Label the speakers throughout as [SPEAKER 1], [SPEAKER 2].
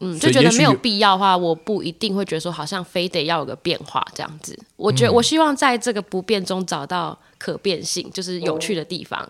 [SPEAKER 1] 嗯，就
[SPEAKER 2] 所以
[SPEAKER 1] 觉
[SPEAKER 2] 也
[SPEAKER 1] 得
[SPEAKER 2] 许
[SPEAKER 1] 没有
[SPEAKER 2] 有
[SPEAKER 1] 必要的话，我不一定会觉得说好像非得要有个变化这样子。我
[SPEAKER 2] 嗯
[SPEAKER 1] 觉得、我希望在这个不变中找到可变性，就是有趣的地方。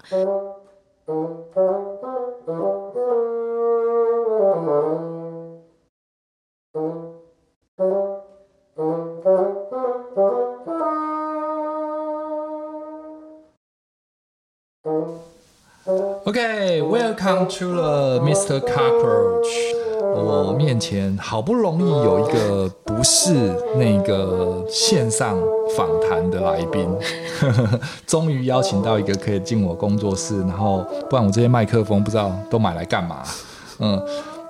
[SPEAKER 2] OK，Welcome、to 了 Mr. Cockroach。我面前好不容易有一个不是那个线上访谈的来宾， 终于邀请到一个可以进我工作室，然后不然我这些麦克风不知道都买来干嘛。嗯，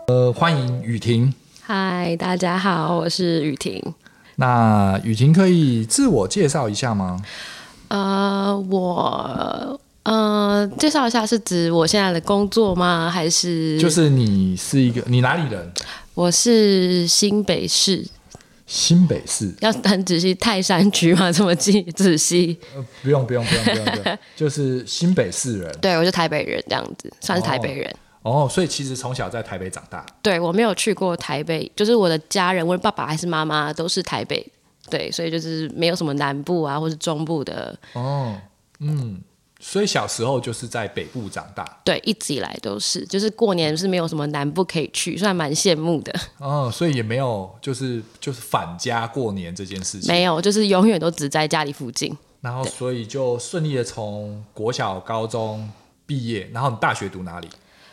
[SPEAKER 2] 呃，欢迎雨婷。
[SPEAKER 1] 嗨，大家好，我是雨婷。
[SPEAKER 2] 那雨婷可以自我介绍一下吗？
[SPEAKER 1] 呃，我呃介绍一下，是指我现在的工作吗？还是
[SPEAKER 2] 就是你是一个你哪里人？
[SPEAKER 1] 我是新北市，
[SPEAKER 2] 新北市？
[SPEAKER 1] 要很仔细，泰山区吗？这么记仔细？
[SPEAKER 2] 呃，不用不用不用不用不用，就是新北市人。
[SPEAKER 1] 对，我是台北人，这样子算是台北人。
[SPEAKER 2] 哦，所以其实从小在台北长大。
[SPEAKER 1] 对我没有去过台北，就是我的家人，我的爸爸还是妈妈都是台北，对，所以就是没有什么南部啊或是中部的，
[SPEAKER 2] 哦，嗯，所以小时候就是在北部长大。
[SPEAKER 1] 对，一直以来都是，就是过年是没有什么南部可以去，算蛮羡慕的。
[SPEAKER 2] 哦，所以也没有就是就是返家过年这件事情。
[SPEAKER 1] 没有，就是永远都只在家里附近。
[SPEAKER 2] 然后所以就顺利的从国小、高中毕业，然后你大学读哪里？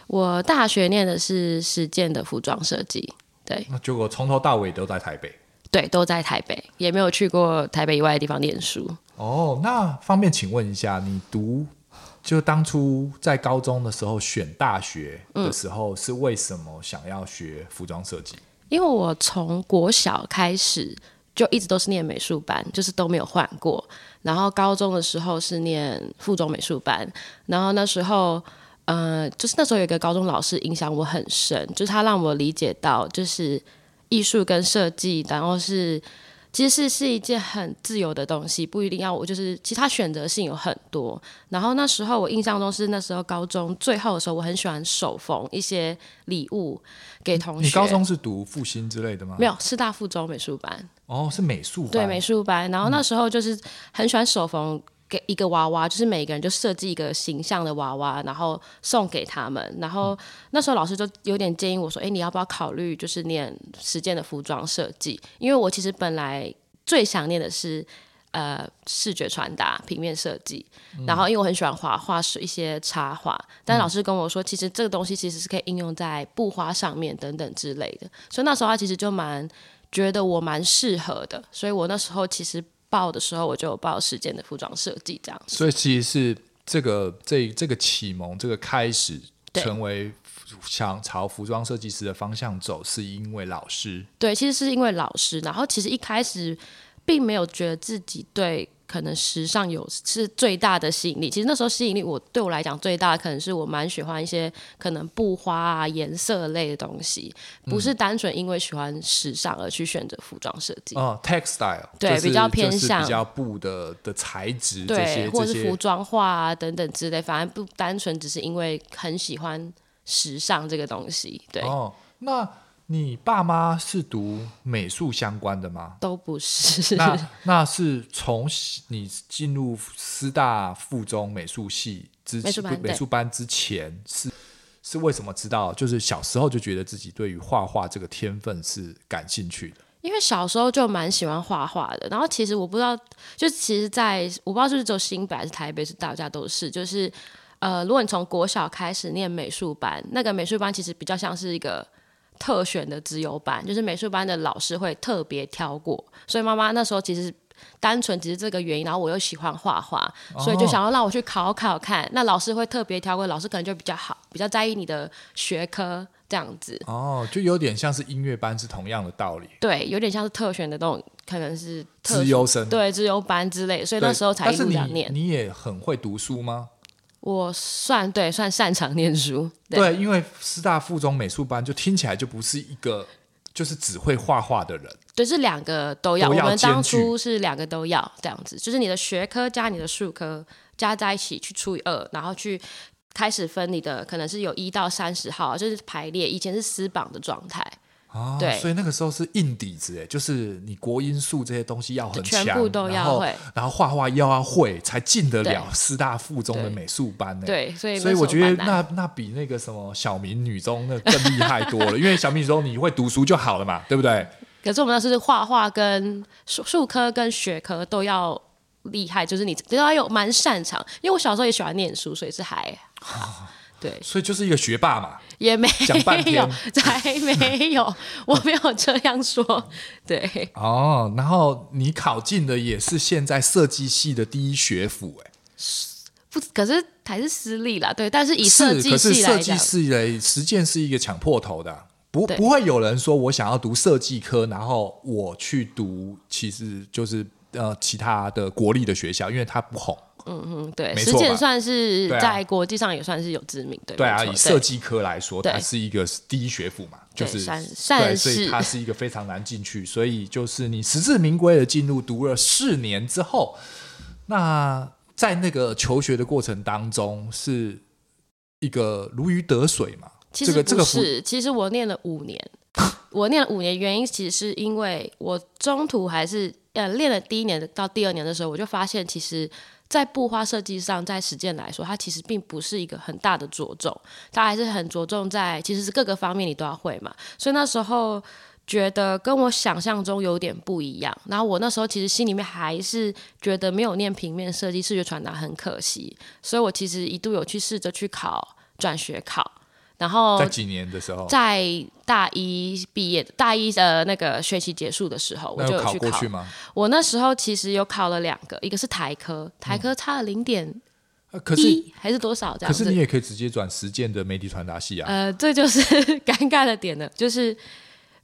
[SPEAKER 1] 我大学念的是实践的服装设计，对
[SPEAKER 2] 那结果从头到尾都在台北。
[SPEAKER 1] 对，都在台北，也没有去过台北以外的地方念书。
[SPEAKER 2] 哦，那方便请问一下，你读就当初在高中的时候选大学的时候，
[SPEAKER 1] 嗯
[SPEAKER 2] 是为什么想要学服装设计？
[SPEAKER 1] 因为我从国小开始就一直都是念美术班，就是都没有换过。然后高中的时候是念附中美术班，然后那时候。呃，就是那时候有一个高中老师影响我很深，就是他让我理解到，就是艺术跟设计，然后是其实是是一件很自由的东西，不一定要我就是其他选择性有很多。然后那时候我印象中是那时候高中最后的时候，我很喜欢手缝一些礼物给同学。
[SPEAKER 2] 你高中是读复兴之类的吗？
[SPEAKER 1] 没有，师大附中美术班，
[SPEAKER 2] 哦，是美术班。
[SPEAKER 1] 对美术班。然后那时候就是很喜欢手缝给一个娃娃，就是每个人就设计一个形象的娃娃，然后送给他们。然后那时候老师就有点建议我说：“哎，你要不要考虑就是念实践的服装设计？因为我其实本来最想念的是。”呃，视觉传达、平面设计，然后因为我很喜欢画画，是一些插画，但老师跟我说，其实这个东西其实是可以应用在布花上面等等之类的，所以那时候他其实就蛮觉得我蛮适合的，所以我那时候其实报的时候我就有报实践的服装设计这样。
[SPEAKER 2] 所以其实是这个这这个启蒙，这个开始
[SPEAKER 1] 对
[SPEAKER 2] 成为服想朝服装设计师的方向走，是因为老师
[SPEAKER 1] 对，其实是因为老师，然后其实一开始并没有觉得自己对可能时尚有是最大的吸引力。其实那时候吸引力我对我来讲最大的可能是我蛮喜欢一些可能布花啊、颜色类的东西，不是单纯因为喜欢时尚而去选择服装设计。
[SPEAKER 2] 哦、t e x t i l e
[SPEAKER 1] 嗯对
[SPEAKER 2] 就是、
[SPEAKER 1] 比较偏
[SPEAKER 2] 就是
[SPEAKER 1] 向
[SPEAKER 2] 比较布的的材质这
[SPEAKER 1] 对，
[SPEAKER 2] 些
[SPEAKER 1] 或
[SPEAKER 2] 这
[SPEAKER 1] 者是服
[SPEAKER 2] 些。
[SPEAKER 1] 装画啊等等之类，反而不单纯只是因为很喜欢时尚这个东西，对，
[SPEAKER 2] 哦，那你爸妈是读美术相关的吗？
[SPEAKER 1] 都不 是。
[SPEAKER 2] 那那是从西你进入师大附中美术系之
[SPEAKER 1] 美术班
[SPEAKER 2] 美
[SPEAKER 1] 对
[SPEAKER 2] 术班之前是是为什么知道？就是小时候就觉得自己对于画画这个天分是感兴趣的。
[SPEAKER 1] 因为小时候就蛮喜欢画画的，然后其实我不知道，就其实在，我不知道是不是只有新北还是台北是大家都是，就是呃，如果你从国小开始念美术班，那个美术班其实比较像是一个特选的资优班，就是美术班的老师会特别挑过，所以妈妈那时候其实单纯只是这个原因，然后我又喜欢画画，所以就想要让我去考考看，那老师会特别挑过，老师可能就比较好，比较在意你的学科这样子。
[SPEAKER 2] 哦，就有点像是音乐班是同样的道理，
[SPEAKER 1] 对，有点像是特选的那种，可能是特
[SPEAKER 2] 资优生。
[SPEAKER 1] 对自由班之类，所以
[SPEAKER 2] 对，
[SPEAKER 1] 那时候才
[SPEAKER 2] 但
[SPEAKER 1] 一
[SPEAKER 2] 是
[SPEAKER 1] 路这样
[SPEAKER 2] 你
[SPEAKER 1] 念。
[SPEAKER 2] 你也很会读书吗？
[SPEAKER 1] 我算对，算擅长念书。对，
[SPEAKER 2] 对，因为师大附中美术班就听起来就不是一个就是只会画画的人。
[SPEAKER 1] 就是两个都要。
[SPEAKER 2] 都要
[SPEAKER 1] 我们当
[SPEAKER 2] 兼具
[SPEAKER 1] 初是两个都要这样子，就是你的学科加你的术科加在一起去除以二，然后去。啊开始分你的可能是有一到三十号，就是排列。以前是私榜的状态，
[SPEAKER 2] 哦，
[SPEAKER 1] 对
[SPEAKER 2] 所以那个时候是硬底子哎，就是你国音数这些东西要很强，
[SPEAKER 1] 全部都要
[SPEAKER 2] 然后
[SPEAKER 1] 会，
[SPEAKER 2] 然后画画又要会，才进得
[SPEAKER 1] 对
[SPEAKER 2] 了师大附中的
[SPEAKER 1] 对
[SPEAKER 2] 美术班哎。
[SPEAKER 1] 对，所以那
[SPEAKER 2] 所以
[SPEAKER 1] 时
[SPEAKER 2] 我
[SPEAKER 1] 候
[SPEAKER 2] 觉得
[SPEAKER 1] 蛮难
[SPEAKER 2] 那那比那个什么小明女中那更厉害多了，因为小明女中你会读书就好了嘛，对不对？
[SPEAKER 1] 可是我们那是画画跟术术科跟学科都要厉害，就是你都要有蛮擅长。因为我小时候也喜欢念书，所以是还好。对，
[SPEAKER 2] 所以就是一个学霸嘛。
[SPEAKER 1] 也没
[SPEAKER 2] 哦讲半
[SPEAKER 1] 有
[SPEAKER 2] 天，
[SPEAKER 1] 才没有，我没有这样说。对，
[SPEAKER 2] 哦，然后你考进的也是现在设计系的第一学府哎，
[SPEAKER 1] 不，可是还是私立啦。对，但是以设
[SPEAKER 2] 是，
[SPEAKER 1] 计
[SPEAKER 2] 可是
[SPEAKER 1] 系来
[SPEAKER 2] 设计
[SPEAKER 1] 讲，
[SPEAKER 2] 系嘞，实践是一个抢破头的啊、不
[SPEAKER 1] 对
[SPEAKER 2] 不会有人说我想要读设计科，然后我去读，其实就是呃其他的国立的学校，因为它不红。
[SPEAKER 1] 嗯，对，
[SPEAKER 2] 没
[SPEAKER 1] 实
[SPEAKER 2] 错吧
[SPEAKER 1] 践算是
[SPEAKER 2] 对啊
[SPEAKER 1] 在国际上也算是有知名的。
[SPEAKER 2] 对啊，
[SPEAKER 1] 没错
[SPEAKER 2] 以设计科来说，
[SPEAKER 1] 对
[SPEAKER 2] 它是一个第一学府嘛，就
[SPEAKER 1] 对
[SPEAKER 2] 是
[SPEAKER 1] 善
[SPEAKER 2] 对，
[SPEAKER 1] 善
[SPEAKER 2] 所以
[SPEAKER 1] 事
[SPEAKER 2] 它是一个非常难进去，所以就是你实至名归的进入读了四年之后，那在那个求学的过程当中，是一个如鱼得水嘛。
[SPEAKER 1] 其
[SPEAKER 2] 这
[SPEAKER 1] 实
[SPEAKER 2] 个这
[SPEAKER 1] 不
[SPEAKER 2] 个服
[SPEAKER 1] 是，其实我念了五年， 我念了五年，原因其实是因为我中途还是呃练了第一年到第二年的时候，我就发现其实。在布花设计上，在实践来说，它其实并不是一个很大的着重，它还是很着重在其实是各个方面你都要会嘛。所以那时候觉得跟我想象中有点不一样。然后我那时候其实心里面还是觉得没有念平面设计、视觉传达很可惜，所以我其实一度有去试着去考转学考，然后
[SPEAKER 2] 在几年的时候，
[SPEAKER 1] 在大一毕业，大一呃那个学期结束的时候，我
[SPEAKER 2] 那
[SPEAKER 1] 就
[SPEAKER 2] 有考
[SPEAKER 1] 去
[SPEAKER 2] 过
[SPEAKER 1] 考。
[SPEAKER 2] 去吗？
[SPEAKER 1] 我那时候其实有考了两个，一个是台科，台科差了零点
[SPEAKER 2] 呃嗯可是
[SPEAKER 1] 一还是多少这
[SPEAKER 2] 可
[SPEAKER 1] 样
[SPEAKER 2] 是你
[SPEAKER 1] 子。
[SPEAKER 2] 也可以直接转实践的媒体传达系啊。
[SPEAKER 1] 呃，这就是 尴尬的点了，就是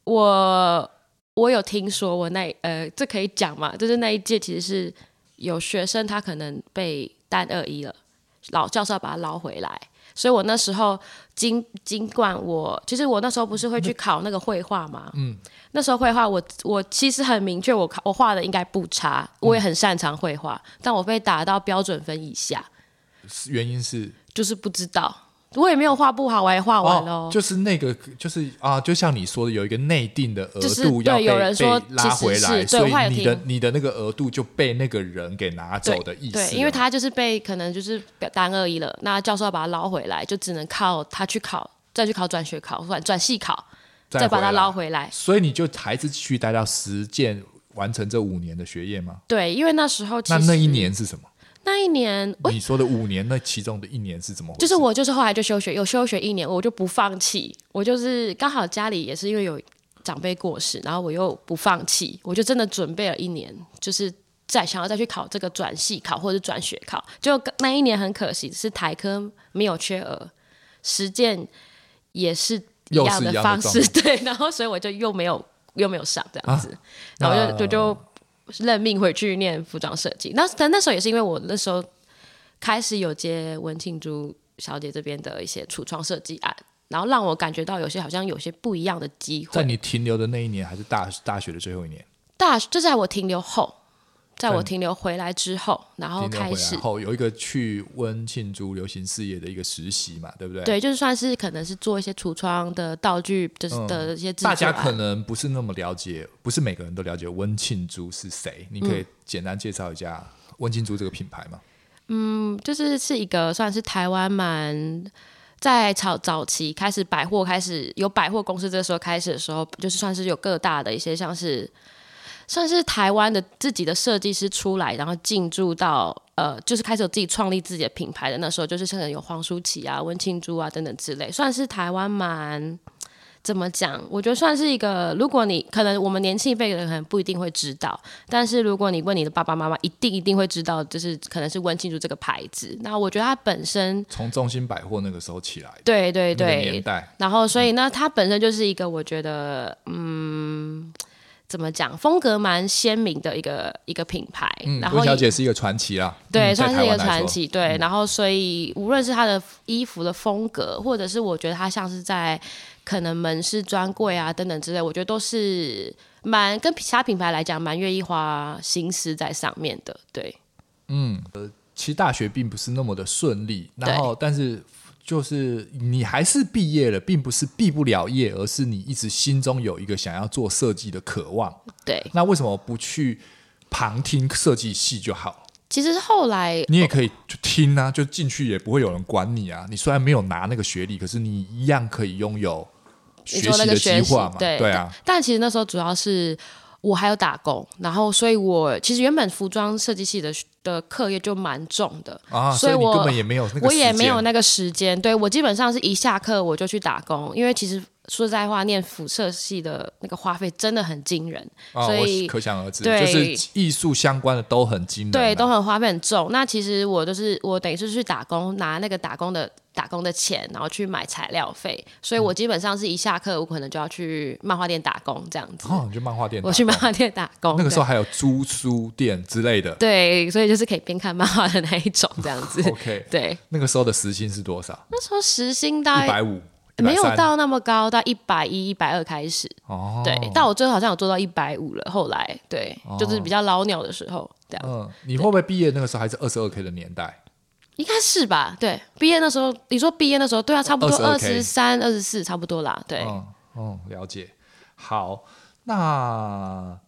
[SPEAKER 1] 我我有听说我那呃这可以讲嘛，就是那一届其实是有学生他可能被单二一了，老教授要把他捞回来。所以我那时候尽尽管我，其实我那时候不是会去考那个绘画吗？嗯，那时候绘画我我其实很明确，我考我画的应该不差，我也很擅长绘画，但我被打到标准分以下，
[SPEAKER 2] 原因是哦
[SPEAKER 1] 就是不知道，我也没有画不好，我还画完哦喽、
[SPEAKER 2] 就是那个，就是啊，就像你说的，有一个内定的额
[SPEAKER 1] 就是
[SPEAKER 2] 度要
[SPEAKER 1] 对
[SPEAKER 2] 被、
[SPEAKER 1] 有人说
[SPEAKER 2] 被拉回
[SPEAKER 1] 其实
[SPEAKER 2] 来，
[SPEAKER 1] 是对
[SPEAKER 2] 所
[SPEAKER 1] 我还
[SPEAKER 2] 以
[SPEAKER 1] 有
[SPEAKER 2] 你的
[SPEAKER 1] 听
[SPEAKER 2] 你的那个额度就被那个人给拿走的意思了。
[SPEAKER 1] 对。对，因为他就是被可能就是表单二一了，那教授要把他捞回来，就只能靠他去考，再去考转学考，转转系考，再把他
[SPEAKER 2] 回来
[SPEAKER 1] 捞，回来。
[SPEAKER 2] 所以你就还是继续待到实践完成这五年的学业吗？
[SPEAKER 1] 对，因为那时候其
[SPEAKER 2] 那
[SPEAKER 1] 实
[SPEAKER 2] 那一年是什么？
[SPEAKER 1] 那一年，我
[SPEAKER 2] 你说的五年，那其中的一年是怎么回事？
[SPEAKER 1] 就是我就是后来就休学，有休学一年，我就不放弃，我就是刚好家里也是因为有长辈过世，然后我又不放弃，我就真的准备了一年，就是。再想要再去考这个转系考或者转学考，就那一年很可惜是台科没有缺额，实践也是一
[SPEAKER 2] 又是
[SPEAKER 1] 样
[SPEAKER 2] 一样的
[SPEAKER 1] 方
[SPEAKER 2] 状
[SPEAKER 1] 式，
[SPEAKER 2] 况
[SPEAKER 1] 对，啊然后所以我就又没有又没有上这样子，然后
[SPEAKER 2] 那
[SPEAKER 1] 我就我就认命回去念服装设计。那但那时候也是因为我那时候开始有接文庆珠小姐这边的一些橱窗设计案，然后让我感觉到有些好像有些不一样的机
[SPEAKER 2] 在
[SPEAKER 1] 会。
[SPEAKER 2] 你停留的那一年，还是大大学的最后一年？
[SPEAKER 1] 大就在我停留后，在
[SPEAKER 2] 在
[SPEAKER 1] 我
[SPEAKER 2] 你
[SPEAKER 1] 停留回来之后，然后
[SPEAKER 2] 停留
[SPEAKER 1] 哦开
[SPEAKER 2] 回来
[SPEAKER 1] 始
[SPEAKER 2] 后，有一个去温庆珠流行事业的一个实习嘛，对不对？
[SPEAKER 1] 对，就是算是可能是做一些橱窗的道具，就是的一些制作、
[SPEAKER 2] 嗯大
[SPEAKER 1] 啊
[SPEAKER 2] 家可能不是那么了解，不是每个人都了解温庆珠是谁。你可以简单介绍一下温庆珠这个品牌吗？
[SPEAKER 1] 嗯，就是是一个算是台湾蛮在早早期开始百货开始有百货公司这时候开始的时候，就是算是有各大的一些像是算是台湾的自己的设计师出来，然后进驻到呃，就是开始有自己创立自己的品牌的那时候，就是可能有黄舒淇啊、温庆珠啊等等之类，算是台湾蛮。怎么讲？我觉得算是一个，如果你可能我们年轻一辈的人可能不一定会知道，但是如果你问你的爸爸妈妈，一定一定会知道，就是可能是温庆珠这个牌子。那我觉得它本身，
[SPEAKER 2] 从中心百货那个时候起来的，
[SPEAKER 1] 对对
[SPEAKER 2] 那个年
[SPEAKER 1] 对，
[SPEAKER 2] 代
[SPEAKER 1] 然后所以呢，它本身就是一个我觉得，嗯，怎么讲，风格蛮鲜明的一个一个品牌。
[SPEAKER 2] 嗯
[SPEAKER 1] 然，后
[SPEAKER 2] 温小
[SPEAKER 1] 也
[SPEAKER 2] 姐是一个传奇啦，
[SPEAKER 1] 对，
[SPEAKER 2] 嗯在
[SPEAKER 1] 算是
[SPEAKER 2] 台
[SPEAKER 1] 一个
[SPEAKER 2] 湾来
[SPEAKER 1] 传
[SPEAKER 2] 说嗯
[SPEAKER 1] 奇。对，然后所以无论是他的衣服的风格，或者是我觉得他像是在可能门市专柜啊等等之类，我觉得都是蛮跟其他品牌来讲蛮愿意花心思在上面的。对，
[SPEAKER 2] 其实大学并不是那么的顺利，
[SPEAKER 1] 对
[SPEAKER 2] 然后但是就是你还是毕业了，并不是毕不了业，而是你一直心中有一个想要做设计的渴望。
[SPEAKER 1] 对，
[SPEAKER 2] 那为什么不去旁听设计系就好？
[SPEAKER 1] 其实后来
[SPEAKER 2] 你也可以就听啊，就进去也不会有人管你啊。你虽然没有拿那个学历，可是你一样可以拥有
[SPEAKER 1] 你
[SPEAKER 2] 学
[SPEAKER 1] 说那
[SPEAKER 2] 习
[SPEAKER 1] 个
[SPEAKER 2] 的
[SPEAKER 1] 学
[SPEAKER 2] 计
[SPEAKER 1] 习
[SPEAKER 2] 划嘛。，
[SPEAKER 1] 对
[SPEAKER 2] 对啊，
[SPEAKER 1] 但。但其实那时候主要是我还有打工，然后所以我其实原本服装设计系的的课业就蛮重的，
[SPEAKER 2] 啊，
[SPEAKER 1] 所
[SPEAKER 2] 所以你
[SPEAKER 1] 我
[SPEAKER 2] 根本也没有那个
[SPEAKER 1] 我也
[SPEAKER 2] 时
[SPEAKER 1] 没有
[SPEAKER 2] 间
[SPEAKER 1] 那个时间，对我基本上是一下课我就去打工，因为其实说实在话，念辐射系的那个花费真的很惊人，
[SPEAKER 2] 啊
[SPEAKER 1] 所
[SPEAKER 2] 我
[SPEAKER 1] 以
[SPEAKER 2] 可想而知，
[SPEAKER 1] 对
[SPEAKER 2] 就是艺术相关的都很惊人啊、
[SPEAKER 1] 对，都很花费很重。那其实我就是我等于是去打工，拿那个打工的打工的钱，然后去买材料费，所以
[SPEAKER 2] 嗯
[SPEAKER 1] 我基本上是一下课我可能就要去漫画店打工这样子。
[SPEAKER 2] 哦，你去漫画店打工，
[SPEAKER 1] 我去漫画店打工，
[SPEAKER 2] 那个时
[SPEAKER 1] 对
[SPEAKER 2] 候还有租书店之类的。。
[SPEAKER 1] 对，所以就是可以边看漫画的那一种这样子
[SPEAKER 2] OK，
[SPEAKER 1] 对，
[SPEAKER 2] 那个时候的时薪是多少？
[SPEAKER 1] 那时候时薪大
[SPEAKER 2] 一
[SPEAKER 1] 概
[SPEAKER 2] 百五，
[SPEAKER 1] 哎没有
[SPEAKER 2] 130
[SPEAKER 1] 到那么高，到一百一、一百二开始。
[SPEAKER 2] 哦。
[SPEAKER 1] 对，但我最后好像有做到一百五了，后来对，就是比较老鸟的时候这样，
[SPEAKER 2] 嗯，你会不会毕业那个时候还是二十二 k 的年代？
[SPEAKER 1] 应该是吧？对，毕业那时候，你说毕业那时候，对啊，差不多二
[SPEAKER 2] 22K
[SPEAKER 1] 十三、二十四，差不多啦。对，
[SPEAKER 2] 嗯嗯，了解。好，那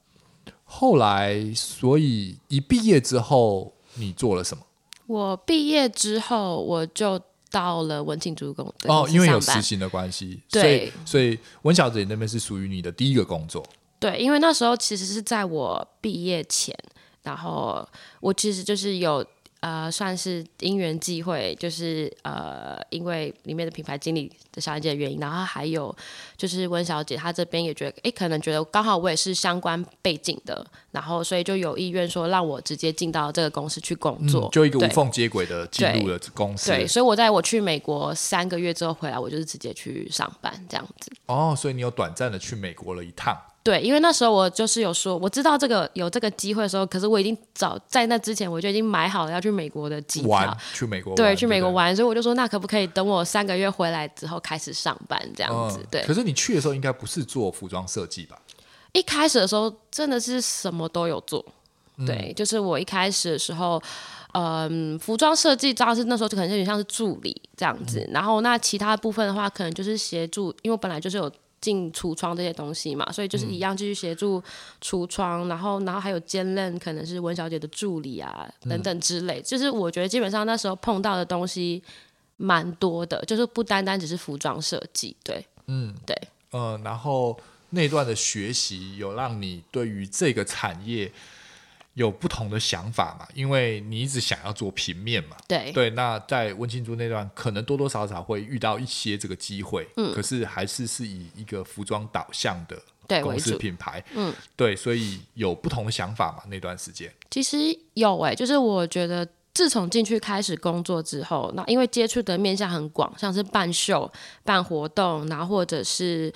[SPEAKER 2] 后来所以一毕业之后你做了什么？
[SPEAKER 1] 我毕业之后我就到了文庆珠公司
[SPEAKER 2] 哦，因为有
[SPEAKER 1] 上
[SPEAKER 2] 实
[SPEAKER 1] 班
[SPEAKER 2] 习的关系，所以
[SPEAKER 1] 对
[SPEAKER 2] 所以文小姐那边是属于你的第一个工作。
[SPEAKER 1] 对，因为那时候其实是在我毕业前，然后我其实就是有呃，算是因缘际会，就是呃，因为里面的品牌经理的小姐的原因，然后还有就是温小姐她这边也觉得，诶，可能觉得刚好我也是相关背景的，然后所以就有意愿说让我直接进到这个公司去工作，
[SPEAKER 2] 嗯，就一个无
[SPEAKER 1] 对
[SPEAKER 2] 缝接轨的进入了公司。
[SPEAKER 1] 对，所以我在我去美国三个月之后回来，我就是直接去上班这样子。
[SPEAKER 2] 哦，所以你有短暂的去美国了一趟。
[SPEAKER 1] 对，因为那时候我就是有说，我知道这个有这个机会的时候，可是我已经早在那之前我就已经买好了要去美国的机
[SPEAKER 2] 玩
[SPEAKER 1] 票，
[SPEAKER 2] 去美国玩，
[SPEAKER 1] 对，去美国
[SPEAKER 2] 不
[SPEAKER 1] 玩，所以我就说那可不可以等我三个月回来之后开始上班这样子？
[SPEAKER 2] 嗯
[SPEAKER 1] 对
[SPEAKER 2] 可，是你去的时候应该不是做服装设计吧？
[SPEAKER 1] 一开始的时候真的是什么都有做，
[SPEAKER 2] 嗯
[SPEAKER 1] 对，就是我一开始的时候。嗯，服装设计当然是那时候就可能有点像是助理这样子，
[SPEAKER 2] 嗯
[SPEAKER 1] 然后那其他部分的话，可能就是协助，因为我本来就是有进橱窗这些东西嘛，所以
[SPEAKER 2] 嗯
[SPEAKER 1] 就是一样继续协助橱窗，然后然后还有兼任可能是温小姐的助理啊
[SPEAKER 2] 嗯
[SPEAKER 1] 等等之类，就是我觉得基本上那时候碰到的东西蛮多的，就是不单单只是服装设计，对，嗯，对，
[SPEAKER 2] 嗯，然后那段的学习有让你对于这个产业有不同的想法嘛？因为你一直想要做平面嘛。
[SPEAKER 1] 对，
[SPEAKER 2] 对，那在温庆珠那段，可能多多少少会遇到一些这个机会，嗯，可是还是是以一个服装导向的
[SPEAKER 1] 对为
[SPEAKER 2] 公司
[SPEAKER 1] 主
[SPEAKER 2] 品牌，嗯，对，所以有不同的想法嘛？那段时间，
[SPEAKER 1] 其实有诶、就是我觉得自从进去开始工作之后，那因为接触的面向很广，像是办秀、办活动，然后或者是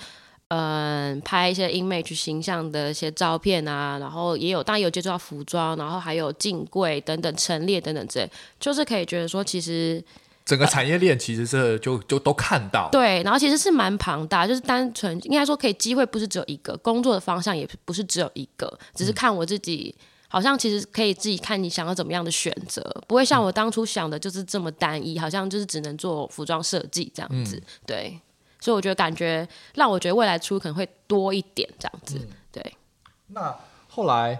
[SPEAKER 1] 嗯拍一些 image 形象的一些照片啊，然后也有当然有接触到服装，然后还有镜柜等等陈列等等之类，就是可以觉得说其实
[SPEAKER 2] 整个产业链其实是就就都看到，
[SPEAKER 1] 对，然后其实是蛮庞大，就是单纯应该说可以机会不是只有一个，工作的方向也不是只有一个，只是看我自己。好像其实可以自己看你想要怎么样的选择，不会像我当初想的就是这么单一，好像就是只能做服装设计这样子。对，所以我觉得感觉让我觉得未来出可能会多一点这样子。对，
[SPEAKER 2] 那后来，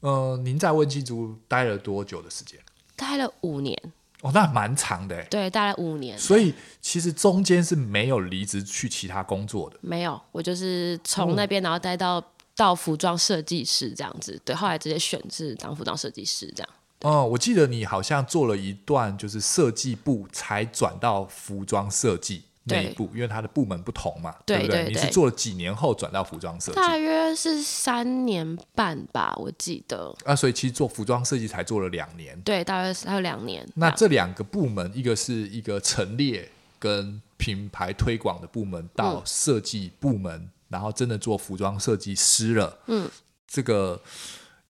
[SPEAKER 2] 呃，您在问庆族待了多久的时间？
[SPEAKER 1] 待了五年，
[SPEAKER 2] 哦，那蛮长的欸
[SPEAKER 1] 对，待了五年，
[SPEAKER 2] 所以其实中间是没有离职去其他工作的。
[SPEAKER 1] 没有，我就是从那边然后待到、到服装设计师这样子。对，后来直接选是当服装设计师这样。
[SPEAKER 2] 嗯，我记得你好像做了一段就是设计部，才转到服装设计那一
[SPEAKER 1] 对
[SPEAKER 2] 步，因为它的部门不同嘛，
[SPEAKER 1] 对
[SPEAKER 2] 不对？
[SPEAKER 1] 对
[SPEAKER 2] 你是
[SPEAKER 1] 对
[SPEAKER 2] 做了几年后转到服装设计
[SPEAKER 1] 大约是三年半吧，我记得。
[SPEAKER 2] 啊，所以其实做服装设计才做了两年。
[SPEAKER 1] 对，大约是还有两年。这
[SPEAKER 2] 那
[SPEAKER 1] 样
[SPEAKER 2] 这两个部门，一个是一个陈列跟品牌推广的部门，
[SPEAKER 1] 嗯
[SPEAKER 2] 到设计部门，然后真的做服装设计师了。嗯，这个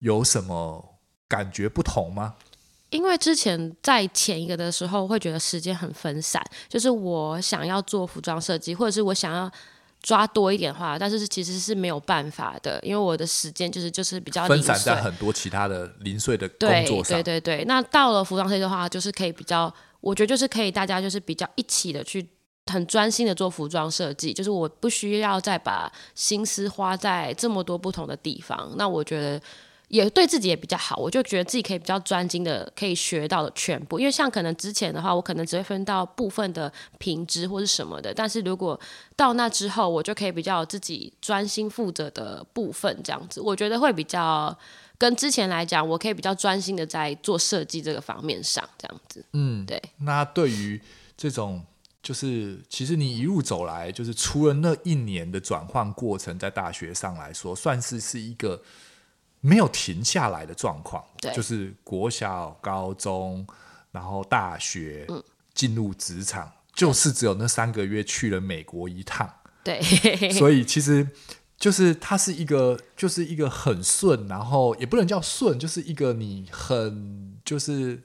[SPEAKER 2] 有什么感觉不同吗？
[SPEAKER 1] 因为之前在前一个的时候，会觉得时间很分散，就是我想要做服装设计，或者是我想要抓多一点的话，但是其实是没有办法的，因为我的时间就是就是比较
[SPEAKER 2] 分
[SPEAKER 1] 零
[SPEAKER 2] 散在
[SPEAKER 1] 碎。
[SPEAKER 2] 很多其他的零碎的工
[SPEAKER 1] 对
[SPEAKER 2] 作上
[SPEAKER 1] 对。对对，那到了服装设计的话，就是可以比较我觉得就是可以大家就是比较一起的去很专心的做服装设计，就是我不需要再把心思花在这么多不同的地方。那我觉得。也对自己也比较好，我就觉得自己可以比较专精的，可以学到的全部。因为像可能之前的话，我可能只会分到部分的评值或是什么的，但是如果到那之后，我就可以比较自己专心负责的部分，这样子，我觉得会比较跟之前来讲，我可以比较专心的在做设计这个方面上，这样子。
[SPEAKER 2] 嗯，
[SPEAKER 1] 对。
[SPEAKER 2] 那对于这种，就是其实你一路走来，就是除了那一年的转换过程，在大学上来说，算是是一个没有停下来的状况。
[SPEAKER 1] 对
[SPEAKER 2] 就是国小、高中，然后大学，
[SPEAKER 1] 嗯
[SPEAKER 2] 进入职场，就是只有那三个月去了美国一趟。
[SPEAKER 1] 对，
[SPEAKER 2] 所以其实就是它是一个，就是一个很顺，然后也不能叫顺，就是一个你很就是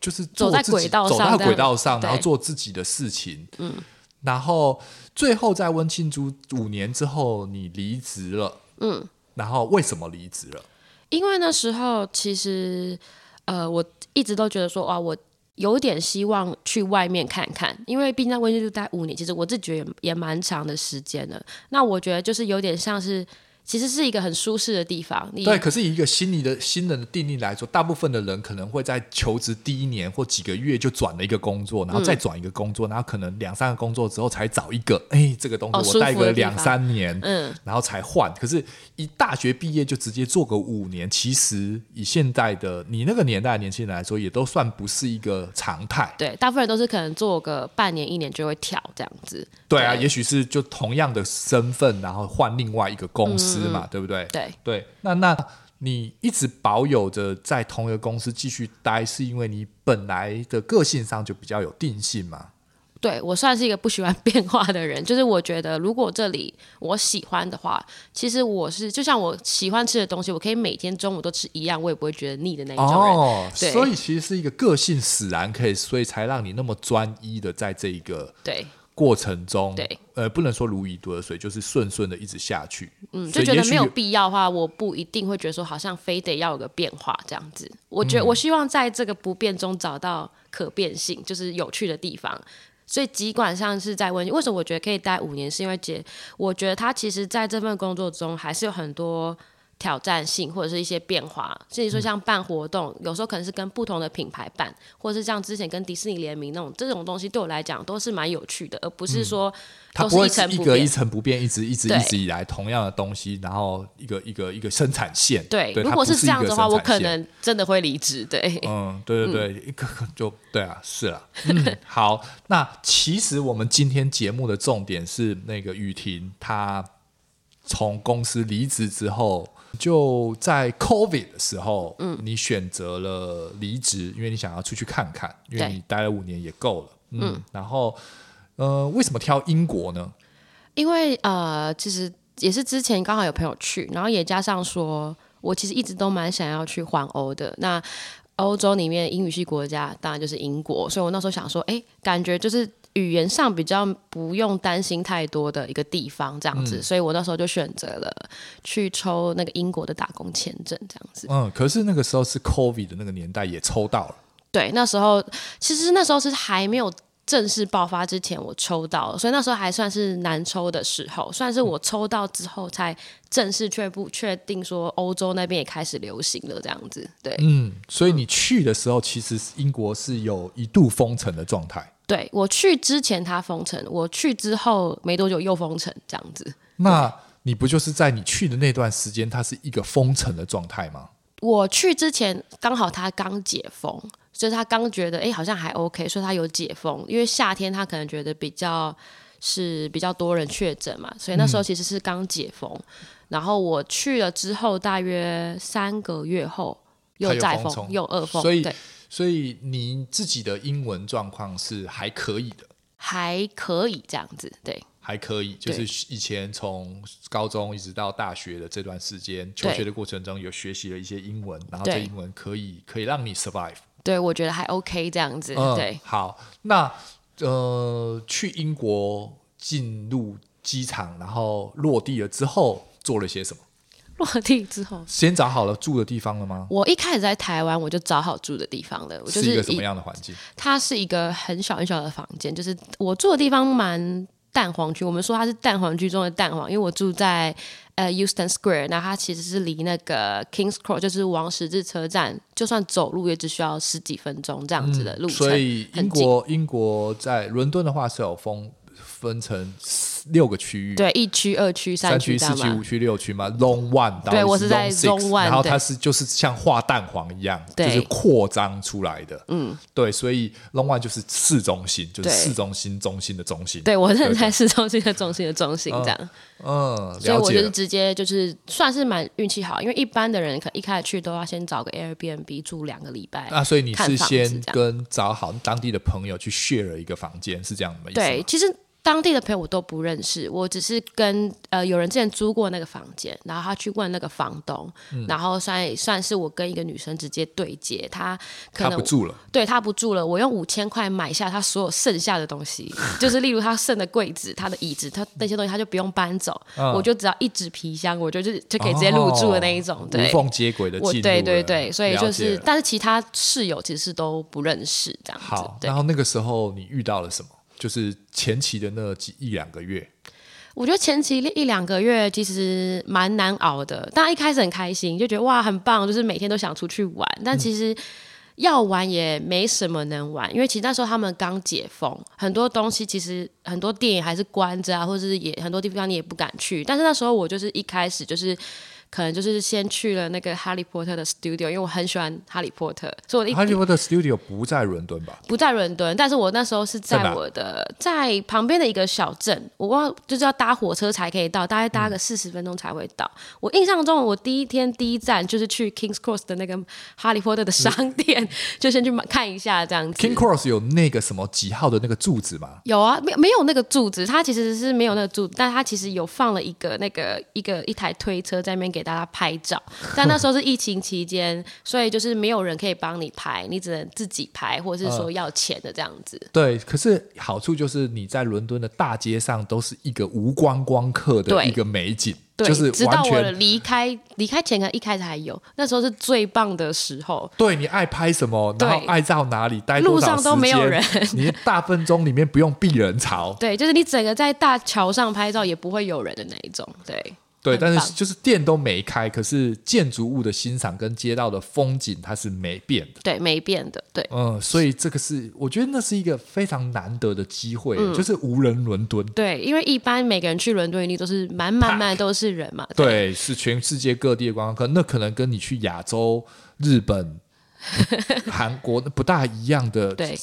[SPEAKER 2] 就是做
[SPEAKER 1] 走在
[SPEAKER 2] 自己
[SPEAKER 1] 轨道上
[SPEAKER 2] 走到
[SPEAKER 1] 这样
[SPEAKER 2] 轨道上，
[SPEAKER 1] 对
[SPEAKER 2] 然后做自己的事情，嗯，然后最后在温庆珠五年之后，你离职了，嗯，然后为什么离职了？
[SPEAKER 1] 因为那时候其实，呃，我一直都觉得说，哇，我有点希望去外面看看，因为毕竟在温州待五年，其实我自己觉得也蛮长的时间了。那我觉得就是有点像是，其实是一个很舒适的地方。你
[SPEAKER 2] 对，可是以一个心理的新人的定义来说，大部分的人可能会在求职第一年或几个月就转了一个工作，然后再转一个工作，然后可能两三个工作之后才找一个，哎，这个东
[SPEAKER 1] 哦
[SPEAKER 2] 西
[SPEAKER 1] 舒
[SPEAKER 2] 我待
[SPEAKER 1] 服
[SPEAKER 2] 个
[SPEAKER 1] 的地
[SPEAKER 2] 两
[SPEAKER 1] 方
[SPEAKER 2] 三年，
[SPEAKER 1] 嗯，
[SPEAKER 2] 然后才换。可是，一大学毕业就直接做个五年，其实以现在的你那个年代的年轻人来说，也都算不是一个常态。
[SPEAKER 1] 对，大部分人都是可能做个半年一年就会跳这样子。
[SPEAKER 2] 对啊，
[SPEAKER 1] 对
[SPEAKER 2] 也许是就同样的身份，然后换另外一个公司嘛，
[SPEAKER 1] 嗯
[SPEAKER 2] 对不对？
[SPEAKER 1] 对，
[SPEAKER 2] 对，那那你一直保有着在同一个公司继续待，是因为你本来的个性上就比较有定性嘛？
[SPEAKER 1] 对我算是一个不喜欢 变化的人，就是我觉得如果这里我喜欢的话，其实我是就像我喜欢吃的东西，我可以每天中午都吃一样，我也不会觉得腻的那一种人。
[SPEAKER 2] 哦，
[SPEAKER 1] 对
[SPEAKER 2] 所以其实是一个个性使然，可以，所以才让你那么专一的在这一个
[SPEAKER 1] 对，
[SPEAKER 2] 过程中，
[SPEAKER 1] 对，
[SPEAKER 2] 呃，不能说如鱼得水，就是顺顺的一直下去，
[SPEAKER 1] 嗯，就
[SPEAKER 2] 所以
[SPEAKER 1] 觉
[SPEAKER 2] 也
[SPEAKER 1] 得
[SPEAKER 2] 许
[SPEAKER 1] 没有必要的话，我不一定会觉得说好像非得要有个变化这样子。我觉得我希望在这个不变中找到可变性，就是有趣的地方。所以尽管上是在温，为什么我觉得可以待五年，是因为姐，我觉得他其实在这份工作中还是有很多。挑战性或者是一些变化，甚至说像办活动，有时候可能是跟不同的品牌办，或者是像之前跟迪士尼联名那种，这种东西对我来讲都是蛮有趣的，而不是说
[SPEAKER 2] 它
[SPEAKER 1] 都
[SPEAKER 2] 不会
[SPEAKER 1] 一成
[SPEAKER 2] 一
[SPEAKER 1] 不
[SPEAKER 2] 个
[SPEAKER 1] 变
[SPEAKER 2] 一。成不变，一直一直
[SPEAKER 1] 对
[SPEAKER 2] 一直以来同样的东西，然后一个一个一个生产线。
[SPEAKER 1] 对，
[SPEAKER 2] 它
[SPEAKER 1] 如果
[SPEAKER 2] 不是
[SPEAKER 1] 这样
[SPEAKER 2] 一
[SPEAKER 1] 子
[SPEAKER 2] 个
[SPEAKER 1] 的话，
[SPEAKER 2] 生
[SPEAKER 1] 我
[SPEAKER 2] 产
[SPEAKER 1] 可
[SPEAKER 2] 线
[SPEAKER 1] 能真的会离职。对，
[SPEAKER 2] 嗯，对对对，一个就对啊，是啊，嗯，好，那其实我们今天节目的重点是那个雨婷，她从公司离职之后，就在 COVID 的时候，嗯，你选择了离职，因为你想要出去看看，因为
[SPEAKER 1] 对
[SPEAKER 2] 你待了五年也够了，嗯，然后呃，为什么挑英国呢？
[SPEAKER 1] 因为呃，其实也是之前刚好有朋友去，然后也加上说我其实一直都蛮想要去环欧的。那欧洲里面英语系国家当然就是英国，所以我那时候想说，哎，感觉就是语言上比较不用担心太多的一个地方这样子，
[SPEAKER 2] 嗯
[SPEAKER 1] 所以我那时候就选择了去抽那个英国的打工签证这样子。
[SPEAKER 2] 嗯，可是那个时候是 COVID 的那个年代，也抽到了。
[SPEAKER 1] 对，那时候其实那时候是还没有正式爆发之前，我抽到了，所以那时候还算是难抽的时候，算是我抽到之后才正式确不确定说欧洲那边也开始流行了这样子。对，
[SPEAKER 2] 嗯，所以你去的时候，其实是英国是有一度封城的状态。
[SPEAKER 1] 对我去之前它封城，我去之后没多久又封城这样子。
[SPEAKER 2] 那你不就是在你去的那段时间，它是一个封城的状态吗？
[SPEAKER 1] 我去之前刚好他刚解封，所以他刚觉得哎、诶好像还 OK，所以他有解封。因为夏天他可能觉得比较是比较多人确诊嘛，所以那时
[SPEAKER 2] 嗯
[SPEAKER 1] 候其实是刚解封。然后我去了之后，大约三个月后又再
[SPEAKER 2] 它又封
[SPEAKER 1] 封，
[SPEAKER 2] 城
[SPEAKER 1] 又二封，
[SPEAKER 2] 所以
[SPEAKER 1] 对，
[SPEAKER 2] 所以你自己的英文状况是还可以的，
[SPEAKER 1] 还可以这样子，对
[SPEAKER 2] 还可以，就
[SPEAKER 1] 对
[SPEAKER 2] 是以前从高中一直到大学的这段时间，求
[SPEAKER 1] 对
[SPEAKER 2] 学的过程中有学习了一些英文，然后这
[SPEAKER 1] 对
[SPEAKER 2] 英文可以可以让你 survive。
[SPEAKER 1] 对，我觉得还 OK 这样子，
[SPEAKER 2] 嗯，
[SPEAKER 1] 对。
[SPEAKER 2] 好，那呃，去英国进入机场，然后落地了之后做了些什么？
[SPEAKER 1] 落地之后，
[SPEAKER 2] 先找好了住的地方了吗？
[SPEAKER 1] 我一开始在台湾我就找好住的地方了，我就是
[SPEAKER 2] 一个什
[SPEAKER 1] 以
[SPEAKER 2] 么样的环境？
[SPEAKER 1] 它是一个很小很小的房间，就是我住的地方蛮蛋黄区，我们说它是蛋黄区中的蛋黄，因为我住在呃 Houston Square，那它其实是离那个 Kings Cross 就是王十字车站，就算走路也只需要十几分钟这样子的路程，
[SPEAKER 2] 嗯所以英
[SPEAKER 1] 很近
[SPEAKER 2] 国英国在伦敦的话是有分分成四六个区域，
[SPEAKER 1] 对一区、二区、
[SPEAKER 2] 三
[SPEAKER 1] 区、
[SPEAKER 2] 区、
[SPEAKER 1] 这
[SPEAKER 2] 四
[SPEAKER 1] 样
[SPEAKER 2] 区、
[SPEAKER 1] 嘛
[SPEAKER 2] 五区、六区嘛，Long One 到
[SPEAKER 1] 对我是在
[SPEAKER 2] Zone
[SPEAKER 1] Zone
[SPEAKER 2] Six，
[SPEAKER 1] One，
[SPEAKER 2] 然后它
[SPEAKER 1] 对
[SPEAKER 2] 是就是像画蛋黄一样，就
[SPEAKER 1] 对
[SPEAKER 2] 是扩张出来的。嗯，对，所以 Long One 就是市中心，就是
[SPEAKER 1] 对
[SPEAKER 2] 市中心中心的中心。
[SPEAKER 1] 对我是
[SPEAKER 2] 对
[SPEAKER 1] 在市中心的中心的中心这样。
[SPEAKER 2] 嗯，
[SPEAKER 1] 所以
[SPEAKER 2] 了
[SPEAKER 1] 我就
[SPEAKER 2] 解
[SPEAKER 1] 是
[SPEAKER 2] 了。
[SPEAKER 1] 直接就是算是蛮运气好，因为一般的人可能一开始去都要先找个 Airbnb 住两个礼拜。
[SPEAKER 2] 那所以你
[SPEAKER 1] 看
[SPEAKER 2] 是
[SPEAKER 1] 房子
[SPEAKER 2] 先
[SPEAKER 1] 这样
[SPEAKER 2] 跟找好当地的朋友去 share 了一个房间，是这样的意思吗？
[SPEAKER 1] 对，其实当地的朋友我都不认识，我只是跟呃有人之前租过那个房间，然后他去问那个房东，
[SPEAKER 2] 嗯
[SPEAKER 1] 然后算算是我跟一个女生直接对接，她可
[SPEAKER 2] 他
[SPEAKER 1] 能
[SPEAKER 2] 不住了，
[SPEAKER 1] 对她不住了，我用五千块买下她所有剩下的东 西，就是例如她剩的柜子、她的椅子，她那些东西她就不用搬走，
[SPEAKER 2] 嗯
[SPEAKER 1] 我就只要一纸皮箱，我就就就可以直接入住的那一种，
[SPEAKER 2] 哦
[SPEAKER 1] 对
[SPEAKER 2] 无。缝接轨的
[SPEAKER 1] 我
[SPEAKER 2] 进入了。
[SPEAKER 1] 对对对，所以
[SPEAKER 2] 了
[SPEAKER 1] 就
[SPEAKER 2] 解
[SPEAKER 1] 是，
[SPEAKER 2] 了
[SPEAKER 1] 但是其他室友其实是都不认识这样子
[SPEAKER 2] 好。。
[SPEAKER 1] 对
[SPEAKER 2] 然，后那个时候你遇到了什么？就是前期的那几一两个月，
[SPEAKER 1] 我觉得前期一两个月其实蛮难熬的，当然一开始很开心，就觉得哇很棒，就是每天都想出去玩，但其实。要玩也没什么能玩，因为其实那时候他们刚解封，很多东西其实很多电影还是关着啊，或者是也很多地方你也不敢去。但是那时候我就是一开始就是可能就是先去了那个哈利波特的 studio，因为我很喜欢哈利波特，所以我一
[SPEAKER 2] 哈利波特 Studio 不在伦敦吧？
[SPEAKER 1] 不在伦敦，但是我那时候是
[SPEAKER 2] 在
[SPEAKER 1] 在
[SPEAKER 2] 哪
[SPEAKER 1] 我的在旁边的一个小镇，我忘就是要搭火车才可以到，大概
[SPEAKER 2] 嗯
[SPEAKER 1] 搭个四十分钟才会到。我印象中，我第一天第一站就是去 Kings Cross 的那个哈利波特的商店， 就先去买看一下这样子。
[SPEAKER 2] 嗯 King Cross 有那个什么几号的那个柱子吗？
[SPEAKER 1] 有啊，没没有那个柱子，它其实是没有那个柱子，但它其实有放了一个那个一个一台推车在那边给大家拍 照。但那时候是疫情期间，所以就是没有人可以帮你拍，你只能自己拍，或者是
[SPEAKER 2] 嗯
[SPEAKER 1] 说要钱的这样子。
[SPEAKER 2] 对，可是好处就是你在伦敦的大街上都是一个无观光客的
[SPEAKER 1] 对
[SPEAKER 2] 一个美景，
[SPEAKER 1] 对，
[SPEAKER 2] 就是
[SPEAKER 1] 直
[SPEAKER 2] 完
[SPEAKER 1] 到我
[SPEAKER 2] 全
[SPEAKER 1] 离开离开前，可能一开始还有，那时候是最棒的时候。
[SPEAKER 2] 对你爱拍什么，然后
[SPEAKER 1] 对
[SPEAKER 2] 爱到哪里，待多
[SPEAKER 1] 路
[SPEAKER 2] 少
[SPEAKER 1] 上
[SPEAKER 2] 时
[SPEAKER 1] 都没有
[SPEAKER 2] 间
[SPEAKER 1] 人
[SPEAKER 2] 你大分钟里面不用避人 潮，
[SPEAKER 1] 对，就是你整个在大桥上拍照也不会有人的那一种。对，
[SPEAKER 2] 对，
[SPEAKER 1] 很
[SPEAKER 2] 但
[SPEAKER 1] 棒
[SPEAKER 2] 是就是店都没开，可是建筑物的欣赏跟街道的风景它是没变的。
[SPEAKER 1] 对，没变的。对，
[SPEAKER 2] 嗯，所以这个是我觉得那是一个非常难得的机会，
[SPEAKER 1] 嗯
[SPEAKER 2] 就是无人伦敦。
[SPEAKER 1] 对，因为一般每个人去伦敦一定都是满满满都是人嘛。对，
[SPEAKER 2] 对，是全世界各地的观光客，那可能跟你去亚洲、日本、韩国不大一样的。
[SPEAKER 1] 对，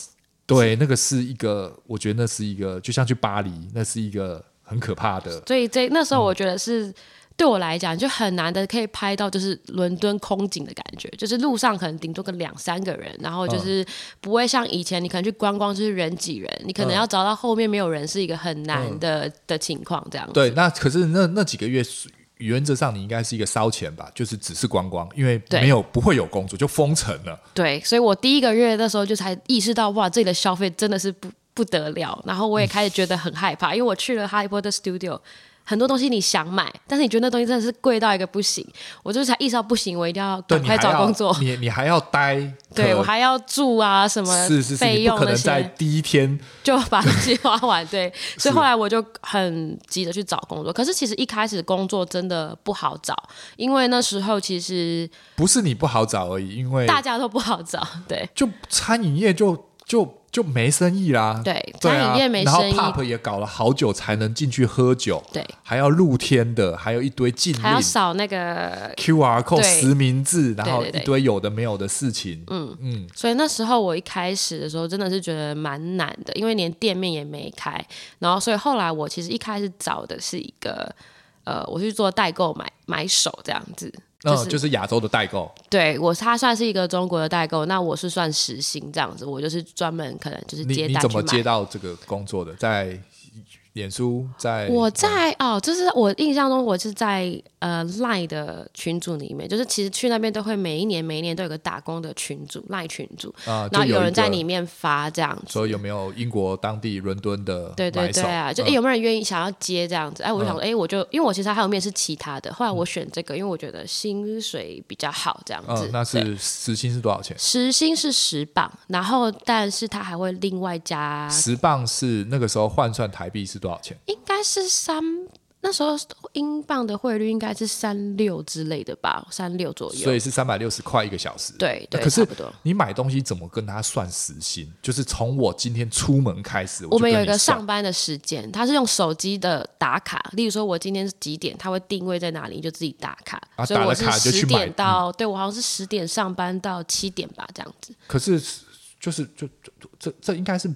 [SPEAKER 2] 对，那个是一个，我觉得那是一个，就像去巴黎，那是一个很可怕的。
[SPEAKER 1] 所以这那
[SPEAKER 2] 嗯
[SPEAKER 1] 时候我觉得是。对我来讲，就很难的可以拍到就是伦敦空景的感觉，就是路上可能顶多个两三个人，然后
[SPEAKER 2] 嗯
[SPEAKER 1] 就是不会像以前你可能去观光就是人挤人，你可
[SPEAKER 2] 嗯
[SPEAKER 1] 能要找到后面没有人是一个很难的、的情况这样子。
[SPEAKER 2] 对，那可是那那几个月是。原则上，你应该是一个烧钱吧，就是只是观光，因为
[SPEAKER 1] 对
[SPEAKER 2] 没有不会有工作，就封城了。
[SPEAKER 1] 对，所以我第一个月那时候就才意识到，哇，这里的消费真的是不不得了。然后我也
[SPEAKER 2] 嗯
[SPEAKER 1] 开始觉得很害怕，因为我去了哈利波特 Studio，很多东西你想买，但是你觉得那东西真的是贵到一个不行。我就是才意识到不行，我一定要
[SPEAKER 2] 对
[SPEAKER 1] 赶
[SPEAKER 2] 你
[SPEAKER 1] 快
[SPEAKER 2] 还
[SPEAKER 1] 找
[SPEAKER 2] 要
[SPEAKER 1] 工作。
[SPEAKER 2] 你你还要待，
[SPEAKER 1] 对
[SPEAKER 2] 可
[SPEAKER 1] 我还要住啊，什么
[SPEAKER 2] 呃是是是，
[SPEAKER 1] 费
[SPEAKER 2] 你不
[SPEAKER 1] 用
[SPEAKER 2] 可
[SPEAKER 1] 那
[SPEAKER 2] 能在
[SPEAKER 1] 些，
[SPEAKER 2] 第一天
[SPEAKER 1] 就把东西花完。 对，所以后来我就很急着去找工作。可是其实一开始工作真的不好找，因为那时候其实
[SPEAKER 2] 不是你不好找而已，因为
[SPEAKER 1] 大家都不好找。对
[SPEAKER 2] 就餐饮业就就就没生意啦。
[SPEAKER 1] 对，
[SPEAKER 2] 对
[SPEAKER 1] 餐
[SPEAKER 2] 啊，
[SPEAKER 1] 饮业没
[SPEAKER 2] 然后
[SPEAKER 1] 生意，
[SPEAKER 2] pub 也搞了好久才能进去喝酒，
[SPEAKER 1] 对，
[SPEAKER 2] 还要露天的，还有一堆禁令
[SPEAKER 1] 还要扫那个
[SPEAKER 2] QR code
[SPEAKER 1] 对
[SPEAKER 2] 实名制，然后
[SPEAKER 1] 对对
[SPEAKER 2] 一
[SPEAKER 1] 对
[SPEAKER 2] 堆有的没有的事情。嗯嗯，
[SPEAKER 1] 所以那时候我一开始的时候真的是觉得蛮难的，因为连店面也没开。然后所以后来我其实一开始找的是一个，呃，我去做代购买买手这样子。
[SPEAKER 2] 那
[SPEAKER 1] 就是
[SPEAKER 2] 嗯就是亚洲的代购。
[SPEAKER 1] 对我，他算是一个中国的代购，那我是算时薪这样子，我就是专门可能就是
[SPEAKER 2] 你
[SPEAKER 1] 接
[SPEAKER 2] 你
[SPEAKER 1] 单
[SPEAKER 2] 怎
[SPEAKER 1] 去
[SPEAKER 2] 么
[SPEAKER 1] 买。
[SPEAKER 2] 接到这个工作的？在脸书，在
[SPEAKER 1] 我在哦，就是我印象中我是在呃 Line 的群组里面，就是其实去那边都会每一年每一年都有个打工的群组 Line 群组，
[SPEAKER 2] 啊，
[SPEAKER 1] 然后
[SPEAKER 2] 就有
[SPEAKER 1] 有人在里
[SPEAKER 2] 面
[SPEAKER 1] 面发这样子。
[SPEAKER 2] 说有没有英国当地伦敦的
[SPEAKER 1] 对对
[SPEAKER 2] 买手
[SPEAKER 1] 对 啊，就哎、
[SPEAKER 2] 嗯
[SPEAKER 1] 诶有没有人愿意想要接这样子？哎，我就想
[SPEAKER 2] 嗯
[SPEAKER 1] 说，哎、我就因为我其实还有面试其他的，后来我选这个，因为我觉得薪水比较好这样子。
[SPEAKER 2] 嗯，那
[SPEAKER 1] 对
[SPEAKER 2] 是时薪是多少钱？
[SPEAKER 1] 时薪是十磅，然后但是他还会另外加，
[SPEAKER 2] 十磅是那个时候换算台币是多少钱？
[SPEAKER 1] 应该是三。那时候英镑的汇率应该是三六之类的吧，三六左右。
[SPEAKER 2] 所以是三百六十块一个小时。
[SPEAKER 1] 对
[SPEAKER 2] 那
[SPEAKER 1] 对，
[SPEAKER 2] 可是
[SPEAKER 1] 差不多。
[SPEAKER 2] 你买东西怎么跟他算时薪？就是从我今天出门开始，
[SPEAKER 1] 我
[SPEAKER 2] 就
[SPEAKER 1] 们有
[SPEAKER 2] 跟
[SPEAKER 1] 一
[SPEAKER 2] 你
[SPEAKER 1] 个
[SPEAKER 2] 算
[SPEAKER 1] 上班的时间，他是用手机的打卡，例如说我今天是几点，他会定位在哪里，你就自己打卡。
[SPEAKER 2] 啊
[SPEAKER 1] 所以
[SPEAKER 2] 打了
[SPEAKER 1] 我是
[SPEAKER 2] 卡就去
[SPEAKER 1] 十
[SPEAKER 2] 买嗯
[SPEAKER 1] 点到，对我好像是十点上班到七点吧，这样子。
[SPEAKER 2] 可是就是就就就这这应该是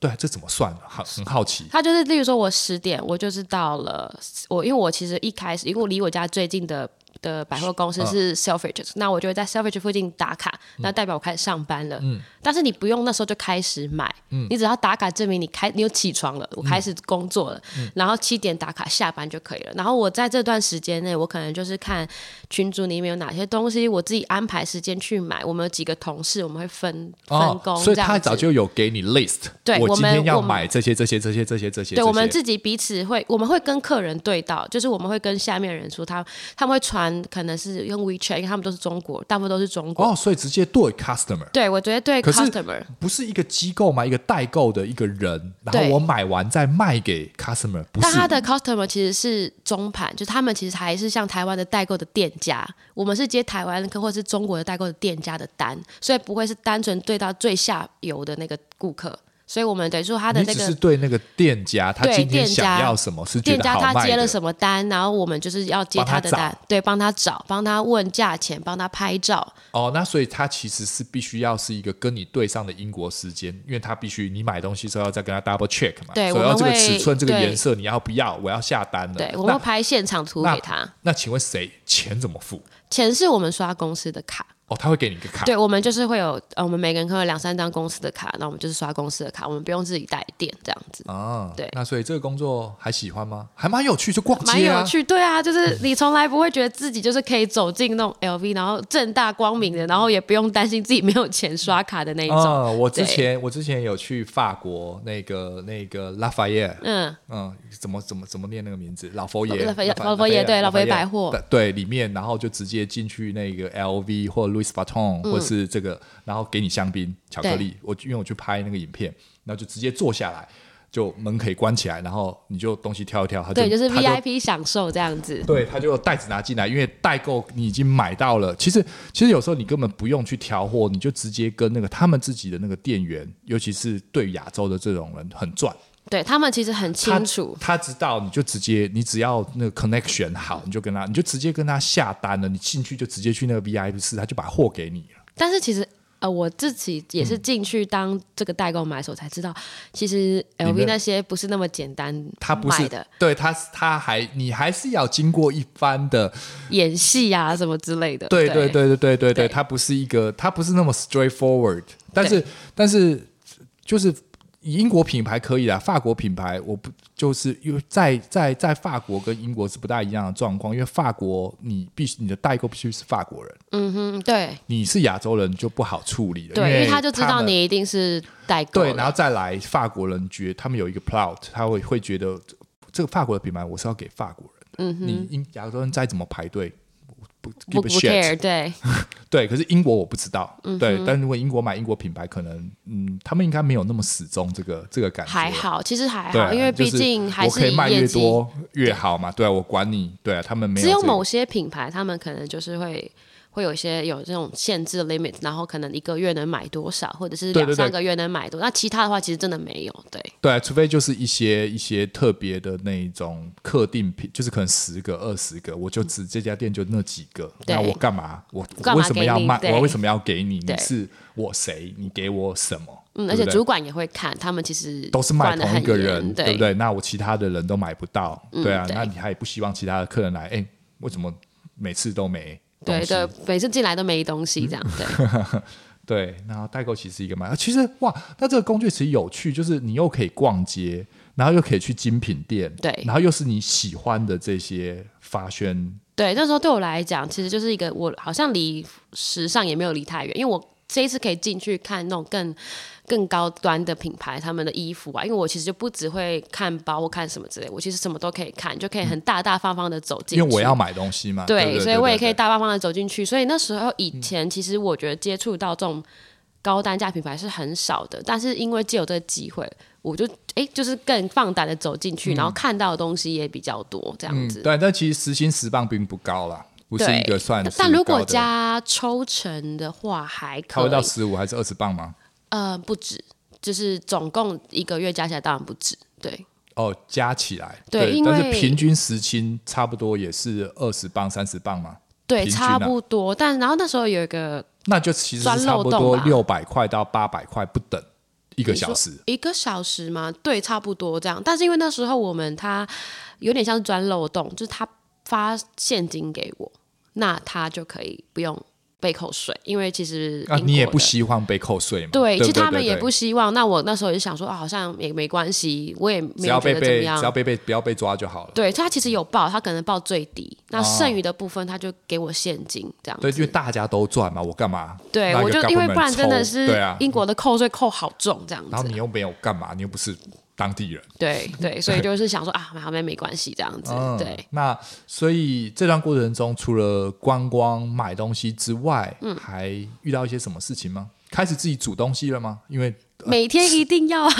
[SPEAKER 2] 对，啊这怎么算？很很好奇。
[SPEAKER 1] 他就是，例如说我十点，我就是到了我，因为我其实一开始，因为我离我家最近的。的百货公司
[SPEAKER 2] 嗯
[SPEAKER 1] 是 Selfridges，、那我就会在 Selfridges 附近打卡，那代表我开始上班了。
[SPEAKER 2] 嗯
[SPEAKER 1] 但是你不用那时候就开始买，你只要打卡证明你开，你有起床
[SPEAKER 2] 嗯
[SPEAKER 1] 了，我开始工作了，然后七点打卡下班就可以了。然后我在这段时间内，我可能就是看群组里面有哪些东西，我自己安排时间去买。我们有几个同事，我们会分、分工，
[SPEAKER 2] 哦所以
[SPEAKER 1] 这样
[SPEAKER 2] 他
[SPEAKER 1] 子。
[SPEAKER 2] 早就有给你 list，
[SPEAKER 1] 对
[SPEAKER 2] 我
[SPEAKER 1] 我
[SPEAKER 2] 今
[SPEAKER 1] 们
[SPEAKER 2] 天要
[SPEAKER 1] 我们
[SPEAKER 2] 买这些这些这些这些这些。
[SPEAKER 1] 对，
[SPEAKER 2] 这
[SPEAKER 1] 我们
[SPEAKER 2] 些
[SPEAKER 1] 自己彼此会，我们会跟客人对到，就是我们会跟下面人说他，他们会传，可能是用 WeChat，因为他们都是中国，大部分都是中国。
[SPEAKER 2] 哦，所以直接对 customer，
[SPEAKER 1] 对，我觉得对
[SPEAKER 2] 可是
[SPEAKER 1] customer，
[SPEAKER 2] 不是一个机构嘛，一个代购的一个人，然后
[SPEAKER 1] 对
[SPEAKER 2] 我买完再卖给 customer，不
[SPEAKER 1] 但
[SPEAKER 2] 是嗯
[SPEAKER 1] 他的 customer 其实是中盘，就他们其实还是像台湾的代购的店家，我们是接台湾客或是中国的代购的店家的单，所以不会是单纯对到最下游的那个顾客，所以我们等于说他的
[SPEAKER 2] 你
[SPEAKER 1] 那
[SPEAKER 2] 只
[SPEAKER 1] 个
[SPEAKER 2] 是对那个店家，他
[SPEAKER 1] 对
[SPEAKER 2] 今天
[SPEAKER 1] 店家
[SPEAKER 2] 想要什么是觉
[SPEAKER 1] 店
[SPEAKER 2] 得
[SPEAKER 1] 家
[SPEAKER 2] 好
[SPEAKER 1] 他
[SPEAKER 2] 卖
[SPEAKER 1] 接
[SPEAKER 2] 的
[SPEAKER 1] 了，什么单，然后我们就是要接
[SPEAKER 2] 帮他
[SPEAKER 1] 他的
[SPEAKER 2] 找
[SPEAKER 1] 单，对，帮他找，帮他问价钱，帮他拍照，
[SPEAKER 2] 哦，那所以他其实是必须要是一个跟你对上的英国时间，因为他必须你买东西之后要再跟他 double check 嘛，
[SPEAKER 1] 对
[SPEAKER 2] 所以
[SPEAKER 1] 我
[SPEAKER 2] 要
[SPEAKER 1] 们
[SPEAKER 2] 这个
[SPEAKER 1] 会
[SPEAKER 2] 尺寸、这个
[SPEAKER 1] 对
[SPEAKER 2] 颜色你要不要？我要下单了。
[SPEAKER 1] 对，我们
[SPEAKER 2] 那
[SPEAKER 1] 会拍现场图
[SPEAKER 2] 那
[SPEAKER 1] 给他。
[SPEAKER 2] 那请问谁钱怎么付？
[SPEAKER 1] 钱是我们刷公司的卡，
[SPEAKER 2] 哦，他会给你一个卡，
[SPEAKER 1] 对我们就是会有，呃，我们每个人可能有两三张公司的卡，那我们就是刷公司的卡，我们不用自己带电这样子。
[SPEAKER 2] 啊，
[SPEAKER 1] 对
[SPEAKER 2] 那所以这个工作还喜欢吗？还蛮有趣，就逛
[SPEAKER 1] 蛮
[SPEAKER 2] 街啊
[SPEAKER 1] 有。趣，对啊，就是你从来不会觉得自己就是可以走进那种 LV，然后正大光明的，然后也不用担心自己没有钱刷卡的那一种。
[SPEAKER 2] 啊、我之
[SPEAKER 1] 对
[SPEAKER 2] 前我之前有去法国那个那个拉法耶，
[SPEAKER 1] 嗯，
[SPEAKER 2] 嗯，怎么怎么怎么念那个名字？老佛爷，
[SPEAKER 1] 老佛爷
[SPEAKER 2] 法
[SPEAKER 1] 老佛爷对
[SPEAKER 2] 老
[SPEAKER 1] 老
[SPEAKER 2] 佛
[SPEAKER 1] 佛
[SPEAKER 2] 爷
[SPEAKER 1] 爷百货，
[SPEAKER 2] 对，里面然后就直接进去那个 LV 或 Louis
[SPEAKER 1] 嗯
[SPEAKER 2] Vuitton 或是这个，然后给你香槟、巧克力。我因为我去拍那个影片，然后就直接坐下来，就门可以关起来，然后你就东西挑一挑，他就
[SPEAKER 1] 对，就是
[SPEAKER 2] 他
[SPEAKER 1] VIP 享受这样子。
[SPEAKER 2] 对，他就袋子拿进来，因为代购你已经买到了。其实，其实有时候你根本不用去调货，你就直接跟那个他们自己的那个店员，尤其是对亚洲的这种人很赚。
[SPEAKER 1] 对他们其实很
[SPEAKER 2] 他
[SPEAKER 1] 清楚，
[SPEAKER 2] 他知道你就直接，你只要那个 connection 好，你就跟他，你就直接跟他下单了。你进去就直接去那个 VIP 室，他就把货给你了。
[SPEAKER 1] 但是其实呃，我自己也
[SPEAKER 2] 嗯
[SPEAKER 1] 是进去当这个代购买手才知道，其实
[SPEAKER 2] 里
[SPEAKER 1] LV
[SPEAKER 2] 面
[SPEAKER 1] 那些不是那么简单
[SPEAKER 2] 他不
[SPEAKER 1] 买
[SPEAKER 2] 是
[SPEAKER 1] 的，
[SPEAKER 2] 对他，他还你还是要经过一番的
[SPEAKER 1] 演戏啊什么之类的。
[SPEAKER 2] 对对
[SPEAKER 1] 对
[SPEAKER 2] 对对对对对，
[SPEAKER 1] 对
[SPEAKER 2] 它不是一个，它不是那么 straightforward，但是
[SPEAKER 1] 对
[SPEAKER 2] 但是就是英国品牌可以啦，法国品牌我不就是因为在在在法国跟英国是不大一样的状况，因为法国你必须你的代购必须是法国人，
[SPEAKER 1] 嗯哼，对
[SPEAKER 2] 你是亚洲人就不好处理了，
[SPEAKER 1] 对，因
[SPEAKER 2] 为
[SPEAKER 1] 为他就知道
[SPEAKER 2] 们
[SPEAKER 1] 你一定是代购
[SPEAKER 2] 对，
[SPEAKER 1] 了。
[SPEAKER 2] 然后再来法国人觉他们有一个 plot，他会会觉得这个法国的品牌我是要给法国人
[SPEAKER 1] 嗯
[SPEAKER 2] 的，你英亚洲人再怎么排队。不
[SPEAKER 1] 不
[SPEAKER 2] give
[SPEAKER 1] 不
[SPEAKER 2] a shit
[SPEAKER 1] care，对，
[SPEAKER 2] 对，可是英国我不知道，
[SPEAKER 1] 嗯
[SPEAKER 2] 对，但如果英国买英国品牌，可能嗯，他们应该没有那么死忠这个这个感觉，
[SPEAKER 1] 还好，其实还
[SPEAKER 2] 对
[SPEAKER 1] 好，
[SPEAKER 2] 啊，
[SPEAKER 1] 因为毕
[SPEAKER 2] 就是
[SPEAKER 1] 竟还
[SPEAKER 2] 我可
[SPEAKER 1] 是
[SPEAKER 2] 以卖
[SPEAKER 1] 业
[SPEAKER 2] 越
[SPEAKER 1] 绩。
[SPEAKER 2] 多越好嘛，对啊，我管你，对啊，他们没有
[SPEAKER 1] 只
[SPEAKER 2] 这
[SPEAKER 1] 有
[SPEAKER 2] 个
[SPEAKER 1] 某些品牌，他们可能就是会会有一些有这种限制 limit，然后可能一个月能买多少，或者是
[SPEAKER 2] 对对
[SPEAKER 1] 两三
[SPEAKER 2] 对
[SPEAKER 1] 个月能买多。那其他的话，其实真的没有。对，
[SPEAKER 2] 对啊，除非就是一些一些特别的那一种客定品，就是可能十个、二十个，我就只这家店就那几个，
[SPEAKER 1] 对
[SPEAKER 2] 那我干嘛？我
[SPEAKER 1] 干
[SPEAKER 2] 为
[SPEAKER 1] 嘛
[SPEAKER 2] 什么要
[SPEAKER 1] 给你
[SPEAKER 2] 卖？
[SPEAKER 1] 对
[SPEAKER 2] 我为什么要给你？你
[SPEAKER 1] 对
[SPEAKER 2] 是我谁？你给我什么？
[SPEAKER 1] 嗯，
[SPEAKER 2] 对
[SPEAKER 1] 而且
[SPEAKER 2] 不对
[SPEAKER 1] 主管也会看，他们其实
[SPEAKER 2] 都是卖
[SPEAKER 1] 管得
[SPEAKER 2] 同一
[SPEAKER 1] 很
[SPEAKER 2] 个
[SPEAKER 1] 严
[SPEAKER 2] 人，
[SPEAKER 1] 对嗯
[SPEAKER 2] 不对？那我其他的人都买不到，对啊，
[SPEAKER 1] 对
[SPEAKER 2] 那你还不希望其他的客人来？哎，为什么每次都没东
[SPEAKER 1] 对
[SPEAKER 2] 西？
[SPEAKER 1] 对，每次进来都没东西这样，对
[SPEAKER 2] 对，然后代购其实一个蛮，其实哇，那这个工具其实有趣，就是你又可以逛街，然后又可以去精品店，
[SPEAKER 1] 对
[SPEAKER 2] 然后又是你喜欢的这些 fashion
[SPEAKER 1] 对，那时候对我来讲，其实就是一个我好像离时尚也没有离太远，因为我这一次可以进去看那种更更高端的品牌他们的衣服啊，因为我其实就不只会看包或看什么之类，我其实什么都可以看，就可以很大大方方的走进去。
[SPEAKER 2] 嗯因为我要买东西嘛。对
[SPEAKER 1] 对，
[SPEAKER 2] 对
[SPEAKER 1] 所以我也可以
[SPEAKER 2] 对嗯
[SPEAKER 1] 大大方方的走进去。所以那时候以前，其实我觉得接触到这种高单价品牌是很少的，但是因为借有这个机会，我就哎就是更放胆的走进去，然后看到的东西也比较多，这样
[SPEAKER 2] 嗯
[SPEAKER 1] 子。
[SPEAKER 2] 对，但其实时薪十磅并不高啦，不是
[SPEAKER 1] 对
[SPEAKER 2] 一个算
[SPEAKER 1] 但
[SPEAKER 2] 是
[SPEAKER 1] 但如
[SPEAKER 2] 高
[SPEAKER 1] 果
[SPEAKER 2] 的
[SPEAKER 1] 加抽成的话，还
[SPEAKER 2] 它
[SPEAKER 1] 可
[SPEAKER 2] 会
[SPEAKER 1] 以
[SPEAKER 2] 到，十五还是二十磅吗？
[SPEAKER 1] 呃，不止，就是总共一个月加起来当然不止，对
[SPEAKER 2] 哦，加起来
[SPEAKER 1] 对因
[SPEAKER 2] 但是
[SPEAKER 1] 为
[SPEAKER 2] 平均时薪差不多也是二十磅、三十磅嘛，
[SPEAKER 1] 对，
[SPEAKER 2] 平均
[SPEAKER 1] 差
[SPEAKER 2] 啊
[SPEAKER 1] 不多。但然后那时候有一个
[SPEAKER 2] 那就其实
[SPEAKER 1] 钻
[SPEAKER 2] 是差
[SPEAKER 1] 漏
[SPEAKER 2] 不
[SPEAKER 1] 洞
[SPEAKER 2] 多
[SPEAKER 1] 吧
[SPEAKER 2] 六百块到八百块不等一个
[SPEAKER 1] 你
[SPEAKER 2] 小
[SPEAKER 1] 说
[SPEAKER 2] 时。
[SPEAKER 1] 一个小时吗？对，差不多这样。但是因为那时候我们他有点像是钻漏洞，就是他发现金给我，那他就可以不用被扣税，因为其实
[SPEAKER 2] 啊，
[SPEAKER 1] 英国
[SPEAKER 2] 你也不
[SPEAKER 1] 的
[SPEAKER 2] 希望被扣税嘛？
[SPEAKER 1] 对，
[SPEAKER 2] 不
[SPEAKER 1] 其实他们也
[SPEAKER 2] 对
[SPEAKER 1] 不希望。那我那时候也想说，啊，好像也没关系，我也
[SPEAKER 2] 只
[SPEAKER 1] 没
[SPEAKER 2] 要
[SPEAKER 1] 有
[SPEAKER 2] 被
[SPEAKER 1] 觉得怎么
[SPEAKER 2] 被
[SPEAKER 1] 样
[SPEAKER 2] 只要。被被不要被抓就好了。
[SPEAKER 1] 对，他其实有报，他可能报最低，那剩余的部分他就给我现金这样
[SPEAKER 2] 哦对，因为
[SPEAKER 1] 子。
[SPEAKER 2] 大家都赚嘛，我干嘛？
[SPEAKER 1] 对，
[SPEAKER 2] 那
[SPEAKER 1] 我
[SPEAKER 2] 个
[SPEAKER 1] 就因为
[SPEAKER 2] government
[SPEAKER 1] 不然真的
[SPEAKER 2] 抽对
[SPEAKER 1] 是
[SPEAKER 2] 啊，
[SPEAKER 1] 英国的扣税扣好重这样子。
[SPEAKER 2] 然后你又没有干嘛，你又不是当地人。
[SPEAKER 1] 对对， 所以就是想说啊，好像没关系这样子，对，
[SPEAKER 2] 嗯那所以这段过程中，除了观光买东西之外，
[SPEAKER 1] 嗯
[SPEAKER 2] 还遇到一些什么事情吗？开始自己煮东西了吗？因为
[SPEAKER 1] 每天一定要啊，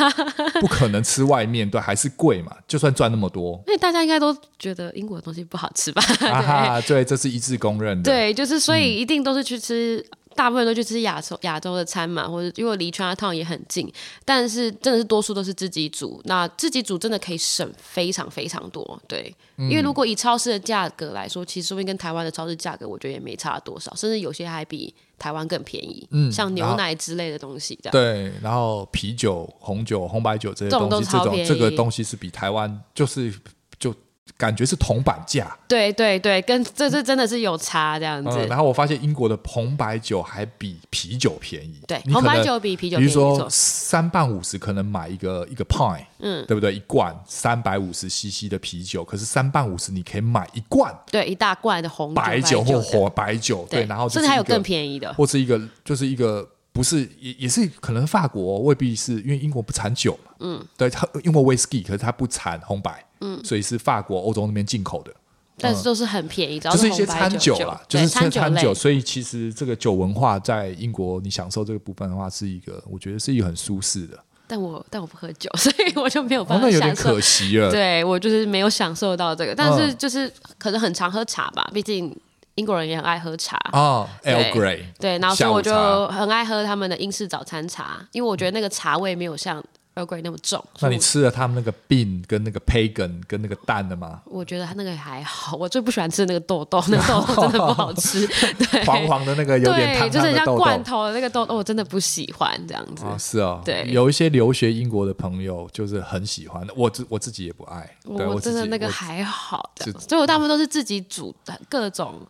[SPEAKER 2] 不可能吃 外面，对，还是贵嘛。就算赚那么多，
[SPEAKER 1] 因为大家应该都觉得英国的东西不好吃 吧？
[SPEAKER 2] 啊哈，对，这是一致公认的。
[SPEAKER 1] 对，就是所
[SPEAKER 2] 嗯
[SPEAKER 1] 以一定都是去吃，大部分都去吃亚洲亚洲的餐嘛，或者因为离 Chinatown 也很近，但是真的是多数都是自己煮，那自己煮真的可以省非常非常多，对，
[SPEAKER 2] 嗯
[SPEAKER 1] 因为如果以超市的价格来说，其实说不定跟台湾的超市价格，我觉得也没差多少，甚至有些还比台湾更便宜，
[SPEAKER 2] 嗯
[SPEAKER 1] 像
[SPEAKER 2] 然
[SPEAKER 1] 牛
[SPEAKER 2] 后
[SPEAKER 1] 奶之类的东西这样。
[SPEAKER 2] 对，然后啤酒、红酒、红白酒这些
[SPEAKER 1] 这种
[SPEAKER 2] 东西，
[SPEAKER 1] 都
[SPEAKER 2] 这
[SPEAKER 1] 超
[SPEAKER 2] 种
[SPEAKER 1] 便宜
[SPEAKER 2] 这个东西是比台湾就是就感觉是铜板价。
[SPEAKER 1] 对对对，跟这这真的是有差这样子。
[SPEAKER 2] 嗯，然后我发现英国的红白酒还比啤酒便宜。
[SPEAKER 1] 对
[SPEAKER 2] 你可能
[SPEAKER 1] 红白酒比啤酒
[SPEAKER 2] 比如
[SPEAKER 1] 便宜没
[SPEAKER 2] 说
[SPEAKER 1] 错
[SPEAKER 2] 三磅五十，可能买一个一个 pint，嗯，对不对？一罐三百五十 CC 的啤酒，可是三磅五十你可以买一罐
[SPEAKER 1] 对，一大罐的红酒、
[SPEAKER 2] 白酒
[SPEAKER 1] 这
[SPEAKER 2] 或
[SPEAKER 1] 样
[SPEAKER 2] 火白酒，对，然后就
[SPEAKER 1] 甚
[SPEAKER 2] 是
[SPEAKER 1] 至还有
[SPEAKER 2] 一个
[SPEAKER 1] 更便宜的。
[SPEAKER 2] 或是一个就是一个不是也也是可能法国未必是因为英国不产酒嘛，嗯，对，它英国 whisky 可是它不产红白，嗯，所以是法国欧洲那边进口的，
[SPEAKER 1] 但是都是很便宜，只要
[SPEAKER 2] 嗯就是一
[SPEAKER 1] 红
[SPEAKER 2] 些
[SPEAKER 1] 白
[SPEAKER 2] 餐
[SPEAKER 1] 酒
[SPEAKER 2] 啦，就是
[SPEAKER 1] 对
[SPEAKER 2] 餐
[SPEAKER 1] 餐
[SPEAKER 2] 餐
[SPEAKER 1] 类
[SPEAKER 2] 酒，。所以其实这个酒文化在英国你享受这个部分的话，是一个我觉得是一个很舒适的，
[SPEAKER 1] 但我但我不喝酒， 所以我就没有
[SPEAKER 2] 哦
[SPEAKER 1] 办，法
[SPEAKER 2] 那有点
[SPEAKER 1] 享受。
[SPEAKER 2] 可惜嗯了，
[SPEAKER 1] 对我就是没有享受到这个，但是就是可能很常喝茶吧，毕竟英国人也很爱喝茶。
[SPEAKER 2] 哦 l
[SPEAKER 1] 对
[SPEAKER 2] Grey，
[SPEAKER 1] 对，然后所以
[SPEAKER 2] 下午
[SPEAKER 1] 我就
[SPEAKER 2] 茶
[SPEAKER 1] 很爱喝他们的英式早餐茶，因为我觉得那个茶味没有像 Earl Grey 那么重。
[SPEAKER 2] 那
[SPEAKER 1] 所以
[SPEAKER 2] 你吃了他们那个 bean 跟那个 pagan 跟那个蛋 的吗？
[SPEAKER 1] 我我觉得它那个还好， 我最不喜欢吃那个豆豆，那个豆 豆真的不好吃。对，
[SPEAKER 2] 黄黄的那个有点
[SPEAKER 1] 对，
[SPEAKER 2] 烫
[SPEAKER 1] 就
[SPEAKER 2] 烫
[SPEAKER 1] 是
[SPEAKER 2] 的
[SPEAKER 1] 像
[SPEAKER 2] 豆豆，
[SPEAKER 1] 罐头的那个豆豆，我真的不喜欢这样子。
[SPEAKER 2] 啊，是哦，
[SPEAKER 1] 对
[SPEAKER 2] 有一些留学英国的朋友就是很喜欢，我自我自己也不爱，对
[SPEAKER 1] 我
[SPEAKER 2] 自
[SPEAKER 1] 真
[SPEAKER 2] 己
[SPEAKER 1] 的那个
[SPEAKER 2] 我
[SPEAKER 1] 还好这
[SPEAKER 2] 就
[SPEAKER 1] 样，所以我大部分都是自己煮的各种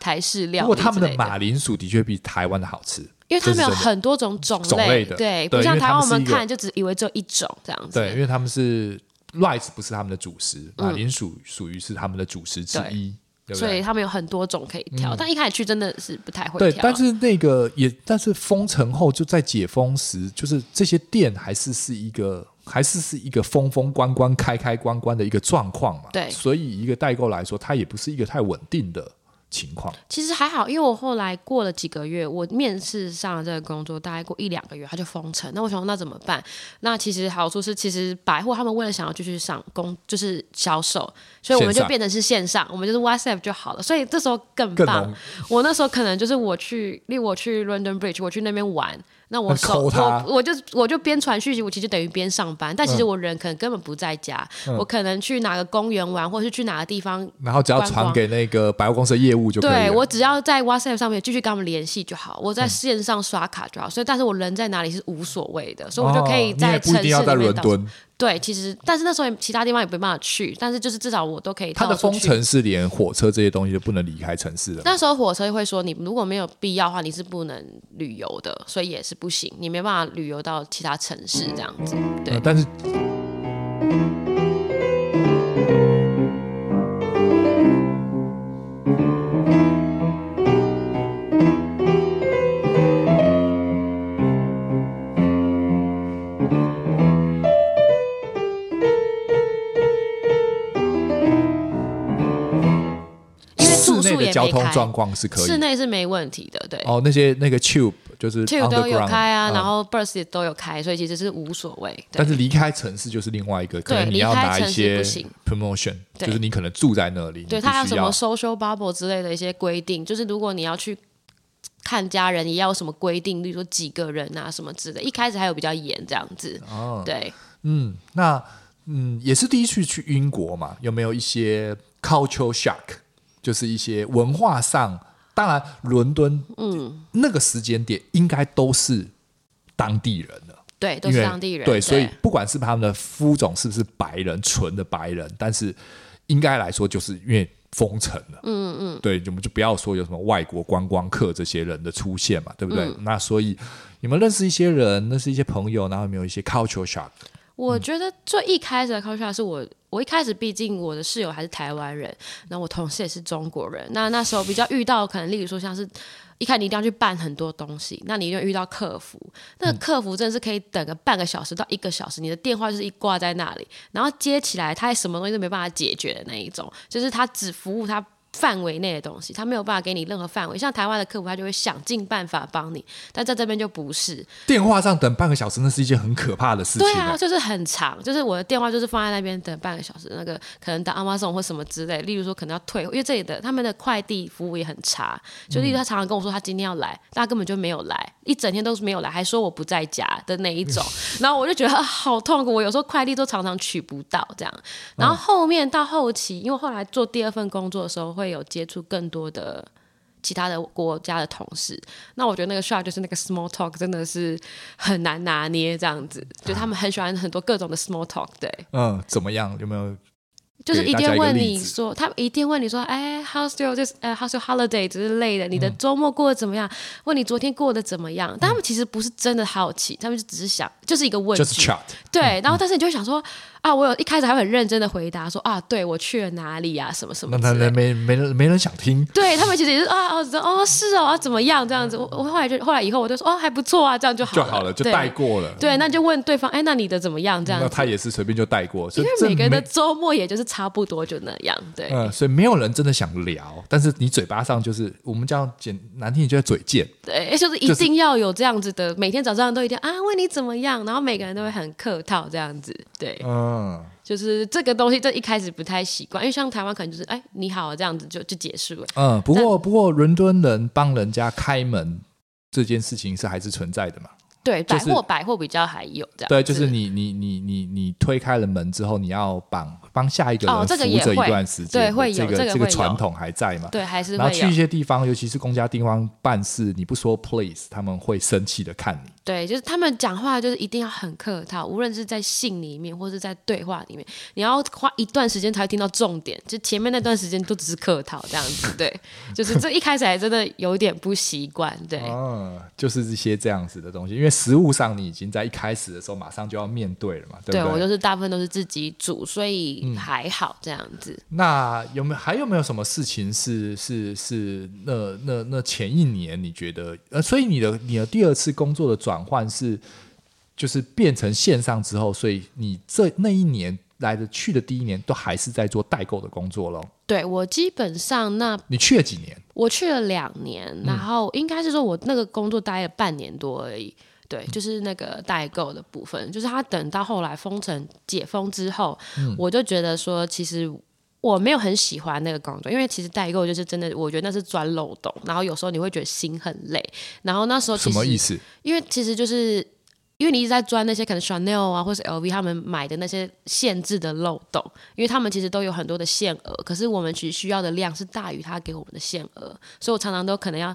[SPEAKER 1] 台式料
[SPEAKER 2] 不
[SPEAKER 1] 理。
[SPEAKER 2] 过他们的，马铃薯的确比台湾的好吃，
[SPEAKER 1] 因为他们有
[SPEAKER 2] 这是真的
[SPEAKER 1] 很多种种类，
[SPEAKER 2] 种类的
[SPEAKER 1] 对，
[SPEAKER 2] 对
[SPEAKER 1] 不像
[SPEAKER 2] 因为
[SPEAKER 1] 台
[SPEAKER 2] 他
[SPEAKER 1] 湾
[SPEAKER 2] 们
[SPEAKER 1] 我们
[SPEAKER 2] 是一个
[SPEAKER 1] 看就只以为只有一种这样子。嗯
[SPEAKER 2] 对，因为他们是 rice 不是他们的主食，马铃薯属于是他们的主食之一，对不
[SPEAKER 1] 所以
[SPEAKER 2] 对？
[SPEAKER 1] 他们有很多种可以挑，但一开始去真的是不太会
[SPEAKER 2] 嗯对，
[SPEAKER 1] 挑。
[SPEAKER 2] 但是那个也，但是封城后就在解封时，就是这些店还是是一个，还是是一个封封关关、开开关关的一个状况嘛。
[SPEAKER 1] 对
[SPEAKER 2] 所以以一个代购来说，它也不是一个太稳定的情况。
[SPEAKER 1] 其实还好，因为我后来过了几个月，我面试上了这个工作，大概过一两个月，他就封城。那我想说，那怎么办？那其实好处是，其实百货他们为了想要继续上工，就是销售，所以我们
[SPEAKER 2] 线
[SPEAKER 1] 就
[SPEAKER 2] 上
[SPEAKER 1] 变成是线上，我们就是 WhatsApp 就好了。所以这时候更
[SPEAKER 2] 更
[SPEAKER 1] 棒
[SPEAKER 2] 容。
[SPEAKER 1] 我那时候可能就是我去，例如我去 London Bridge，我去那边玩，那我
[SPEAKER 2] 那
[SPEAKER 1] 手
[SPEAKER 2] 抠他
[SPEAKER 1] 我我就我就边传讯息，我其实等于边上班，但其实我人可能根本不在家，我可能去哪个公园玩，或者是去哪个地方
[SPEAKER 2] 然后只要
[SPEAKER 1] 观
[SPEAKER 2] 传
[SPEAKER 1] 光
[SPEAKER 2] 给那个百货公司的业务就可以了。嗯
[SPEAKER 1] 对我只要在 WhatsApp 上面继续跟他们联系就好，我在线上刷卡就好，所以但是我人在哪里是无所谓的，所以我就可以
[SPEAKER 2] 哦你
[SPEAKER 1] 在
[SPEAKER 2] 也
[SPEAKER 1] 城
[SPEAKER 2] 不
[SPEAKER 1] 市
[SPEAKER 2] 一定要在
[SPEAKER 1] 里
[SPEAKER 2] 伦
[SPEAKER 1] 面到。
[SPEAKER 2] 敦，
[SPEAKER 1] 对，其实但是那时候也其他地方也没办法去，但是就是至少我都可以
[SPEAKER 2] 它
[SPEAKER 1] 跳
[SPEAKER 2] 的
[SPEAKER 1] 出
[SPEAKER 2] 封
[SPEAKER 1] 去。
[SPEAKER 2] 城是连火车这些东西都不能离开城市的嘛。
[SPEAKER 1] 那时候火车会说，你如果没有必要的话，你是不能旅游的，所以也是不行，你没办法旅游到其他城市这样子。对
[SPEAKER 2] 呃，但是的
[SPEAKER 1] 也
[SPEAKER 2] 交
[SPEAKER 1] 没
[SPEAKER 2] 通
[SPEAKER 1] 开
[SPEAKER 2] 状况是可以
[SPEAKER 1] 室内是没问题的，对。
[SPEAKER 2] 哦，那些那个 tube 就是
[SPEAKER 1] Tube 都有
[SPEAKER 2] underground，
[SPEAKER 1] 开啊，
[SPEAKER 2] 嗯
[SPEAKER 1] 然后 Burst 也都有开，所以其实是无所谓。对
[SPEAKER 2] 但是离开城市就是另外一个，可能你
[SPEAKER 1] 离
[SPEAKER 2] 要
[SPEAKER 1] 开
[SPEAKER 2] 拿一
[SPEAKER 1] 城市
[SPEAKER 2] 些
[SPEAKER 1] 不行
[SPEAKER 2] promotion，
[SPEAKER 1] 对
[SPEAKER 2] 就是你可能住在那里，
[SPEAKER 1] 对，
[SPEAKER 2] 你
[SPEAKER 1] 它还有
[SPEAKER 2] 必
[SPEAKER 1] 什
[SPEAKER 2] 须要
[SPEAKER 1] 么 social bubble 之类的一些规定，就是如果你要去看家人，也要有什么规定，例如说几个人啊什么之类的。一开始还有比较严这样子，
[SPEAKER 2] 哦
[SPEAKER 1] 对，
[SPEAKER 2] 嗯，那嗯也是第一次去英国嘛，有没有一些 cultural shock，就是一些文化上，当然伦敦
[SPEAKER 1] 嗯，
[SPEAKER 2] 那个时间点应该都是当地人了。
[SPEAKER 1] 对，都
[SPEAKER 2] 因
[SPEAKER 1] 是
[SPEAKER 2] 为
[SPEAKER 1] 当地人，
[SPEAKER 2] 对，所以不管是他们的肤种是不是白人，纯的白人，但是应该来说，就是因为封城了，嗯嗯，对，我们就不要说有什么外国观光客这些人的出现嘛，对不对？
[SPEAKER 1] 嗯
[SPEAKER 2] 那所以你们认识一些人，认识一些朋友，然后有没有一些 culture shock？
[SPEAKER 1] 我觉得最一开始的 culture 是我，我一开始毕竟我的室友还是台湾人，然后我同事也是中国人，那那时候比较遇到可能，例如说像是。一开始你一定要去办很多东西，那你一定会遇到客服，那个客服真的是可以等个半个小时到一个小时，你的电话就是一挂在那里，然后接起来他什么东西都没办法解决的那一种，就是他只服务他范围内的东西，他没有办法给你任何范围。像台湾的客服，他就会想尽办法帮你，但在这边就不是，
[SPEAKER 2] 电话上等半个小时，那是一件很可怕的事情、
[SPEAKER 1] 对啊，就是很长，就是我的电话就是放在那边等半个小时，那个可能打 Amazon 或什么之类，例如说可能要退，因为这里的他们的快递服务也很差，就
[SPEAKER 2] 嗯
[SPEAKER 1] 例如他常常跟我说他今天要来，但他根本就没有来，一整天都是没有来，还说我不在家的那一 种，然后我就觉得、啊好痛苦，我有时候快递都常常取不到这
[SPEAKER 2] 嗯
[SPEAKER 1] 样，然后后面到后期，因为后来做第二份工作的时候会有接触更多的。其他的国家的同事，那我觉得那个 shock 就是那个 small talk 真的是很难拿捏，这样子，就他们很喜欢很多各种的 small talk，对，
[SPEAKER 2] 嗯，怎么样？有没有？
[SPEAKER 1] 就是
[SPEAKER 2] 给
[SPEAKER 1] 一
[SPEAKER 2] 大家
[SPEAKER 1] 定
[SPEAKER 2] 一个
[SPEAKER 1] 问
[SPEAKER 2] 例
[SPEAKER 1] 你
[SPEAKER 2] 子
[SPEAKER 1] 说，他们一定问你说，哎，how's your 就是呃 how's your holiday 之类
[SPEAKER 2] 嗯
[SPEAKER 1] 的，你的周末过得怎么样？问你昨天过得怎么样？但他们其实不是真的好奇，他们就只是想，就是一个问句，
[SPEAKER 2] 就是 chat，嗯
[SPEAKER 1] 对，然后但是你就会想说，啊，我有一开始还会很认真的回答说，啊，对我去了哪里啊，什么什么
[SPEAKER 2] 那
[SPEAKER 1] 之类
[SPEAKER 2] 那
[SPEAKER 1] 的
[SPEAKER 2] 那没没人没人想听。
[SPEAKER 1] 对他们其实也是啊哦哦是哦、啊、怎么样这样子，我我后来就后来以后我就说哦还不错啊，这样就好
[SPEAKER 2] 就好了，就带
[SPEAKER 1] 对啊
[SPEAKER 2] 过了。
[SPEAKER 1] 对，那就问对方哎，那你的怎么样这样
[SPEAKER 2] 那
[SPEAKER 1] 子？
[SPEAKER 2] 他也是随便就带过，所
[SPEAKER 1] 因
[SPEAKER 2] 以
[SPEAKER 1] 为
[SPEAKER 2] 这
[SPEAKER 1] 每个人的
[SPEAKER 2] 没
[SPEAKER 1] 周末也就是差不多就那样，对，
[SPEAKER 2] 嗯，所以没有人真的想聊，但是你嘴巴上就是我们这样简难听，就叫嘴贱。
[SPEAKER 1] 对，就是一定要有这样子的，每天早上都一定啊问你怎么样，然后每个人都会很客套这样子，对，
[SPEAKER 2] 嗯，
[SPEAKER 1] 就是这个东西，这一开始不太习惯，因为像台湾可能就是哎你好这样子就就结束了，
[SPEAKER 2] 嗯，不过不过，伦敦人帮人家开门这件事情是还是存在的嘛？
[SPEAKER 1] 对，
[SPEAKER 2] 就
[SPEAKER 1] 百
[SPEAKER 2] 是
[SPEAKER 1] 货百货比较还有这样子，
[SPEAKER 2] 对，就是你你你你你推开了门之后，你要帮帮下一个
[SPEAKER 1] 哦
[SPEAKER 2] 人
[SPEAKER 1] 这个
[SPEAKER 2] 扶
[SPEAKER 1] 也
[SPEAKER 2] 着一
[SPEAKER 1] 会
[SPEAKER 2] 段时间，
[SPEAKER 1] 对会有
[SPEAKER 2] 这
[SPEAKER 1] 这
[SPEAKER 2] 个
[SPEAKER 1] 个
[SPEAKER 2] 这个
[SPEAKER 1] 会有
[SPEAKER 2] 传统还在嘛？
[SPEAKER 1] 对还是
[SPEAKER 2] 然后
[SPEAKER 1] 会
[SPEAKER 2] 去
[SPEAKER 1] 有
[SPEAKER 2] 一。些地方，尤其是公家地方办事，你不说 please，他们会生气的看你。
[SPEAKER 1] 对，就是他们讲话就是一定要很客套，无论是在信里面或是在对话里面，你要花一段时间才会听到重点，就前面那段时间都只是客套这样子。对，就是这一开始还真的有点不习惯。对，
[SPEAKER 2] 嗯，就是一些这样子的东西，因为食物上你已经在一开始的时候马上就要面对了嘛，对不嗯
[SPEAKER 1] 对我就是大部分都是自己煮，所以还好这样子。
[SPEAKER 2] 那有没有还有没有什么事情是是是那那那前一年你觉得呃，所以你的你的第二次工作的转换是就是变成线上之后，所以你这那一年来的去的第一年都还是在做代购的工作咯。
[SPEAKER 1] 对我基本上那
[SPEAKER 2] 你去了几年？
[SPEAKER 1] 我去了两年，
[SPEAKER 2] 嗯
[SPEAKER 1] 然后应该是说我那个工作待了半年多而已。
[SPEAKER 2] 嗯
[SPEAKER 1] 对，就是那个代购的部分，就是他等到后来封城解封之后，
[SPEAKER 2] 嗯
[SPEAKER 1] 我就觉得说，其实我没有很喜欢那个工作，因为其实代购就是真的，我觉得那是钻漏洞，然后有时候你会觉得心很累，然后那时候哦其
[SPEAKER 2] 什
[SPEAKER 1] 实
[SPEAKER 2] 么意思？
[SPEAKER 1] 因为其实就是因为你一直在钻那些可能 Chanel 啊，或是 LV 他们买的那些限制的漏洞，因为他们其实都有很多的限额，可是我们其实需要的量是大于他给我们的限额，所以我常常都可能要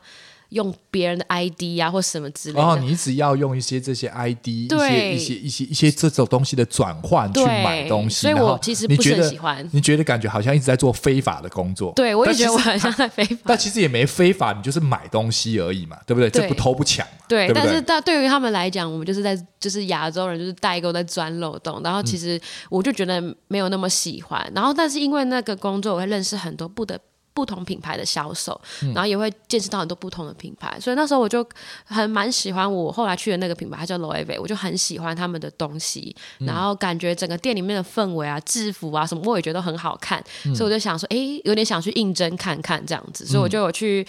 [SPEAKER 1] 用别人的 ID 啊或什么之类的。
[SPEAKER 2] 然后哦你只要用一些这些 ID，一些
[SPEAKER 1] 对
[SPEAKER 2] 一些一些一些这种东西的转换去
[SPEAKER 1] 对
[SPEAKER 2] 买东西，
[SPEAKER 1] 所以
[SPEAKER 2] 然后
[SPEAKER 1] 我其实
[SPEAKER 2] 你
[SPEAKER 1] 不是
[SPEAKER 2] 觉
[SPEAKER 1] 很
[SPEAKER 2] 得
[SPEAKER 1] 喜欢
[SPEAKER 2] 你觉得感觉好像一直在做非法的工作，
[SPEAKER 1] 对，我也觉得我
[SPEAKER 2] 但其实
[SPEAKER 1] 很像在非 法。
[SPEAKER 2] 但其实也没非法，你就是买东西而已嘛，对不对？
[SPEAKER 1] 哎对
[SPEAKER 2] 这不偷不抢嘛，
[SPEAKER 1] 对，
[SPEAKER 2] 不
[SPEAKER 1] 但是
[SPEAKER 2] 对？
[SPEAKER 1] 但对于他们来讲，我们就是在就是亚洲人就是代购在钻漏洞，然后
[SPEAKER 2] 嗯
[SPEAKER 1] 其实我就觉得没有那么喜欢，然后但是因为那个工作，我会认识很多不得。不同品牌的销售，
[SPEAKER 2] 嗯
[SPEAKER 1] 然后也会见识到很多不同的品牌。所以那时候我就很蛮喜欢我后来去的那个品牌，它叫 Loewe，我就很喜欢他们的东西，
[SPEAKER 2] 嗯
[SPEAKER 1] 然后感觉整个店里面的氛围啊、制服啊什么，我也觉得很好看，
[SPEAKER 2] 嗯
[SPEAKER 1] 所以我就想说，诶，有点想去应征看看这样子，所以我就有去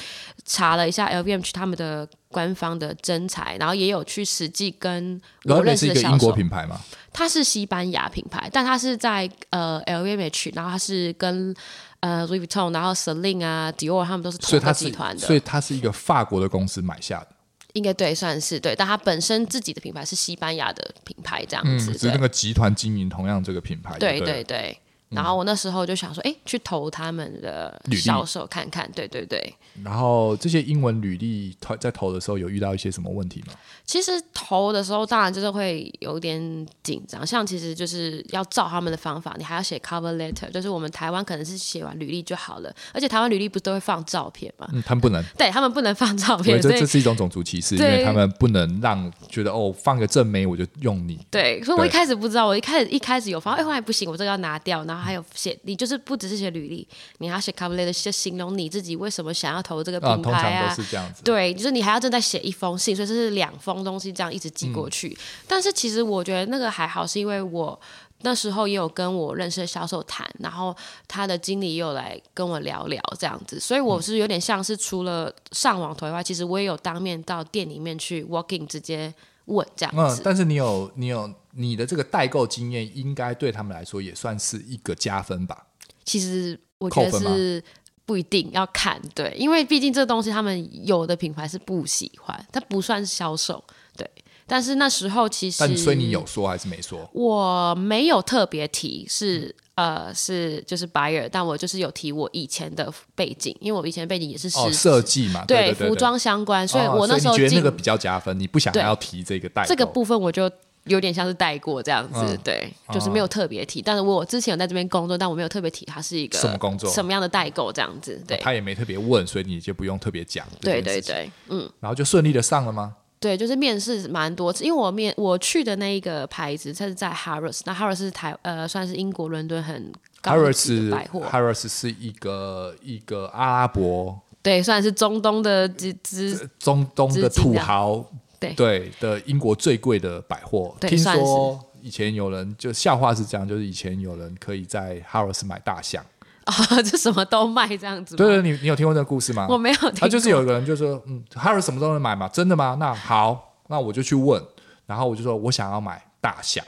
[SPEAKER 1] 查了一下 LVMH 他们的。官方的真材，然后也有去实际跟
[SPEAKER 2] 然
[SPEAKER 1] 我
[SPEAKER 2] 后也
[SPEAKER 1] 认识
[SPEAKER 2] 是一
[SPEAKER 1] 的
[SPEAKER 2] 个
[SPEAKER 1] 销
[SPEAKER 2] 英
[SPEAKER 1] 售
[SPEAKER 2] 国，品牌嘛，
[SPEAKER 1] 它是西班牙品牌，但它是在呃 LVMH，然后它是跟呃 Louis Vuitton，然后 Celine 啊、Dior 他们都是同一
[SPEAKER 2] 所以
[SPEAKER 1] 个
[SPEAKER 2] 它
[SPEAKER 1] 集
[SPEAKER 2] 是
[SPEAKER 1] 团，的，
[SPEAKER 2] 所以它是一个法国的公司买下的，
[SPEAKER 1] 应该对算是对，但它本身自己的品牌是西班牙的品牌这样
[SPEAKER 2] 嗯，
[SPEAKER 1] 子，
[SPEAKER 2] 只是那个集团经营同样这个品牌，
[SPEAKER 1] 对对
[SPEAKER 2] 对
[SPEAKER 1] 对。然后我那时候就想说，哎，去投他们的
[SPEAKER 2] 履历
[SPEAKER 1] 销售看看，对对对。
[SPEAKER 2] 然后这些英文履历投在投的时候有遇到一些什么 问题吗？
[SPEAKER 1] 其实投的时候，当然就是会有点紧张。像其实就是要照他们的方法，你还要写 cover letter，就是我们台湾可能是写完履历就好了，而且台湾履历不是都会放照片嘛？
[SPEAKER 2] 嗯，他们不能，
[SPEAKER 1] 对他们不能放照
[SPEAKER 2] 我觉
[SPEAKER 1] 片，
[SPEAKER 2] 得
[SPEAKER 1] 所
[SPEAKER 2] 这
[SPEAKER 1] 以
[SPEAKER 2] 这是一种种族歧视，因
[SPEAKER 1] 对
[SPEAKER 2] 为他们不能让觉得哦放个正妹我就用你，
[SPEAKER 1] 对，所以我一
[SPEAKER 2] 对
[SPEAKER 1] 开始不知道，我一开始一开始有放，哎，后来不行，我这个要拿掉，然后还有写，你就是不只是写履历，你还要写 cover letter，写形容你自己为什么想要投这个
[SPEAKER 2] 啊，
[SPEAKER 1] 品
[SPEAKER 2] 通
[SPEAKER 1] 牌
[SPEAKER 2] 常
[SPEAKER 1] 啊
[SPEAKER 2] 都，是这样子。
[SPEAKER 1] 对，就是你还要正在写一封信，所以这是两封东西这样一直寄过去。但是其实我觉得那个还好，是因为我那时候也有跟我认识的销售谈，然后他的经理也有来跟我聊聊这样子，所以我是有点像是除了上网投以外，其实我也有当面到店里面去 walking 直接问这样
[SPEAKER 2] 嗯
[SPEAKER 1] 子，。
[SPEAKER 2] 但是你有你有你的这个代购经验，应该对他们来说也算是一个加分吧。
[SPEAKER 1] 其实我觉
[SPEAKER 2] 扣
[SPEAKER 1] 得
[SPEAKER 2] 分吗
[SPEAKER 1] 是不一定要看，对，因为毕竟这东西他们有的品牌是不喜欢，它不算是销售，对。但是那时候其实，
[SPEAKER 2] 但所以你有说还是没说？
[SPEAKER 1] 我没有特别提
[SPEAKER 2] 嗯
[SPEAKER 1] 是。呃，是就是 buyer，但我就是有提我以前的背景，因为我以前的背景也是
[SPEAKER 2] 哦，
[SPEAKER 1] 时
[SPEAKER 2] 设计嘛，对对对
[SPEAKER 1] 服装相关，所以
[SPEAKER 2] 哦
[SPEAKER 1] 我那时候
[SPEAKER 2] 所以你觉
[SPEAKER 1] 进、
[SPEAKER 2] 得那个比较加分，你不想
[SPEAKER 1] 对
[SPEAKER 2] 要提这个代购哦
[SPEAKER 1] 这个部分我就有点像是带过这样子，
[SPEAKER 2] 嗯
[SPEAKER 1] 对，就是没有特别提。但是我之前有在这边工作，但我没有特别提它是一个
[SPEAKER 2] 什么工作哦
[SPEAKER 1] 什么样的代购这样子，对，
[SPEAKER 2] 他也没特别问，所以你就不用特别讲。
[SPEAKER 1] 对对，对，嗯，
[SPEAKER 2] 然后就顺利的上了吗？
[SPEAKER 1] 对，就是面试蛮多次，因为我面我去的那一个牌子，它是在 Harrods，那 Harrods 是台呃算是英国伦敦很高
[SPEAKER 2] Harrods
[SPEAKER 1] 级的百货
[SPEAKER 2] Harrods 是一个一个阿拉伯
[SPEAKER 1] 对，算是中东的之之
[SPEAKER 2] 中东的
[SPEAKER 1] 资金
[SPEAKER 2] 土
[SPEAKER 1] 啊
[SPEAKER 2] 豪，
[SPEAKER 1] 对
[SPEAKER 2] 的英国最贵的百货。
[SPEAKER 1] 对
[SPEAKER 2] 听
[SPEAKER 1] 算是
[SPEAKER 2] 说以前有人就笑话是这样，就是以前有人可以在 Harrods 买大象。
[SPEAKER 1] 啊，就什么都卖这样子吗。
[SPEAKER 2] 呃对对，你你有听过这个故事吗？
[SPEAKER 1] 我没有听
[SPEAKER 2] 他就是有一个人就说，嗯，Harrods 什么都能买嘛，真的吗？那好，那我就去问，然后我就说我想要买 大象。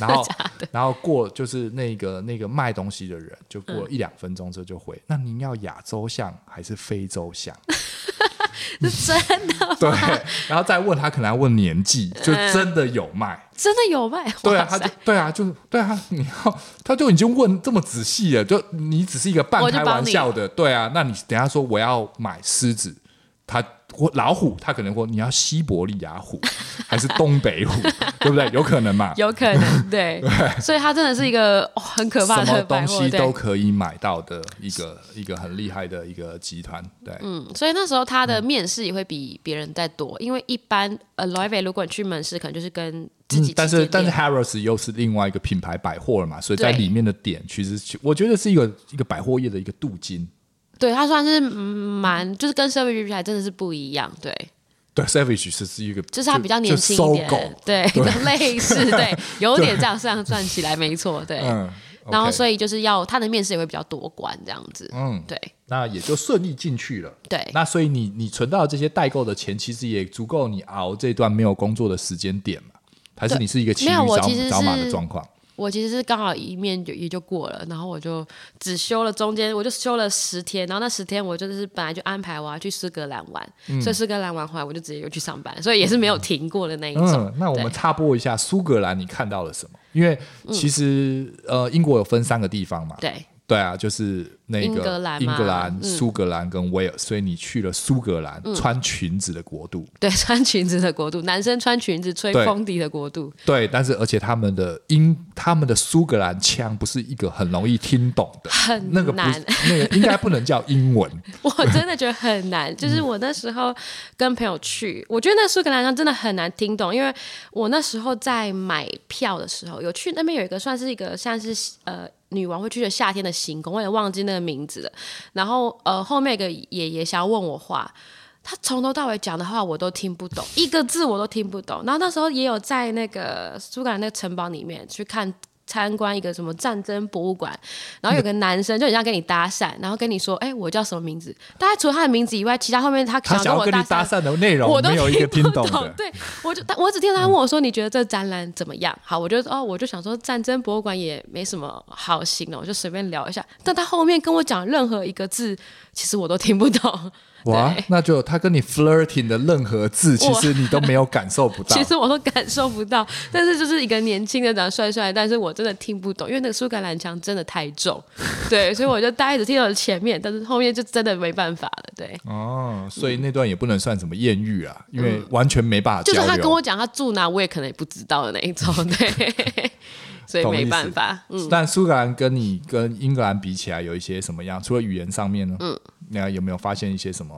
[SPEAKER 2] 然后，然后过就是那个那个卖东西的人，就过
[SPEAKER 1] 嗯
[SPEAKER 2] 了一两分钟之后就回，那您要亚洲象还是非洲象？
[SPEAKER 1] 过， 是真的 嗯
[SPEAKER 2] 对，然后再问他，可能要问年纪，就真的有卖。
[SPEAKER 1] 真的有卖。
[SPEAKER 2] 对啊
[SPEAKER 1] 哇，
[SPEAKER 2] 他
[SPEAKER 1] 塞
[SPEAKER 2] 就对啊，就对啊，你要他就已经问这么仔细了，就你只是一个半
[SPEAKER 1] 我就
[SPEAKER 2] 开
[SPEAKER 1] 帮
[SPEAKER 2] 玩
[SPEAKER 1] 你
[SPEAKER 2] 笑的，对啊，那你等一下说我要买狮子，他或老虎，他可能说你要西伯利 亚虎还是东北虎，对不对？有可能嘛？
[SPEAKER 1] 有可能 对，所以它真的是一个、哦、很可怕
[SPEAKER 2] 什么
[SPEAKER 1] 的
[SPEAKER 2] 东
[SPEAKER 1] 百货
[SPEAKER 2] 西都
[SPEAKER 1] 对，
[SPEAKER 2] 可以买到的一个一个很厉害的一个集团，对，
[SPEAKER 1] 嗯，所以那时候它的面试也会比别人再多，因为一般呃 l o e v e 如果你去门市，可能就是跟自己、
[SPEAKER 2] 嗯，但是但是 Harrods 又是另外一个品牌百货了嘛，所以在
[SPEAKER 1] 对
[SPEAKER 2] 里面的点其实我觉得是一个一个百货业的一个镀金。
[SPEAKER 1] 对，它算是嗯蛮，就是跟 Service 比起来真的是不一样，对，
[SPEAKER 2] 对，Savage 是是一个，
[SPEAKER 1] 就是它比较年轻一点，
[SPEAKER 2] 就搜狗，
[SPEAKER 1] 对， 类似对，有点这样这样算起来没错，对。
[SPEAKER 2] 嗯，
[SPEAKER 1] 然后
[SPEAKER 2] OK
[SPEAKER 1] 所以就是要他的面试也会比较多关这样子，
[SPEAKER 2] 嗯，
[SPEAKER 1] 对
[SPEAKER 2] 那也就顺利进去了。
[SPEAKER 1] 对
[SPEAKER 2] 那所以你你存到这些代购的钱，其实也足够你熬这段没有工作的时间点嘛？还是
[SPEAKER 1] 对
[SPEAKER 2] 你是一个骑驴
[SPEAKER 1] 没有我
[SPEAKER 2] 找
[SPEAKER 1] 其实
[SPEAKER 2] 找马
[SPEAKER 1] 是
[SPEAKER 2] 的状况？
[SPEAKER 1] 我其实是刚好一面就也就过了，然后我就只休了中间我就休了十天，然后那十天我就是本来就安排我要去苏格兰玩，
[SPEAKER 2] 嗯
[SPEAKER 1] 所以苏格兰玩回来我就直接又去上班，所以也是没有停过的那一种。
[SPEAKER 2] 嗯，那我们插播一下苏格兰，你看到了什么？因为其实、呃，英国有分三个地方嘛，
[SPEAKER 1] 嗯对
[SPEAKER 2] 对啊，就是那个
[SPEAKER 1] 英格兰嘛嗯
[SPEAKER 2] 英格兰苏格兰跟威尔，所以你去了苏格兰，穿裙子的国度，
[SPEAKER 1] 对，穿裙子的国度，男生穿裙子吹
[SPEAKER 2] 对
[SPEAKER 1] 风笛的国度，
[SPEAKER 2] 对，但是而且他们的英，他们的苏格兰腔不是一个很容易听懂的，
[SPEAKER 1] 很
[SPEAKER 2] 那个不
[SPEAKER 1] 难
[SPEAKER 2] 是，那个应该不能叫英 文，
[SPEAKER 1] 我真的觉得很难，就是我那时候跟朋友去，我觉得那苏格兰腔真的很难听懂，因为我那时候在买票的时候，有去那边有一个算是一个像是呃女王会去的夏天的行宫，我也忘记那个名字了。然后呃，后面一个爷爷想要问我话，他从头到尾讲的话我都听不懂，一个字我都听不懂。然后那时候也有在那个苏格兰那个城堡里面去看参观一个什么战争博物馆，然后有个男生就很像跟你搭讪，然后跟你说：“哎、我叫什么名字？”大概除了他的名字以外，其他后面他
[SPEAKER 2] 他
[SPEAKER 1] 跟
[SPEAKER 2] 想要
[SPEAKER 1] 我
[SPEAKER 2] 跟你搭
[SPEAKER 1] 讪
[SPEAKER 2] 讪的内容，
[SPEAKER 1] 我都
[SPEAKER 2] 没有一个听
[SPEAKER 1] 听
[SPEAKER 2] 懂
[SPEAKER 1] 懂
[SPEAKER 2] 的。嗯
[SPEAKER 1] 对，我就但我只听到他问我说：“你觉得这展览怎么样？”好，我就哦，我就想说战争博物馆也没什么好形容，我就随便聊一下。但他后面跟我讲任何一个字，其实我都听不 懂。
[SPEAKER 2] 哇
[SPEAKER 1] 对，
[SPEAKER 2] 那就他跟你 flirting 的任何字，其实你都没有感受不 到
[SPEAKER 1] 其。实我都感受不到，但是就是一个年轻的长得帅帅的，但是我真的听不懂，因为那个苏格兰腔真的太重，对，所以我就大概只听到前面，但是后面就真的没办法了，对。
[SPEAKER 2] 哦，所以那段也不能算什么艳遇啊，因为完全没办法
[SPEAKER 1] 嗯就是
[SPEAKER 2] 交
[SPEAKER 1] 他跟
[SPEAKER 2] 流
[SPEAKER 1] 我。讲他住哪，我也可能也不知道的那一种，对， 所以
[SPEAKER 2] 懂
[SPEAKER 1] 没
[SPEAKER 2] 意思
[SPEAKER 1] 办法，嗯。
[SPEAKER 2] 但苏格兰跟你跟英格兰比起来有一些什么样？除了语言上面呢？嗯，那有没有发现一些什么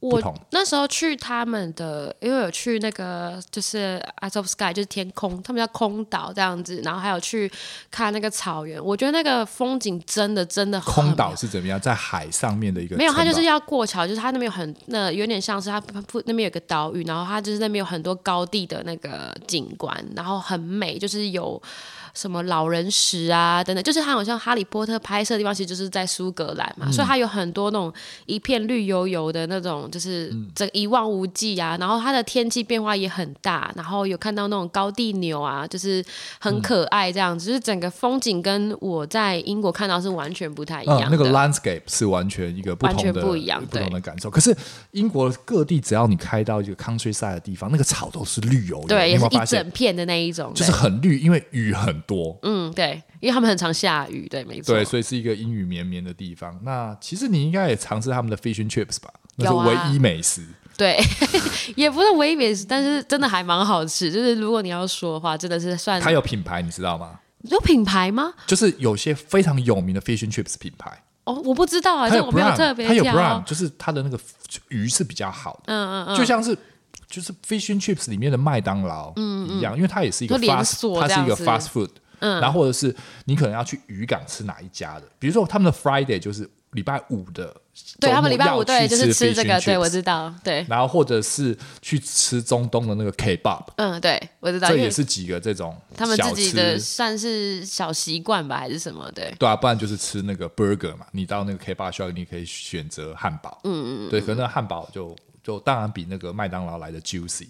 [SPEAKER 2] 不
[SPEAKER 1] 我
[SPEAKER 2] 同？
[SPEAKER 1] 那时候去他们的，因为有去那个就是 Eyes of Sky，就是天空，他们叫空岛这样子，然后还有去看那个草原，我觉得那个风景真的真的很
[SPEAKER 2] 空
[SPEAKER 1] 美
[SPEAKER 2] 岛是怎么样？在海上面的一个
[SPEAKER 1] 没有，它
[SPEAKER 2] 城
[SPEAKER 1] 就
[SPEAKER 2] 堡
[SPEAKER 1] 是要过桥，就是它那边有很那有点像是它它附那边有个岛屿，然后它就是那边有很多高地的那个景观，然后很美，就是有什么老人石啊等等，就是它好像《哈利波特》拍摄的地方，其实就是在苏格兰
[SPEAKER 2] 嗯
[SPEAKER 1] 嘛，所以它有很多那种一片绿油油的那种，就是
[SPEAKER 2] 嗯
[SPEAKER 1] 这一望无际啊。然后它的天气变化也很大，然后有看到那种高地牛啊，就是
[SPEAKER 2] 嗯
[SPEAKER 1] 很可爱这样子，就是整个风景跟我在英国看到是完全不太一样的。
[SPEAKER 2] 嗯，那个 landscape 是完全一个不同
[SPEAKER 1] 完
[SPEAKER 2] 的、
[SPEAKER 1] 全不一样对
[SPEAKER 2] 同的感受。可是英国各地，只要你开到一个 countryside 的地方，那个草都是绿油油，
[SPEAKER 1] 对，
[SPEAKER 2] 你
[SPEAKER 1] 也
[SPEAKER 2] 有
[SPEAKER 1] 是
[SPEAKER 2] 没有
[SPEAKER 1] 一
[SPEAKER 2] 发现
[SPEAKER 1] 整？片的那一种，
[SPEAKER 2] 就是
[SPEAKER 1] 对
[SPEAKER 2] 很绿，因为雨很多，
[SPEAKER 1] 嗯，对，因为他们很常下雨，对，没错，
[SPEAKER 2] 对，所以是一个阴雨绵绵的地方。那其实你应该也尝试他们的 fish and chips 吧，那是
[SPEAKER 1] 有啊
[SPEAKER 2] 唯一美食。
[SPEAKER 1] 对， 也不是唯美食，但是真的还蛮好吃。就是如果你要说的话，真的是算
[SPEAKER 2] 它有品牌，你知道吗？
[SPEAKER 1] 有品牌吗？
[SPEAKER 2] 就是有些非常有名的 fish and chips 品牌，
[SPEAKER 1] 哦，我不知道啊，
[SPEAKER 2] 它
[SPEAKER 1] 这
[SPEAKER 2] 有
[SPEAKER 1] 我没有
[SPEAKER 2] brown，
[SPEAKER 1] 特别
[SPEAKER 2] 它有
[SPEAKER 1] 挑
[SPEAKER 2] brown，就是它的那个鱼是比较好的，嗯嗯嗯，就像是。就是 fish and chips 里面的麦当劳一样，因为它也是一个
[SPEAKER 1] 嗯就连
[SPEAKER 2] fast，
[SPEAKER 1] 锁
[SPEAKER 2] 它
[SPEAKER 1] 这
[SPEAKER 2] 是
[SPEAKER 1] 样
[SPEAKER 2] 一个
[SPEAKER 1] 子
[SPEAKER 2] fast food，嗯，然后或者是你可能要去渔港吃哪一家的，比如说他们的 Friday 就是礼拜五的，
[SPEAKER 1] 对他们礼拜
[SPEAKER 2] 周末
[SPEAKER 1] 五
[SPEAKER 2] 要
[SPEAKER 1] 对
[SPEAKER 2] 去
[SPEAKER 1] 就是吃
[SPEAKER 2] fish
[SPEAKER 1] 这
[SPEAKER 2] and
[SPEAKER 1] 个，对
[SPEAKER 2] chips
[SPEAKER 1] 我知道，对，
[SPEAKER 2] 然后或者是去吃中东的那个 K-pop，
[SPEAKER 1] 嗯，对我知道，
[SPEAKER 2] 这
[SPEAKER 1] 因
[SPEAKER 2] 也
[SPEAKER 1] 为
[SPEAKER 2] 是几个这种
[SPEAKER 1] 他们自
[SPEAKER 2] 小
[SPEAKER 1] 己
[SPEAKER 2] 吃
[SPEAKER 1] 的算是小习惯吧，还是什么？对，
[SPEAKER 2] 对啊，不然就是吃那个 burger 嘛。你到那个 K bar shop，你可以选择汉堡。嗯嗯对，可能那汉堡就就当然比那个麦当劳来的 juicy。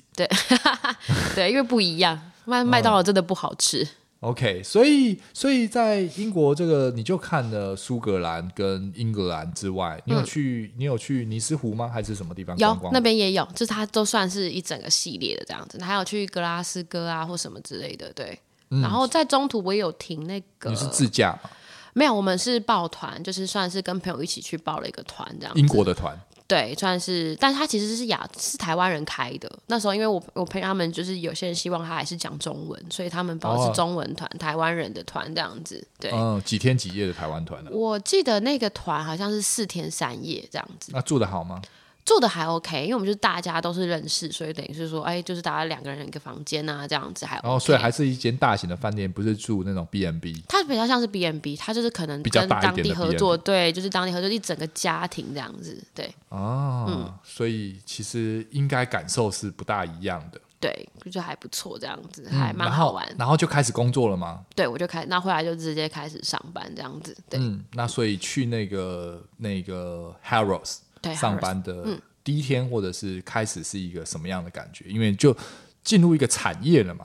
[SPEAKER 1] 对，因为不一样，
[SPEAKER 2] 嗯
[SPEAKER 1] 麦麦当劳真的不好吃，
[SPEAKER 2] OK，所以所以在英国这个，你就看了苏格兰跟英格兰之外，你有去、你有去尼斯湖吗？还是什么地方观
[SPEAKER 1] 嗯有
[SPEAKER 2] 光？
[SPEAKER 1] 那边也有，就是它都算是一整个系列的这样子，还有去格拉斯哥啊或什么之类的，对。然后在中途我也有停那个
[SPEAKER 2] 嗯你，是自驾嘛？
[SPEAKER 1] 没有，我们是报团，就是算是跟朋友一起去报了一个团这样子。
[SPEAKER 2] 英国的团，
[SPEAKER 1] 对，算是，但他其实是亚是台湾人开的。那时候因为我我朋友他们就是有些人希望他还是讲中文，所以他们报的
[SPEAKER 2] 哦
[SPEAKER 1] 是中文团，台湾人的团这样子。对，嗯
[SPEAKER 2] 嗯，几天几夜的台湾团呢、啊
[SPEAKER 1] 我记得那个团好像是四天三夜这样子。
[SPEAKER 2] 那住的好吗？
[SPEAKER 1] 做的还 OK，因为我们就是大家都是认识，所以等于是说，哎，就是大家两个人一个房间啊，这样子还 OK。
[SPEAKER 2] 然后哦所以还是一间大型的饭店，不是住那种 B&B。
[SPEAKER 1] 它比较像是 B N B，它就是可能
[SPEAKER 2] 比较
[SPEAKER 1] 跟
[SPEAKER 2] 大一
[SPEAKER 1] 当
[SPEAKER 2] 点
[SPEAKER 1] 地
[SPEAKER 2] 的
[SPEAKER 1] 合作，对，就是当地合作一整个家庭这样子，对
[SPEAKER 2] 哦，
[SPEAKER 1] 嗯
[SPEAKER 2] 所以其实应该感受是不大一样的。
[SPEAKER 1] 对，就还不错这样子，还蛮
[SPEAKER 2] 嗯然
[SPEAKER 1] 好
[SPEAKER 2] 后
[SPEAKER 1] 玩。
[SPEAKER 2] 然后就开始工作了吗？
[SPEAKER 1] 对，我就开，那后来就直接开始上班这样子，对，
[SPEAKER 2] 嗯，那所以去那个那个 Harrods
[SPEAKER 1] 对嗯
[SPEAKER 2] 上班的第一天，或者是开始是一个什么样的感觉？因为就进入一个产业了嘛，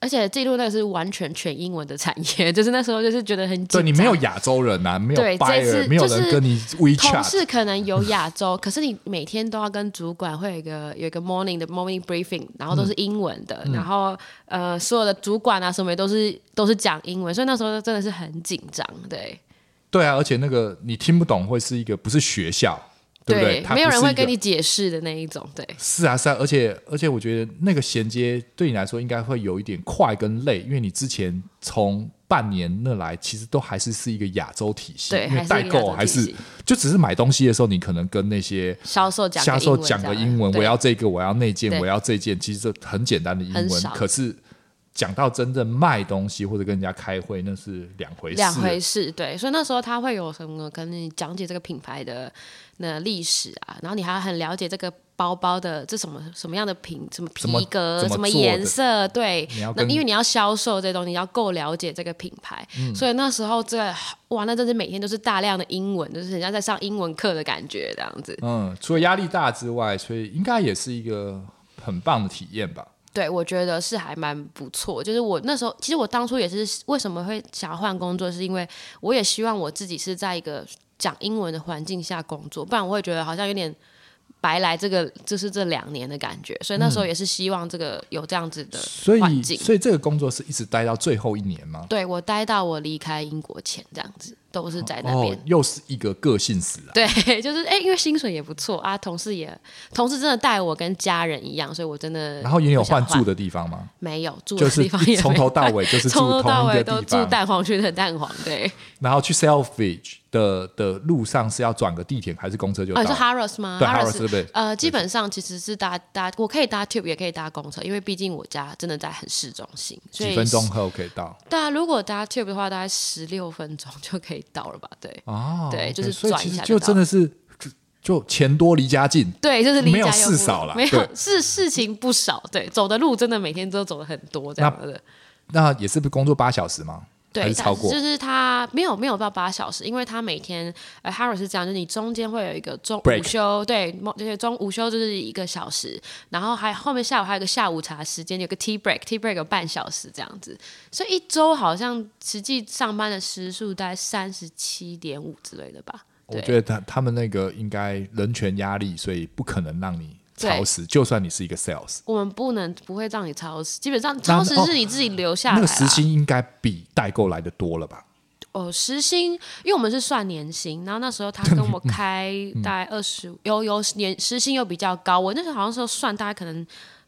[SPEAKER 1] 而且记录那个是完全全英文的产业， 就是那时候就是觉得很紧
[SPEAKER 2] 对
[SPEAKER 1] 张，
[SPEAKER 2] 你没有亚洲人呐、没有
[SPEAKER 1] 对
[SPEAKER 2] buyer，
[SPEAKER 1] 这次
[SPEAKER 2] 没有
[SPEAKER 1] 就
[SPEAKER 2] 人
[SPEAKER 1] 是
[SPEAKER 2] 跟你
[SPEAKER 1] 同
[SPEAKER 2] WeChat，
[SPEAKER 1] 事可能有亚洲， 可是你每天都要跟主管会有一个有一个 morning 的 morning briefing，然后都是
[SPEAKER 2] 嗯
[SPEAKER 1] 英文的，然后呃所有的主管啊什么也都是都是讲英文，所以那时候真的是很紧张，对
[SPEAKER 2] 对啊，而且那个你听不懂会是一个不是学校，不对？它
[SPEAKER 1] 没有
[SPEAKER 2] 不
[SPEAKER 1] 人
[SPEAKER 2] 是
[SPEAKER 1] 会
[SPEAKER 2] 一个
[SPEAKER 1] 跟你解释的那一种，对
[SPEAKER 2] 是啊，是啊，而且而且，我觉得那个衔接对你来说应该会有一点快跟累，因为你之前从半年那来，其实都还是是一个亚洲体系，
[SPEAKER 1] 对，
[SPEAKER 2] 因为
[SPEAKER 1] 还是
[SPEAKER 2] 代
[SPEAKER 1] 一个
[SPEAKER 2] 购
[SPEAKER 1] 亚洲
[SPEAKER 2] 还
[SPEAKER 1] 体
[SPEAKER 2] 是
[SPEAKER 1] 系
[SPEAKER 2] 就只是买东西的时候，你可能跟那些
[SPEAKER 1] 销售讲个
[SPEAKER 2] 销售讲
[SPEAKER 1] 这
[SPEAKER 2] 个
[SPEAKER 1] 样
[SPEAKER 2] 英文，
[SPEAKER 1] 对
[SPEAKER 2] 我要这个，我要那件，
[SPEAKER 1] 对
[SPEAKER 2] 我要这件，其实这很简单的英
[SPEAKER 1] 很
[SPEAKER 2] 文，
[SPEAKER 1] 少
[SPEAKER 2] 可是讲到真正卖东西或者跟人家开会，那是两回事。
[SPEAKER 1] 两回事，对，所以那时候他会有什么跟你讲解这个品牌的那历史啊，然后你还要很了解这个包包的这什么什么样的品，什么
[SPEAKER 2] 怎么
[SPEAKER 1] 皮革，
[SPEAKER 2] 怎么
[SPEAKER 1] 什么
[SPEAKER 2] 做的
[SPEAKER 1] 颜色，对
[SPEAKER 2] 你要，
[SPEAKER 1] 那
[SPEAKER 2] 跟
[SPEAKER 1] 因为你要销售这些东西，你要够了解这个品牌，
[SPEAKER 2] 嗯
[SPEAKER 1] 所以那时候这哇，那真是每天都是大量的英文，就是人家在上英文课的感觉这样子。
[SPEAKER 2] 嗯，除了压力大之外，所以应该也是一个很棒的体验吧。
[SPEAKER 1] 对，我觉得是还蛮不错。就是我那时候，其实我当初也是为什么会想要换工作，是因为我也希望我自己是在一个讲英文的环境下工作，不然我会觉得好像有点白来这个，就是这两年的感觉。所以那时候也是希望这个有这样子的
[SPEAKER 2] 嗯所
[SPEAKER 1] 环
[SPEAKER 2] 以，
[SPEAKER 1] 境。
[SPEAKER 2] 所以这个工作是一直待到最后一年吗？
[SPEAKER 1] 对我待到我离开英国前，这样子都是在那边。
[SPEAKER 2] 哦，又是一个个性死啊！
[SPEAKER 1] 对， 就是哎、因为薪水也不错啊，同事也同事真的待我跟家人一样，所以我真的
[SPEAKER 2] 然后也有换
[SPEAKER 1] 不想
[SPEAKER 2] 住的地方吗？
[SPEAKER 1] 没有住
[SPEAKER 2] 就
[SPEAKER 1] 的
[SPEAKER 2] 是
[SPEAKER 1] 地方也没有
[SPEAKER 2] 从头到尾就是住
[SPEAKER 1] 从头到
[SPEAKER 2] 同一
[SPEAKER 1] 尾
[SPEAKER 2] 个
[SPEAKER 1] 都
[SPEAKER 2] 地
[SPEAKER 1] 住
[SPEAKER 2] 方，
[SPEAKER 1] 蛋黄区的蛋黄，对。
[SPEAKER 2] 然后去 Selfridge 的的路上是要转个地铁还是公车就
[SPEAKER 1] 哦，
[SPEAKER 2] 到
[SPEAKER 1] 你？说 Harrods 吗？
[SPEAKER 2] 对
[SPEAKER 1] Harrods
[SPEAKER 2] Harrods 对不对
[SPEAKER 1] 呃，基本上其实是搭搭，我可以搭 Tube，也可以搭公车，因为毕竟我家真的在很市中心，所以
[SPEAKER 2] 几分钟。后可以到
[SPEAKER 1] 对啊，如果搭 Tube 的话，大概十六分钟就可以到了吧？对，
[SPEAKER 2] 哦。
[SPEAKER 1] 对
[SPEAKER 2] OK，
[SPEAKER 1] 就是
[SPEAKER 2] 所以
[SPEAKER 1] 转一
[SPEAKER 2] 其实
[SPEAKER 1] 下
[SPEAKER 2] 就
[SPEAKER 1] 就到
[SPEAKER 2] 真的是就就钱多离家近，
[SPEAKER 1] 对，就是离
[SPEAKER 2] 没有
[SPEAKER 1] 家又
[SPEAKER 2] 事
[SPEAKER 1] 不
[SPEAKER 2] 少啦
[SPEAKER 1] 没
[SPEAKER 2] 对
[SPEAKER 1] 有事事情不少，对，走的路真的每天都走的很多这样的。
[SPEAKER 2] 那也是不是工作八小时吗？
[SPEAKER 1] 对，
[SPEAKER 2] 还是
[SPEAKER 1] 但
[SPEAKER 2] 超过？
[SPEAKER 1] 就是他没有没有到八小时，因为他每天呃 Harris 是这样，就是你中间会有一个中
[SPEAKER 2] Break
[SPEAKER 1] 午休，对，梦就是中午休就是一个小时，然后还后面下午还有一个下午茶时间，有个 tea break，tea break 有半小时这样子，所以一周好像实际上班的时数大概三十七点五之类的吧。
[SPEAKER 2] 我
[SPEAKER 1] 对
[SPEAKER 2] 觉得他他们那个应该人权压力，所以不可能让你
[SPEAKER 1] 对
[SPEAKER 2] 超时，就算你是一个 sales，
[SPEAKER 1] 我们不能不会让你超时，基本上
[SPEAKER 2] 那
[SPEAKER 1] 超时
[SPEAKER 2] 哦
[SPEAKER 1] 是你自己留下来、啊
[SPEAKER 2] 那个时薪应该比代购来的多了吧？
[SPEAKER 1] 哦，时薪，因为我们是算年薪，然后那时候他跟我开
[SPEAKER 2] 嗯
[SPEAKER 1] 大概二十、有有年时薪又比较高，我那时候好像是算大概可能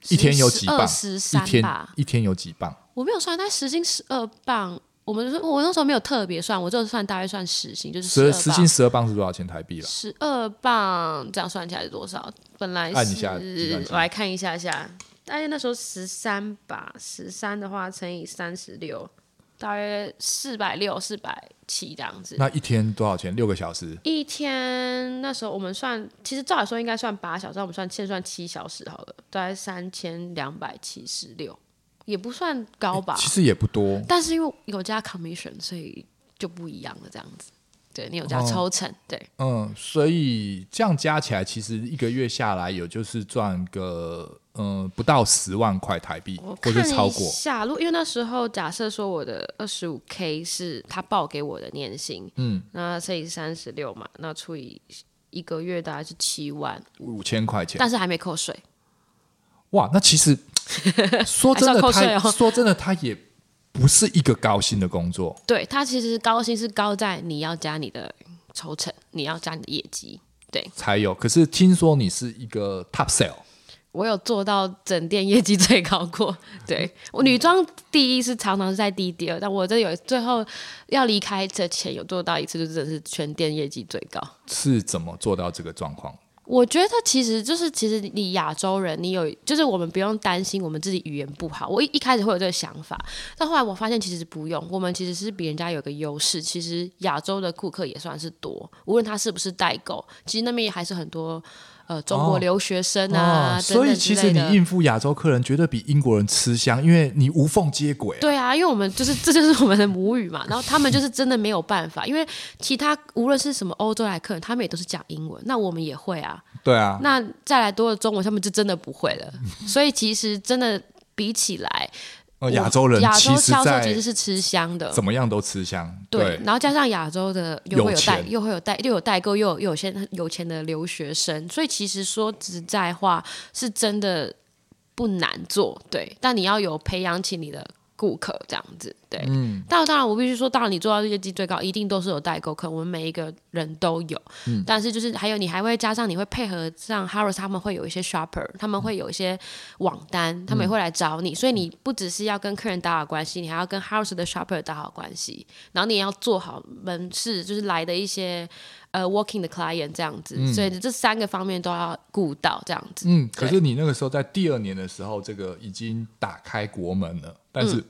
[SPEAKER 2] 一天有几磅
[SPEAKER 1] 二？十
[SPEAKER 2] 一
[SPEAKER 1] 三
[SPEAKER 2] 天
[SPEAKER 1] 吧，
[SPEAKER 2] 一天有几磅？
[SPEAKER 1] 我没有算，但时薪十二磅，我们说我那时候没有特别算，我就算大概算时薪，就是
[SPEAKER 2] 十
[SPEAKER 1] 十
[SPEAKER 2] 时
[SPEAKER 1] 二
[SPEAKER 2] 薪
[SPEAKER 1] 磅，
[SPEAKER 2] 十二磅是多少钱台币了？
[SPEAKER 1] 十二磅这样算起来是多少？本来
[SPEAKER 2] 按一
[SPEAKER 1] 是
[SPEAKER 2] 下计算一下
[SPEAKER 1] 我来看一下下，大概那时候十三吧，十三的话乘以三十六，大约四百六、四百七这样子。
[SPEAKER 2] 那一天多少钱？六个小时，
[SPEAKER 1] 一天那时候我们算，其实照理说应该算八小时，我们算现算七小时好了，大概三千两百七十六，也不算高吧。
[SPEAKER 2] 哎其实也不多。
[SPEAKER 1] 但是因为有加 commission，所以就不一样了，这样子。对你有加抽成，对
[SPEAKER 2] 嗯，所以这样加起来，其实一个月下来有就是赚个嗯不到十万块台币
[SPEAKER 1] 我，
[SPEAKER 2] 或
[SPEAKER 1] 看
[SPEAKER 2] 者
[SPEAKER 1] 一
[SPEAKER 2] 超过。
[SPEAKER 1] 下，如因为那时候假设说我的二十五 k 是他报给我的年薪，嗯，那乘以三十六嘛，那除以一个月大概是七万，
[SPEAKER 2] 五千块钱，
[SPEAKER 1] 但是还没扣税。
[SPEAKER 2] 哇，那 其实说真的，
[SPEAKER 1] 还是要
[SPEAKER 2] 他
[SPEAKER 1] 扣税哦
[SPEAKER 2] 说真的，他也不是一个高薪的工作，
[SPEAKER 1] 对，它其实高薪是高在你要加你的抽成，你要加你的业绩。对
[SPEAKER 2] 才有。可是听说你是一个 top sale，
[SPEAKER 1] 我有做到整店业绩最高过。对我女装第一是常常是在第一第二，但我这有最后要离开之前有做到一次，就真的是全店业绩最高。
[SPEAKER 2] 是怎么做到这个状况？
[SPEAKER 1] 我觉得其实就是，其实你亚洲人，你有就是我们不用担心我们自己语言不好。我一一开始会有这个想法，但后来我发现其实不用，我们其实是比人家有个优势。其实亚洲的顾客也算是多，无论他是不是代购，其实那边也还是很多呃中国
[SPEAKER 2] 哦
[SPEAKER 1] 留学生啊、
[SPEAKER 2] 哦
[SPEAKER 1] 等等
[SPEAKER 2] 所以其
[SPEAKER 1] 之
[SPEAKER 2] 实
[SPEAKER 1] 类
[SPEAKER 2] 你
[SPEAKER 1] 的
[SPEAKER 2] 应付亚洲客人绝对比英国人吃香，因为你无缝接轨啊。
[SPEAKER 1] 对啊，因为我们就是这就是我们的母语嘛，然后他们就是真的没有办法，因为其他无论是什么欧洲来客人，他们也都是讲英文，那我们也会啊，
[SPEAKER 2] 对啊，
[SPEAKER 1] 那再来多的中文，他们就真的不会了。所以其实真的比起来，
[SPEAKER 2] 呃嗯亚洲人
[SPEAKER 1] 亚
[SPEAKER 2] 其
[SPEAKER 1] 洲
[SPEAKER 2] 实
[SPEAKER 1] 销售
[SPEAKER 2] 在
[SPEAKER 1] 其实是吃香的。
[SPEAKER 2] 怎么样都吃香。
[SPEAKER 1] 对，然后加上亚洲的又会
[SPEAKER 2] 有
[SPEAKER 1] 有代，
[SPEAKER 2] 钱
[SPEAKER 1] 又会有代，又有代购，又有又有些有钱的留学生，所以其实说实在话，是真的不难做，对。但你要有培养起你的顾客这样子，对，
[SPEAKER 2] 嗯，
[SPEAKER 1] 但当然，我必须说，当然你做到业绩最高，一定都是有代购客，我们每一个人都有。但是就是还有你还会加上你会配合上 Harrods，他们会有一些 shopper，他们会有一些网单，他们也
[SPEAKER 2] 嗯
[SPEAKER 1] 会来找你，所以你不只是要跟客人打好关系，你还要跟 Harrods 的 shopper 打好关系，然后你也要做好门市就是来的一些呃 working 的 client 这样子，所以这三个方面都要顾到这样子。
[SPEAKER 2] 嗯，可是你那个时候在第二年的时候，这个已经打开国门了，但是
[SPEAKER 1] 嗯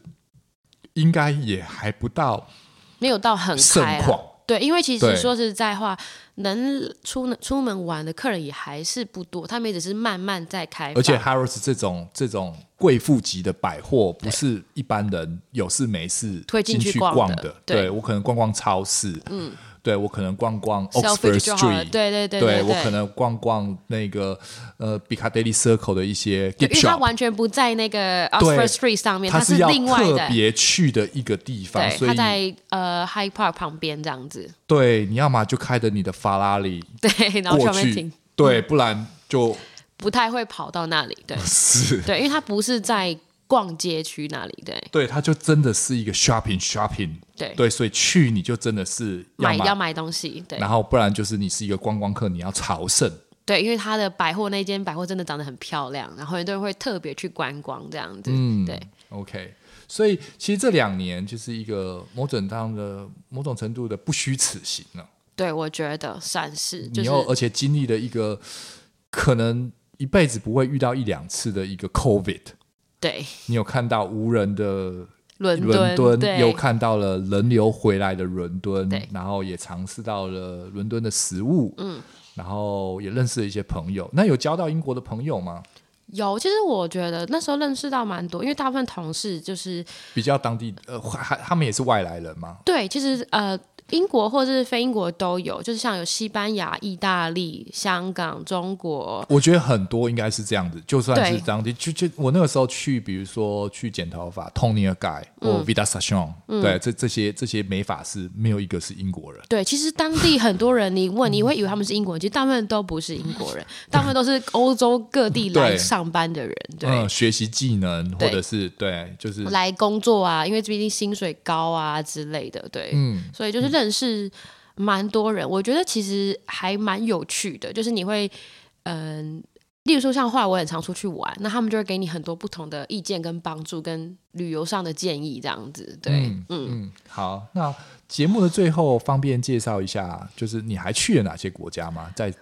[SPEAKER 2] 应该也还不到
[SPEAKER 1] 没有到很
[SPEAKER 2] 盛
[SPEAKER 1] 开、啊，
[SPEAKER 2] 况。
[SPEAKER 1] 对，因为其
[SPEAKER 2] 对
[SPEAKER 1] 实说实在话，能出出门玩的客人也还是不多，他们也只是慢慢在开放。
[SPEAKER 2] 而且 Harrods 这种这种贵妇级的百货，不是一般人有事没事
[SPEAKER 1] 会进
[SPEAKER 2] 进
[SPEAKER 1] 去
[SPEAKER 2] 去
[SPEAKER 1] 逛
[SPEAKER 2] 逛
[SPEAKER 1] 的
[SPEAKER 2] 对
[SPEAKER 1] 对
[SPEAKER 2] 我可能逛逛超市，嗯，对我可能逛逛
[SPEAKER 1] Selfridge
[SPEAKER 2] Oxford
[SPEAKER 1] 就好了
[SPEAKER 2] Street，
[SPEAKER 1] 对对对对
[SPEAKER 2] 我可能逛逛那个呃 b i c a d i l y Circle 的一些
[SPEAKER 1] 对
[SPEAKER 2] gift
[SPEAKER 1] 因为他
[SPEAKER 2] shop。
[SPEAKER 1] 完全不在那个
[SPEAKER 2] 对
[SPEAKER 1] Oxford Street 上面，
[SPEAKER 2] 它
[SPEAKER 1] 它
[SPEAKER 2] 是要
[SPEAKER 1] 另外
[SPEAKER 2] 特
[SPEAKER 1] 的，
[SPEAKER 2] 别去的一个地方，
[SPEAKER 1] 对，
[SPEAKER 2] 所
[SPEAKER 1] 他
[SPEAKER 2] 以
[SPEAKER 1] 在呃 High Park 旁边这样子，
[SPEAKER 2] 对你要么就开着你的法拉利
[SPEAKER 1] 对，然后
[SPEAKER 2] 过
[SPEAKER 1] 上面
[SPEAKER 2] 去
[SPEAKER 1] 停，，
[SPEAKER 2] 对，不然就
[SPEAKER 1] 不太会跑到那里，对
[SPEAKER 2] 是
[SPEAKER 1] 对，因为他不是在逛街区那里，对
[SPEAKER 2] 对，它就真的是一个 shopping shopping，
[SPEAKER 1] 对
[SPEAKER 2] 对，所以去你就真的是要
[SPEAKER 1] 买
[SPEAKER 2] 么
[SPEAKER 1] 要买东西，对
[SPEAKER 2] 然后不然就是你是一个观光客，你要朝圣。
[SPEAKER 1] 对，因为他的百货那间百货真的长得很漂亮，然后很多人会特别去观光这样子，
[SPEAKER 2] 嗯
[SPEAKER 1] 对。
[SPEAKER 2] OK，所以其实这两年就是一个某种上的某种程度的不虚此行了、
[SPEAKER 1] 对，我觉得算是，就
[SPEAKER 2] 你
[SPEAKER 1] 是
[SPEAKER 2] 又而且经历了一个可能一辈子不会遇到一两次的一个 COVID，
[SPEAKER 1] 对
[SPEAKER 2] 你有看到无人的
[SPEAKER 1] 伦
[SPEAKER 2] 伦
[SPEAKER 1] 对
[SPEAKER 2] 又看到了人流回来的伦敦
[SPEAKER 1] 对，
[SPEAKER 2] 然后也尝试到了伦敦的食物，嗯，然后也认识了一些朋友。那有交到英国的朋友吗？
[SPEAKER 1] 有。其实我觉得那时候认识到蛮多，因为大部分同事就是
[SPEAKER 2] 比较当地呃，还他们也是外来人吗？
[SPEAKER 1] 对，其实呃，英国或者是非英国都有，就是像有西班牙、意大利、香港、中国，
[SPEAKER 2] 我觉得很多应该是这样子，就算是
[SPEAKER 1] 对
[SPEAKER 2] 当地，就就我那个时候去，比如说去剪头发，Tony Guy
[SPEAKER 1] 嗯
[SPEAKER 2] 或 Vida Sassion，、对，这这些这些美发师没有一个是英国人。
[SPEAKER 1] 对，其实当地很多人，你问你会以为他们是英国人，其实大部分都不是英国人，大部分都是欧洲各地
[SPEAKER 2] 对
[SPEAKER 1] 来上班的人，对。
[SPEAKER 2] 嗯，学习技能或
[SPEAKER 1] 对
[SPEAKER 2] 者是对，就是
[SPEAKER 1] 来工作啊，因为毕竟薪水高啊之类的，对，
[SPEAKER 2] 嗯
[SPEAKER 1] 所以就是认识蛮多人，我觉得其实还蛮有趣的，就是你会，嗯、例如说像后来我很常出去玩，那他们就会给你很多不同的意见跟帮助，跟旅游上的建议这样子，对，
[SPEAKER 2] 嗯嗯，好，那节目的最后方便介绍一下，就是你还去了哪些国家吗？在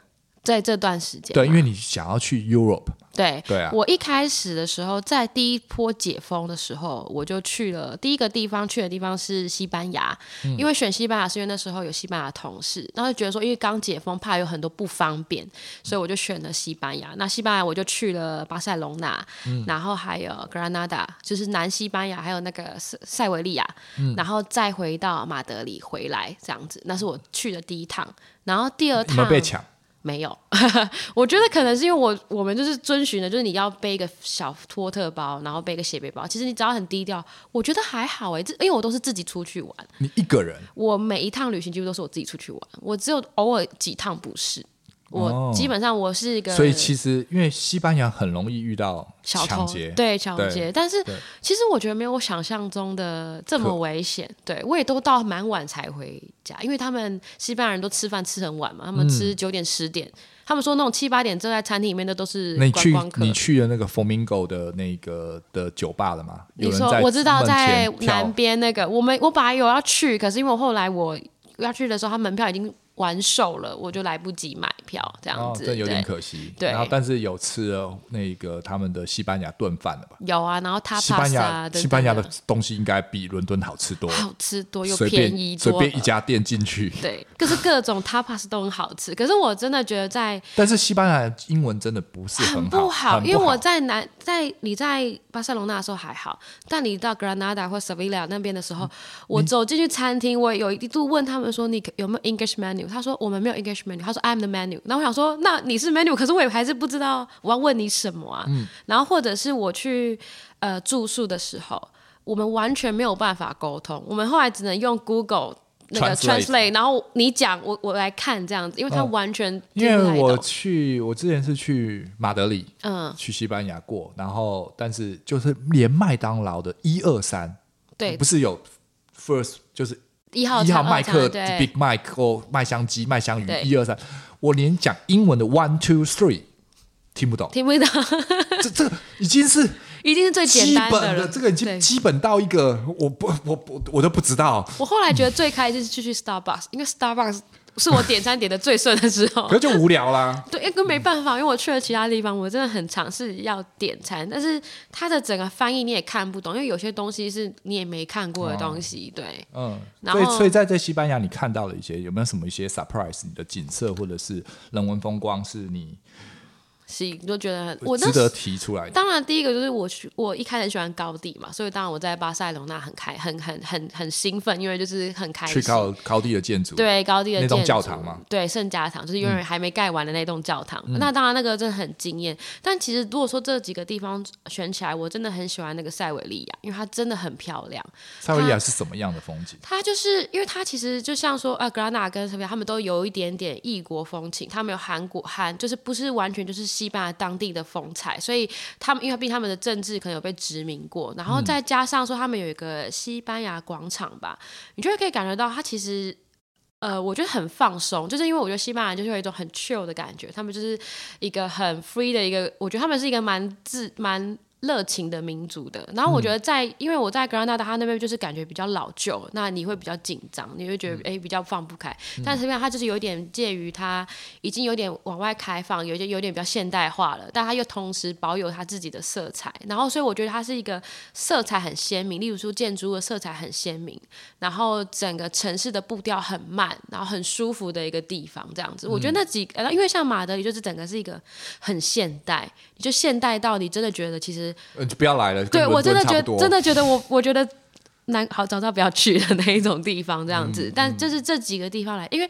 [SPEAKER 1] 在这段时间嘛，
[SPEAKER 2] 对，啊因为你想要去 Europe，
[SPEAKER 1] 对
[SPEAKER 2] 对啊，
[SPEAKER 1] 我一开始的时候，在第一波解封的时候，我就去了第一个地方，去的地方是西班牙，
[SPEAKER 2] 嗯
[SPEAKER 1] 因为选西班牙是因为那时候有西班牙同事，然后就觉得说因为刚解封，怕有很多不方便，所以我就选了西班牙。那西班牙我就去了巴塞隆纳，
[SPEAKER 2] 嗯
[SPEAKER 1] 然后还有 Granada，就是南西班牙，还有那个塞塞维利亚，
[SPEAKER 2] 嗯
[SPEAKER 1] 然后再回到马德里回来这样子，那是我去的第一趟。然后第二
[SPEAKER 2] 有没
[SPEAKER 1] 趟
[SPEAKER 2] 有被抢？
[SPEAKER 1] 没有， 我觉得可能是因为我我们就是遵循的，就是你要背一个小托特包，然后背一个斜背包。其实你只要很低调，我觉得还好哎、这因为我都是自己出去玩，
[SPEAKER 2] 你一个人
[SPEAKER 1] 我每一趟旅行几乎都是我自己出去玩，我只有偶尔几趟不是。
[SPEAKER 2] 哦
[SPEAKER 1] 我基本上我是一个，
[SPEAKER 2] 所以其实因为西班牙很容易遇到
[SPEAKER 1] 小
[SPEAKER 2] 抢
[SPEAKER 1] 偷
[SPEAKER 2] 劫，
[SPEAKER 1] 对抢劫，但是
[SPEAKER 2] 对
[SPEAKER 1] 其实我觉得没有我想象中的这
[SPEAKER 2] 可
[SPEAKER 1] 么危险。对我也都到蛮晚才回家，因为他们西班牙人都吃饭吃很晚嘛，他们
[SPEAKER 2] 嗯
[SPEAKER 1] 吃九点十点，他们说那种七八点正在餐厅里面的都是
[SPEAKER 2] 那你
[SPEAKER 1] 观
[SPEAKER 2] 去
[SPEAKER 1] 光客。
[SPEAKER 2] 你去了那个 Flamingo 的那个的酒吧了吗？有
[SPEAKER 1] 你
[SPEAKER 2] 人
[SPEAKER 1] 说
[SPEAKER 2] 在
[SPEAKER 1] 我知道
[SPEAKER 2] 门前
[SPEAKER 1] 在
[SPEAKER 2] 跳
[SPEAKER 1] 南边那个，我们我本来有要去，可是因为我后来我要去的时候，他门票已经完售了，我就来不及买票，这样
[SPEAKER 2] 哦，
[SPEAKER 1] 子。
[SPEAKER 2] 这有点
[SPEAKER 1] 对
[SPEAKER 2] 可惜。
[SPEAKER 1] 对
[SPEAKER 2] 然后但是有吃了那个他们的西班牙炖饭了吧？
[SPEAKER 1] 有啊，然后他
[SPEAKER 2] 西班牙西班牙的
[SPEAKER 1] 等等
[SPEAKER 2] 东西应该比伦敦好吃多了，
[SPEAKER 1] 好吃多又
[SPEAKER 2] 随
[SPEAKER 1] 便宜
[SPEAKER 2] 便随
[SPEAKER 1] 多
[SPEAKER 2] 便
[SPEAKER 1] 了
[SPEAKER 2] 一家店进去。
[SPEAKER 1] 对，可是各种 tapas 都很好吃。可是我真的觉得在
[SPEAKER 2] 但是西班牙英文真的不是
[SPEAKER 1] 很
[SPEAKER 2] 好，
[SPEAKER 1] 不
[SPEAKER 2] 很
[SPEAKER 1] 好，因为我在南在你在巴塞隆那的时候还好，但你到 Granada 或 Sevilla 那边的时
[SPEAKER 2] 嗯
[SPEAKER 1] 候，我走进去餐厅，我有一度问他们说你有没有 English menu，他说我们没有 English menu，他说 I'm the menu，然后我想说那你是 menu，可是我也还是不知道我要问你什么啊。
[SPEAKER 2] 嗯
[SPEAKER 1] 然后或者是我去呃住宿的时候，我们完全没有办法沟通，我们后来只能用 Google。那个
[SPEAKER 2] Translate 哦
[SPEAKER 1] translate，然后你讲，我我来看这样子，因为他完全
[SPEAKER 2] 因
[SPEAKER 1] 听不
[SPEAKER 2] 为
[SPEAKER 1] 太
[SPEAKER 2] 我
[SPEAKER 1] 懂
[SPEAKER 2] 去我之前是去马德里，
[SPEAKER 1] 嗯
[SPEAKER 2] 去西班牙过，然后但是就是连麦当劳的一二三
[SPEAKER 1] 对
[SPEAKER 2] 不是有 first 就是
[SPEAKER 1] 一号
[SPEAKER 2] 一号
[SPEAKER 1] 仓
[SPEAKER 2] 麦克
[SPEAKER 1] 二仓对
[SPEAKER 2] Big Mike 或麦香鸡、麦香鱼
[SPEAKER 1] 对
[SPEAKER 2] 一二三，我连讲英文的 one two three 听不懂，
[SPEAKER 1] 听不懂，
[SPEAKER 2] 这这个已经是
[SPEAKER 1] 一定是最简
[SPEAKER 2] 基
[SPEAKER 1] 单
[SPEAKER 2] 本
[SPEAKER 1] 了。
[SPEAKER 2] 的，这个已经
[SPEAKER 1] 对哦
[SPEAKER 2] 基本到一个我不我我我都不知道。
[SPEAKER 1] 我后来觉得最开心是去 Starbucks，因为 Starbucks 是我点餐点的最顺的时候
[SPEAKER 2] 可。是就无聊啦，
[SPEAKER 1] 对，因为没办法，因为我去了其他地方，我真的很尝试要点餐，但是它的整个翻译你也看不懂，因为有些东西是你也没看过的东西。对，
[SPEAKER 2] 嗯，
[SPEAKER 1] 然
[SPEAKER 2] 所
[SPEAKER 1] 后
[SPEAKER 2] 以所以在在西班牙，你看到了一些有没有什么一些 surprise 你的景色或者是人文风光是你
[SPEAKER 1] 是你就觉得很我那
[SPEAKER 2] 值得提出来的？
[SPEAKER 1] 当然，第一个就是我去，我一开始很喜欢高地嘛，所以当然我在巴塞隆纳很开，很很很很兴奋，因为就是很开
[SPEAKER 2] 去
[SPEAKER 1] 心。
[SPEAKER 2] 高高地的建筑，，
[SPEAKER 1] 对高地的
[SPEAKER 2] 那栋
[SPEAKER 1] 建
[SPEAKER 2] 教
[SPEAKER 1] 筑
[SPEAKER 2] 堂吗？
[SPEAKER 1] 对，圣家堂就是永远还没盖完的那栋教堂。那当然，那个真的很惊艳。但其实如果说这几个地方选起来，我真的很喜欢那个塞维利亚，因为它真的很漂亮。
[SPEAKER 2] 塞维利亚是什么样的风景？
[SPEAKER 1] 它就是因为它其实就像说啊，格拉纳跟什么，他们都有一点点异国风情，他们有韩国韩，就是不是完全就是西班牙当地的风采，所以他们因为毕竟他们的政治可能有被殖民过，然后再加上说他们有一个西班牙广场吧，你就会可以感觉到它其实。呃，我觉得很放松，就是因为我觉得西班牙就是有一种很 chill 的感觉，他们就是一个很 free 的一个，我觉得他们是一个蛮自蛮热情的民族的。然后我觉得在，因为我在格拉纳达，他那边就是感觉比较老旧，那你会比较紧张，你会觉得哎、诶比较放不开。但实际上它就是有一点介于它已经有点往外开放，有一些有点比较现代化了，但它又同时保有它自己的色彩。然后所以我觉得它是一个色彩很鲜明，例如说建筑物的色彩很鲜明，然后整个城市的步调很慢，然后很舒服的一个地方，这样子。
[SPEAKER 2] 嗯
[SPEAKER 1] 我觉得那几，呃因为像马德里就是整个是一个很现代，你就现代到你真的觉得其实，
[SPEAKER 2] 呃，就不要来了，
[SPEAKER 1] 对
[SPEAKER 2] 跟伦
[SPEAKER 1] 我真的
[SPEAKER 2] 敦差
[SPEAKER 1] 觉
[SPEAKER 2] 不多
[SPEAKER 1] 得真的觉得我我觉得难好早知道不要去的那一种地方这样
[SPEAKER 2] 嗯
[SPEAKER 1] 子。但就是这几个地方来，因为。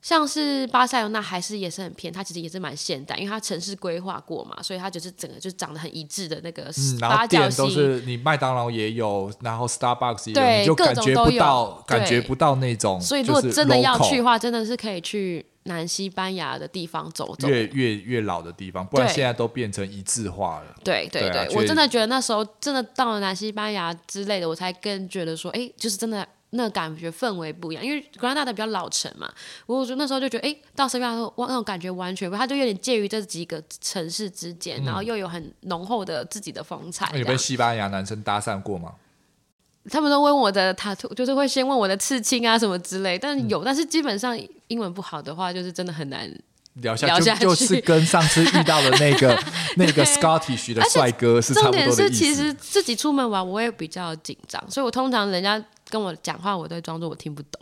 [SPEAKER 1] 像是巴塞罗那还是也是很偏，它其实也是蛮现代，因为它城市规划过嘛，所以它就是整个就长得很一致的那个
[SPEAKER 2] 嗯，然
[SPEAKER 1] 八
[SPEAKER 2] 后
[SPEAKER 1] 角
[SPEAKER 2] 店
[SPEAKER 1] 形，
[SPEAKER 2] 都是你麦当劳也有，然后 Starbucks 也有，
[SPEAKER 1] 对
[SPEAKER 2] 你就
[SPEAKER 1] 各
[SPEAKER 2] 感
[SPEAKER 1] 种
[SPEAKER 2] 觉
[SPEAKER 1] 都
[SPEAKER 2] 不
[SPEAKER 1] 有
[SPEAKER 2] 到，感
[SPEAKER 1] 对
[SPEAKER 2] 觉不到那种。
[SPEAKER 1] 所以如
[SPEAKER 2] 就
[SPEAKER 1] 果
[SPEAKER 2] 是
[SPEAKER 1] 真的要
[SPEAKER 2] local
[SPEAKER 1] 去的话，真的是可以去南西班牙的地方走走。
[SPEAKER 2] 越越越老的地方，不然
[SPEAKER 1] 对
[SPEAKER 2] 现在都变成一致化了。
[SPEAKER 1] 对对
[SPEAKER 2] 对
[SPEAKER 1] 对，
[SPEAKER 2] 啊
[SPEAKER 1] 我
[SPEAKER 2] 去
[SPEAKER 1] 真的觉得那时候真的到了南西班牙之类的，我才更觉得说，哎，就是真的那个感觉氛围不一样，因为格拉纳达比较老城嘛，我就那时候就觉得，哎，到西班牙的时候哇，那种感觉完全不一样，它就有点介于这几个城市之间，然后又有很浓厚的自己的风采。
[SPEAKER 2] 那你
[SPEAKER 1] 这
[SPEAKER 2] 嗯啊被
[SPEAKER 1] 样
[SPEAKER 2] 西班牙男生搭讪过吗？
[SPEAKER 1] 他们都问我的塔图，就是会先问我的刺青啊什么之类，但
[SPEAKER 2] 嗯
[SPEAKER 1] 有，但是基本上英文不好的话，就是真的很难
[SPEAKER 2] 聊下
[SPEAKER 1] 聊
[SPEAKER 2] 就
[SPEAKER 1] 下去
[SPEAKER 2] 就是跟上次遇到的那 个那个
[SPEAKER 1] 对
[SPEAKER 2] Scottish 的
[SPEAKER 1] 而且
[SPEAKER 2] 帅哥是差
[SPEAKER 1] 重
[SPEAKER 2] 不
[SPEAKER 1] 点
[SPEAKER 2] 多的
[SPEAKER 1] 是，
[SPEAKER 2] 意
[SPEAKER 1] 其
[SPEAKER 2] 思
[SPEAKER 1] 实。自己出门玩，我也比较紧张，所以我通常人家跟我讲话，我都会装作我听不懂，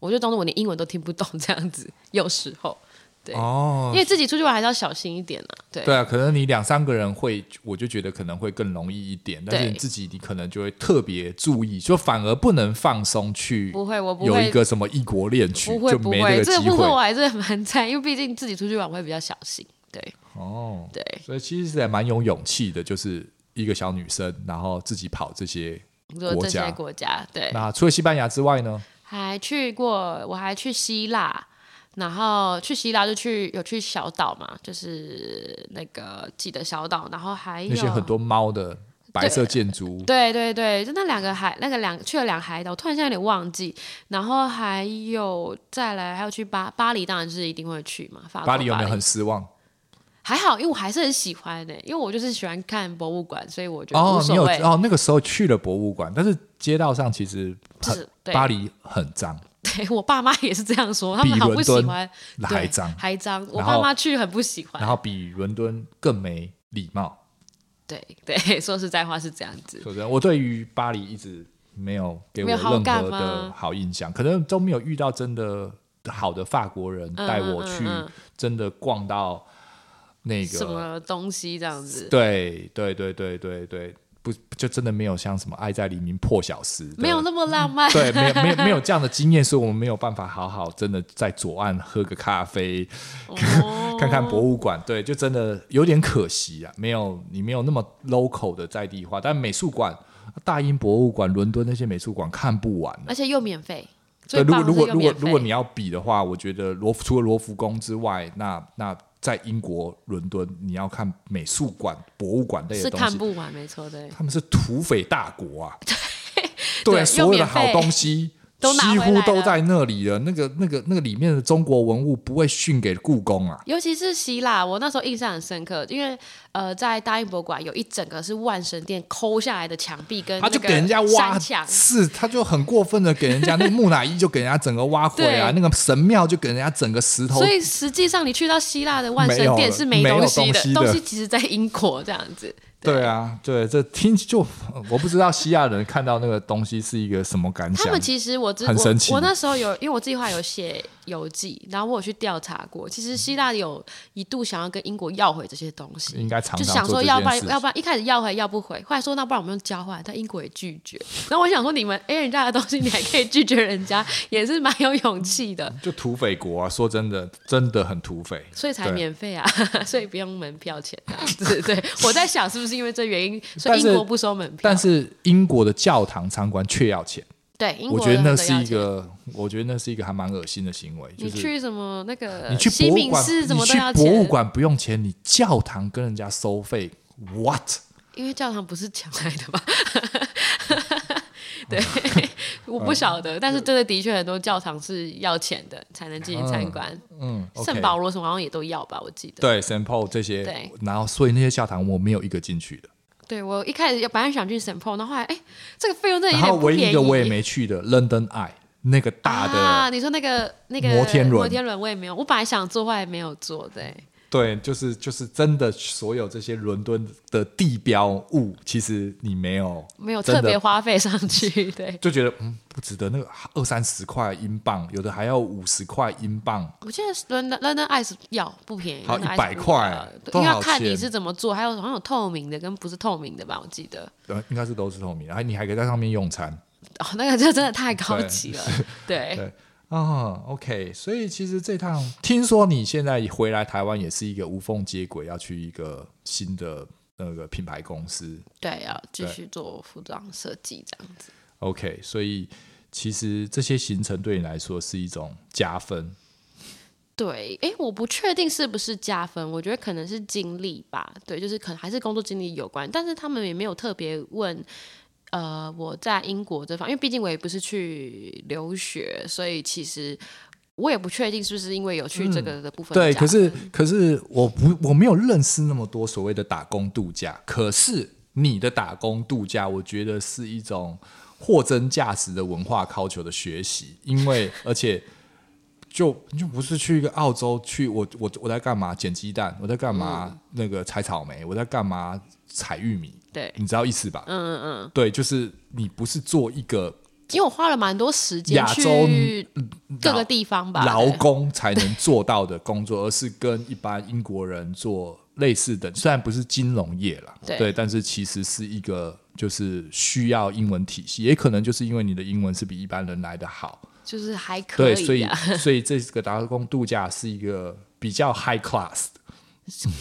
[SPEAKER 1] 我就装作我连英文都听不懂这样子。有时候，对
[SPEAKER 2] 哦
[SPEAKER 1] 因，为自己出去玩还是要小心一点啊。对，
[SPEAKER 2] 对啊，可能你两三个人会，我就觉得可能会更容易一点，但是
[SPEAKER 1] 对
[SPEAKER 2] 你自己你可能就会特别注意，就反而不能放松去
[SPEAKER 1] 不会，我不
[SPEAKER 2] 有一
[SPEAKER 1] 会，
[SPEAKER 2] 个什么异国恋曲
[SPEAKER 1] 不，会，
[SPEAKER 2] 就
[SPEAKER 1] 不
[SPEAKER 2] 没那
[SPEAKER 1] 会，
[SPEAKER 2] 个
[SPEAKER 1] 这个
[SPEAKER 2] 机
[SPEAKER 1] 部分我
[SPEAKER 2] 会
[SPEAKER 1] 还是蛮在，因为毕竟自己出去玩，我会比较小心。对，
[SPEAKER 2] 哦。
[SPEAKER 1] 对，
[SPEAKER 2] 所以其实也蛮有勇气的，就是一个小女生，然后自己跑这些。
[SPEAKER 1] 你说这
[SPEAKER 2] 国家
[SPEAKER 1] 些国家，对，
[SPEAKER 2] 那除了西班牙之外呢？
[SPEAKER 1] 还去过，我还去希腊，然后去希腊就去有去小岛嘛，就是那个几的小岛，然后还有啊
[SPEAKER 2] 那些很多猫的白色建筑，
[SPEAKER 1] 对对对，就那两个海，那个两去了两个海岛，我突然现在有点忘记。然后还有再来，还有去巴巴黎，当然是一定会去嘛。法国
[SPEAKER 2] 巴黎有没有很失望？
[SPEAKER 1] 还好？因为我还是很喜欢的、因为我就是喜欢看博物馆，所以我觉得无
[SPEAKER 2] 哦，你
[SPEAKER 1] 所
[SPEAKER 2] 有
[SPEAKER 1] 谓。
[SPEAKER 2] 哦，那个时候去了博物馆，但是街道上其实
[SPEAKER 1] 就
[SPEAKER 2] 很
[SPEAKER 1] 是对
[SPEAKER 2] 巴黎很脏，
[SPEAKER 1] 对我爸妈也是这样 说，他
[SPEAKER 2] 比
[SPEAKER 1] 们好
[SPEAKER 2] 伦
[SPEAKER 1] 不喜
[SPEAKER 2] 敦
[SPEAKER 1] 欢，对
[SPEAKER 2] 还脏，
[SPEAKER 1] 还脏。我
[SPEAKER 2] 然后
[SPEAKER 1] 爸妈去很不喜欢
[SPEAKER 2] 然。后比伦敦更没礼貌。
[SPEAKER 1] 对对， 说实在话是这样子。
[SPEAKER 2] 说真的，我对于巴黎一直没有给我
[SPEAKER 1] 没有好
[SPEAKER 2] 任
[SPEAKER 1] 感
[SPEAKER 2] 何的
[SPEAKER 1] 吗
[SPEAKER 2] 好印象，可能都没有遇到真的好的法国人
[SPEAKER 1] 嗯
[SPEAKER 2] 带我
[SPEAKER 1] 嗯
[SPEAKER 2] 去
[SPEAKER 1] 嗯
[SPEAKER 2] 真的逛到那
[SPEAKER 1] 什
[SPEAKER 2] 个，
[SPEAKER 1] 么东西这样子？
[SPEAKER 2] 对对对对对对，不就真的没有像什么爱在黎明破晓时的，
[SPEAKER 1] 没有那么浪漫。
[SPEAKER 2] 对，没有没有没有这样的经验，所以我们没有办法好好真的在左岸喝个咖啡，
[SPEAKER 1] 哦
[SPEAKER 2] 看 看博物馆。对，就真的有点可惜啊，没有你没有那么 local 的在地化。但美术馆、大英博物馆、伦敦那些美术馆看不完的。
[SPEAKER 1] 而且又免费。
[SPEAKER 2] 对，
[SPEAKER 1] 最
[SPEAKER 2] 如
[SPEAKER 1] 棒
[SPEAKER 2] 果
[SPEAKER 1] 的
[SPEAKER 2] 如
[SPEAKER 1] 是
[SPEAKER 2] 果
[SPEAKER 1] 又
[SPEAKER 2] 如
[SPEAKER 1] 免
[SPEAKER 2] 果如果
[SPEAKER 1] 费
[SPEAKER 2] 你要比的话，我觉得罗浮除了罗浮宫之外，那那在英国伦敦你要看美术馆、博物馆类
[SPEAKER 1] 是
[SPEAKER 2] 的东
[SPEAKER 1] 看
[SPEAKER 2] 西，
[SPEAKER 1] 不完，没错，对。
[SPEAKER 2] 他们是土匪大国啊。 对，
[SPEAKER 1] 对
[SPEAKER 2] 所
[SPEAKER 1] 又
[SPEAKER 2] 有的
[SPEAKER 1] 免
[SPEAKER 2] 好
[SPEAKER 1] 费
[SPEAKER 2] 东西
[SPEAKER 1] 都拿
[SPEAKER 2] 几
[SPEAKER 1] 回
[SPEAKER 2] 乎
[SPEAKER 1] 来
[SPEAKER 2] 都
[SPEAKER 1] 了
[SPEAKER 2] 在那里了。那个、那个、那个里面的中国文物不会逊给故宫啊。
[SPEAKER 1] 尤其是希腊，我那时候印象很深刻，因为呃，在大英博物馆有一整个是万神殿抠下来的墙壁跟
[SPEAKER 2] 他
[SPEAKER 1] 那
[SPEAKER 2] 就
[SPEAKER 1] 个
[SPEAKER 2] 给人家挖
[SPEAKER 1] 山墙，
[SPEAKER 2] 是，他就很过分的给人 家那个木乃伊就给人家整个挖回来，
[SPEAKER 1] 对
[SPEAKER 2] 那个神庙就给人家整个石头
[SPEAKER 1] 所以实际上你去到希腊的万
[SPEAKER 2] 没
[SPEAKER 1] 神
[SPEAKER 2] 有
[SPEAKER 1] 殿
[SPEAKER 2] 了
[SPEAKER 1] 是
[SPEAKER 2] 没有
[SPEAKER 1] 东西
[SPEAKER 2] 东西的
[SPEAKER 1] 东西其实在英国这样子。
[SPEAKER 2] 对啊，对，这听就我不知道西亚人看到那个东西是一个什么感想。
[SPEAKER 1] 他们其实我知
[SPEAKER 2] 很神奇
[SPEAKER 1] 我，我那时候有，因为我自己后来有写游记，然后我有去调查过。其实希腊有一度想要跟英国要回这些东西，
[SPEAKER 2] 应该常
[SPEAKER 1] 就
[SPEAKER 2] 常
[SPEAKER 1] 想
[SPEAKER 2] 做
[SPEAKER 1] 说
[SPEAKER 2] 这
[SPEAKER 1] 要
[SPEAKER 2] 件
[SPEAKER 1] 不然
[SPEAKER 2] 事
[SPEAKER 1] 要不然一开始要回要不回，后来说那不然我们用交换，但英国也拒绝。然后我想说你们哎、人家的东西你还可以拒绝人家，也是蛮有勇气的，
[SPEAKER 2] 就土匪国啊，说真的，真的很土匪。
[SPEAKER 1] 所以才
[SPEAKER 2] 对
[SPEAKER 1] 免费啊， 所以不用门票钱、啊。对对，我在想是不是因为这原因，所
[SPEAKER 2] 但
[SPEAKER 1] 以
[SPEAKER 2] 是
[SPEAKER 1] 英国不收门票？
[SPEAKER 2] 但是英国的教堂参观却要钱，
[SPEAKER 1] 对，英
[SPEAKER 2] 我
[SPEAKER 1] 国
[SPEAKER 2] 觉得
[SPEAKER 1] 人
[SPEAKER 2] 那
[SPEAKER 1] 都
[SPEAKER 2] 是
[SPEAKER 1] 要
[SPEAKER 2] 一
[SPEAKER 1] 钱。
[SPEAKER 2] 个，我觉得那是一个还蛮恶心的行为。就
[SPEAKER 1] 你
[SPEAKER 2] 是
[SPEAKER 1] 去什么那个？
[SPEAKER 2] 你去
[SPEAKER 1] 西
[SPEAKER 2] 博物
[SPEAKER 1] 敏
[SPEAKER 2] 馆，
[SPEAKER 1] 寺怎
[SPEAKER 2] 你
[SPEAKER 1] 么都
[SPEAKER 2] 去
[SPEAKER 1] 要
[SPEAKER 2] 博物
[SPEAKER 1] 钱
[SPEAKER 2] 馆不用钱，你教堂跟人家收费，what？
[SPEAKER 1] 因为教堂不是抢来的 吧？对，
[SPEAKER 2] 嗯
[SPEAKER 1] 我不晓得，但是真的的确很多教堂是要钱的才能进去参观，
[SPEAKER 2] 嗯，OK，
[SPEAKER 1] 圣保罗什么好像也都要吧，我记得。
[SPEAKER 2] 对 s a n Paul 这些
[SPEAKER 1] 对，
[SPEAKER 2] 然后所以那些教堂我没有一个进去的。
[SPEAKER 1] 对我一开始本来想去 St. Paul，然后后来哎，这个费用真的
[SPEAKER 2] 然
[SPEAKER 1] 有
[SPEAKER 2] 后
[SPEAKER 1] 点不
[SPEAKER 2] 唯
[SPEAKER 1] 便宜。
[SPEAKER 2] 一一个我也没去的 London Eye 那个大的，
[SPEAKER 1] 啊，你说那个那个
[SPEAKER 2] 摩天轮
[SPEAKER 1] 摩天轮我也没有，我本来想做，后来没有做，对。
[SPEAKER 2] 对，就是就是真的，所有这些伦敦的地标物，其实你没有
[SPEAKER 1] 没有
[SPEAKER 2] 真
[SPEAKER 1] 特
[SPEAKER 2] 的
[SPEAKER 1] 别花费上去，对
[SPEAKER 2] 就觉得嗯不值得，那个二三十块英镑，有的还要五十块英镑，
[SPEAKER 1] 我记得伦敦 London Eye 是要不便宜，
[SPEAKER 2] 好
[SPEAKER 1] London Eye
[SPEAKER 2] 100
[SPEAKER 1] 是不
[SPEAKER 2] 块
[SPEAKER 1] 要的因
[SPEAKER 2] 多
[SPEAKER 1] 为
[SPEAKER 2] 少
[SPEAKER 1] 要看你
[SPEAKER 2] 钱
[SPEAKER 1] 是怎么做，还有好像有透明的跟不是透明的吧，我记得。
[SPEAKER 2] 呃，应该是都是透明，然后你还可以在上面用餐。
[SPEAKER 1] 哦，那个就真的太高级 了，对。
[SPEAKER 2] 对啊、o k 所以其实这趟听说你现在回来台湾也是一个无缝接轨，要去一个新的那个品牌公司
[SPEAKER 1] 对，要继续做服装设计这样子。
[SPEAKER 2] ，OK，所以其实这些行程对你来说是一种加分，
[SPEAKER 1] 对，诶，我不确定是不是加分，我觉得可能是经历吧。对，就是可能还是工作经历有关，但是他们也没有特别问。呃，我在英国这方，因为毕竟我也不是去留学，所以其实我也不确定是不是因为有去这个的部分加分、
[SPEAKER 2] 嗯对，可是可是我不我没有认识那么多所谓的打工度假，可是你的打工度假，我觉得是一种货真价实的文化 culture 的学习，因为而且。就就不是去一个澳洲去我我我在干嘛捡鸡蛋，我在干嘛、那个采草莓，我在干嘛采玉米，
[SPEAKER 1] 对，
[SPEAKER 2] 你知道意思吧？嗯嗯嗯，对，就是你不是做一个
[SPEAKER 1] 因为我花了蛮多时间
[SPEAKER 2] 亚洲
[SPEAKER 1] 去各
[SPEAKER 2] 劳
[SPEAKER 1] 个地方吧，
[SPEAKER 2] 劳
[SPEAKER 1] 对
[SPEAKER 2] 工才能做到的工作，而是跟一般英国人做类似的，虽然不是金融业啦，
[SPEAKER 1] 对
[SPEAKER 2] 但是其实是一个就是需要英文体系，也可能就是因为你的英文是比一般人来的好，
[SPEAKER 1] 就是还可
[SPEAKER 2] 对，
[SPEAKER 1] 以、啊，
[SPEAKER 2] 所以所以这个打工度假是一个比较 high class 的。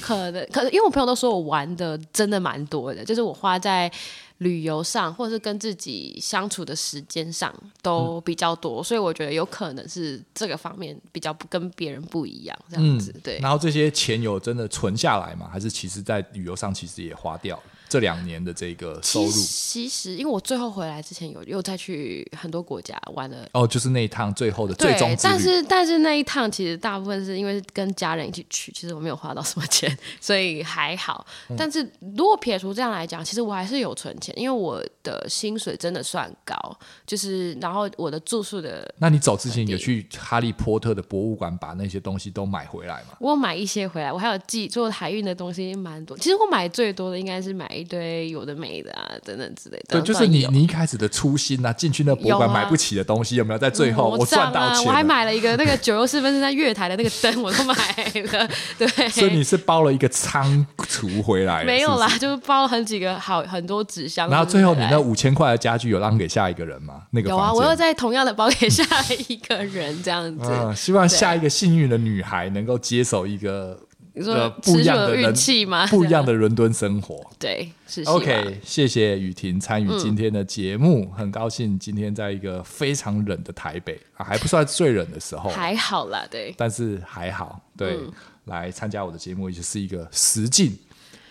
[SPEAKER 1] 可能可能，因为我朋友都说我玩的真的蛮多的，就是我花在旅游上，或者是跟自己相处的时间上都比较多，所以我觉得有可能是这个方面比较不跟别人不一样这样子。对，
[SPEAKER 2] 然后这些钱有真的存下来吗？还是其实在旅游上其实也花掉了这两年的这个收
[SPEAKER 1] 其
[SPEAKER 2] 入？
[SPEAKER 1] 其实因为我最后回来之前有又再去很多国家玩了。
[SPEAKER 2] 哦，就是那一趟最后的最
[SPEAKER 1] 对
[SPEAKER 2] 终，之旅。
[SPEAKER 1] 但是但是那一趟其实大部分是因为是跟家人一起去，其实我没有花到什么钱， 所以还好。
[SPEAKER 2] 嗯
[SPEAKER 1] 但是如果撇除这样来讲，其实我还是有存钱，因为我的薪水真的算高，就是然后我的住宿的。
[SPEAKER 2] 那你走之前有去哈利波特的博物馆把那些东西都买回来吗？
[SPEAKER 1] 我有买一些回来，我还有寄做海运的东西蛮多。其实我买最多的应该是买一堆有的没的啊，等等之类的。
[SPEAKER 2] 对，就是你
[SPEAKER 1] 有
[SPEAKER 2] 你一开始的初心啊，进去那博物馆
[SPEAKER 1] 有啊
[SPEAKER 2] 买不起的东西，有没有在最后
[SPEAKER 1] 魔
[SPEAKER 2] 我赚
[SPEAKER 1] 杖
[SPEAKER 2] 到
[SPEAKER 1] 啊，
[SPEAKER 2] 钱
[SPEAKER 1] 我还
[SPEAKER 2] 了？
[SPEAKER 1] 买了一个那个九又四分是在月台的那个灯，我都买了。对，
[SPEAKER 2] 所以你是包了一个仓储回来，
[SPEAKER 1] 没有
[SPEAKER 2] 是
[SPEAKER 1] 啦，
[SPEAKER 2] 不是。
[SPEAKER 1] 就是包了很几个好很多纸箱。
[SPEAKER 2] 然后
[SPEAKER 1] 就是
[SPEAKER 2] 最后你
[SPEAKER 1] 来
[SPEAKER 2] 那五千块的家具有让给下一个人吗？那个
[SPEAKER 1] 哎有啊，
[SPEAKER 2] 房
[SPEAKER 1] 我
[SPEAKER 2] 间
[SPEAKER 1] 又在同样的包给下一个人这样子。
[SPEAKER 2] 嗯，希望下一个幸运的女孩能够接手一个
[SPEAKER 1] 你
[SPEAKER 2] 呃
[SPEAKER 1] 说
[SPEAKER 2] 不
[SPEAKER 1] 持
[SPEAKER 2] 一
[SPEAKER 1] 久
[SPEAKER 2] 样的
[SPEAKER 1] 的运
[SPEAKER 2] 人
[SPEAKER 1] 气吗？
[SPEAKER 2] 不一样
[SPEAKER 1] 的
[SPEAKER 2] 的伦敦生活。
[SPEAKER 1] 对，是希望
[SPEAKER 2] OK，谢谢雨婷参
[SPEAKER 1] 嗯
[SPEAKER 2] 与今天的节目，很高兴今天在一个非常冷的台北啊，还不算最冷的时候，
[SPEAKER 1] 还嗯好啦，对，
[SPEAKER 2] 但是还好，对，来参加我的节目也是一个实境。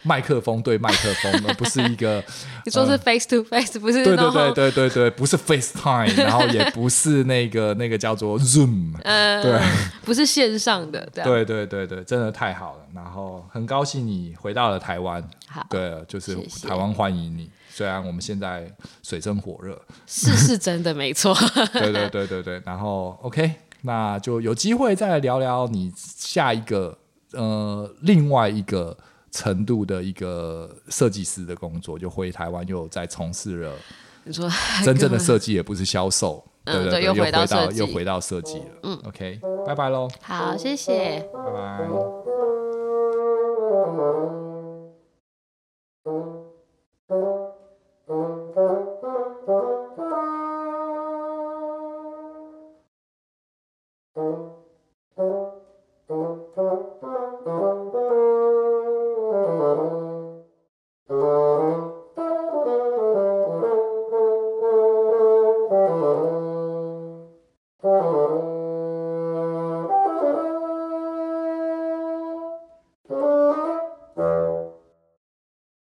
[SPEAKER 2] 麦克风对麦克 风，而不是一个
[SPEAKER 1] 你说是 face to face，不是
[SPEAKER 2] 嗯对
[SPEAKER 1] 那
[SPEAKER 2] 对
[SPEAKER 1] 种
[SPEAKER 2] 对对对对，不是 FaceTime，然后也不是那个那个叫做 Zoom，
[SPEAKER 1] 呃，
[SPEAKER 2] 对
[SPEAKER 1] 不是线上的，对啊，
[SPEAKER 2] 对对对对，真的太好了。然后很高兴你回到了台湾，
[SPEAKER 1] 好
[SPEAKER 2] 对，就是
[SPEAKER 1] 谢谢
[SPEAKER 2] 台湾欢迎你。虽然我们现在水深火热，
[SPEAKER 1] 是是真的，没错。
[SPEAKER 2] 对对对对对。然后 OK，那就有机会再聊聊你下一个呃另外一个程度的一个呃设计师的工作，就回台湾又再从事了
[SPEAKER 1] 你说
[SPEAKER 2] 真正的设计，也不是销售。
[SPEAKER 1] 嗯
[SPEAKER 2] 对
[SPEAKER 1] 对
[SPEAKER 2] 对，
[SPEAKER 1] 又
[SPEAKER 2] 又
[SPEAKER 1] 回到设计嗯
[SPEAKER 2] 又回到设计了。嗯，OK，拜拜喽，
[SPEAKER 1] 好，谢谢。
[SPEAKER 2] 拜拜。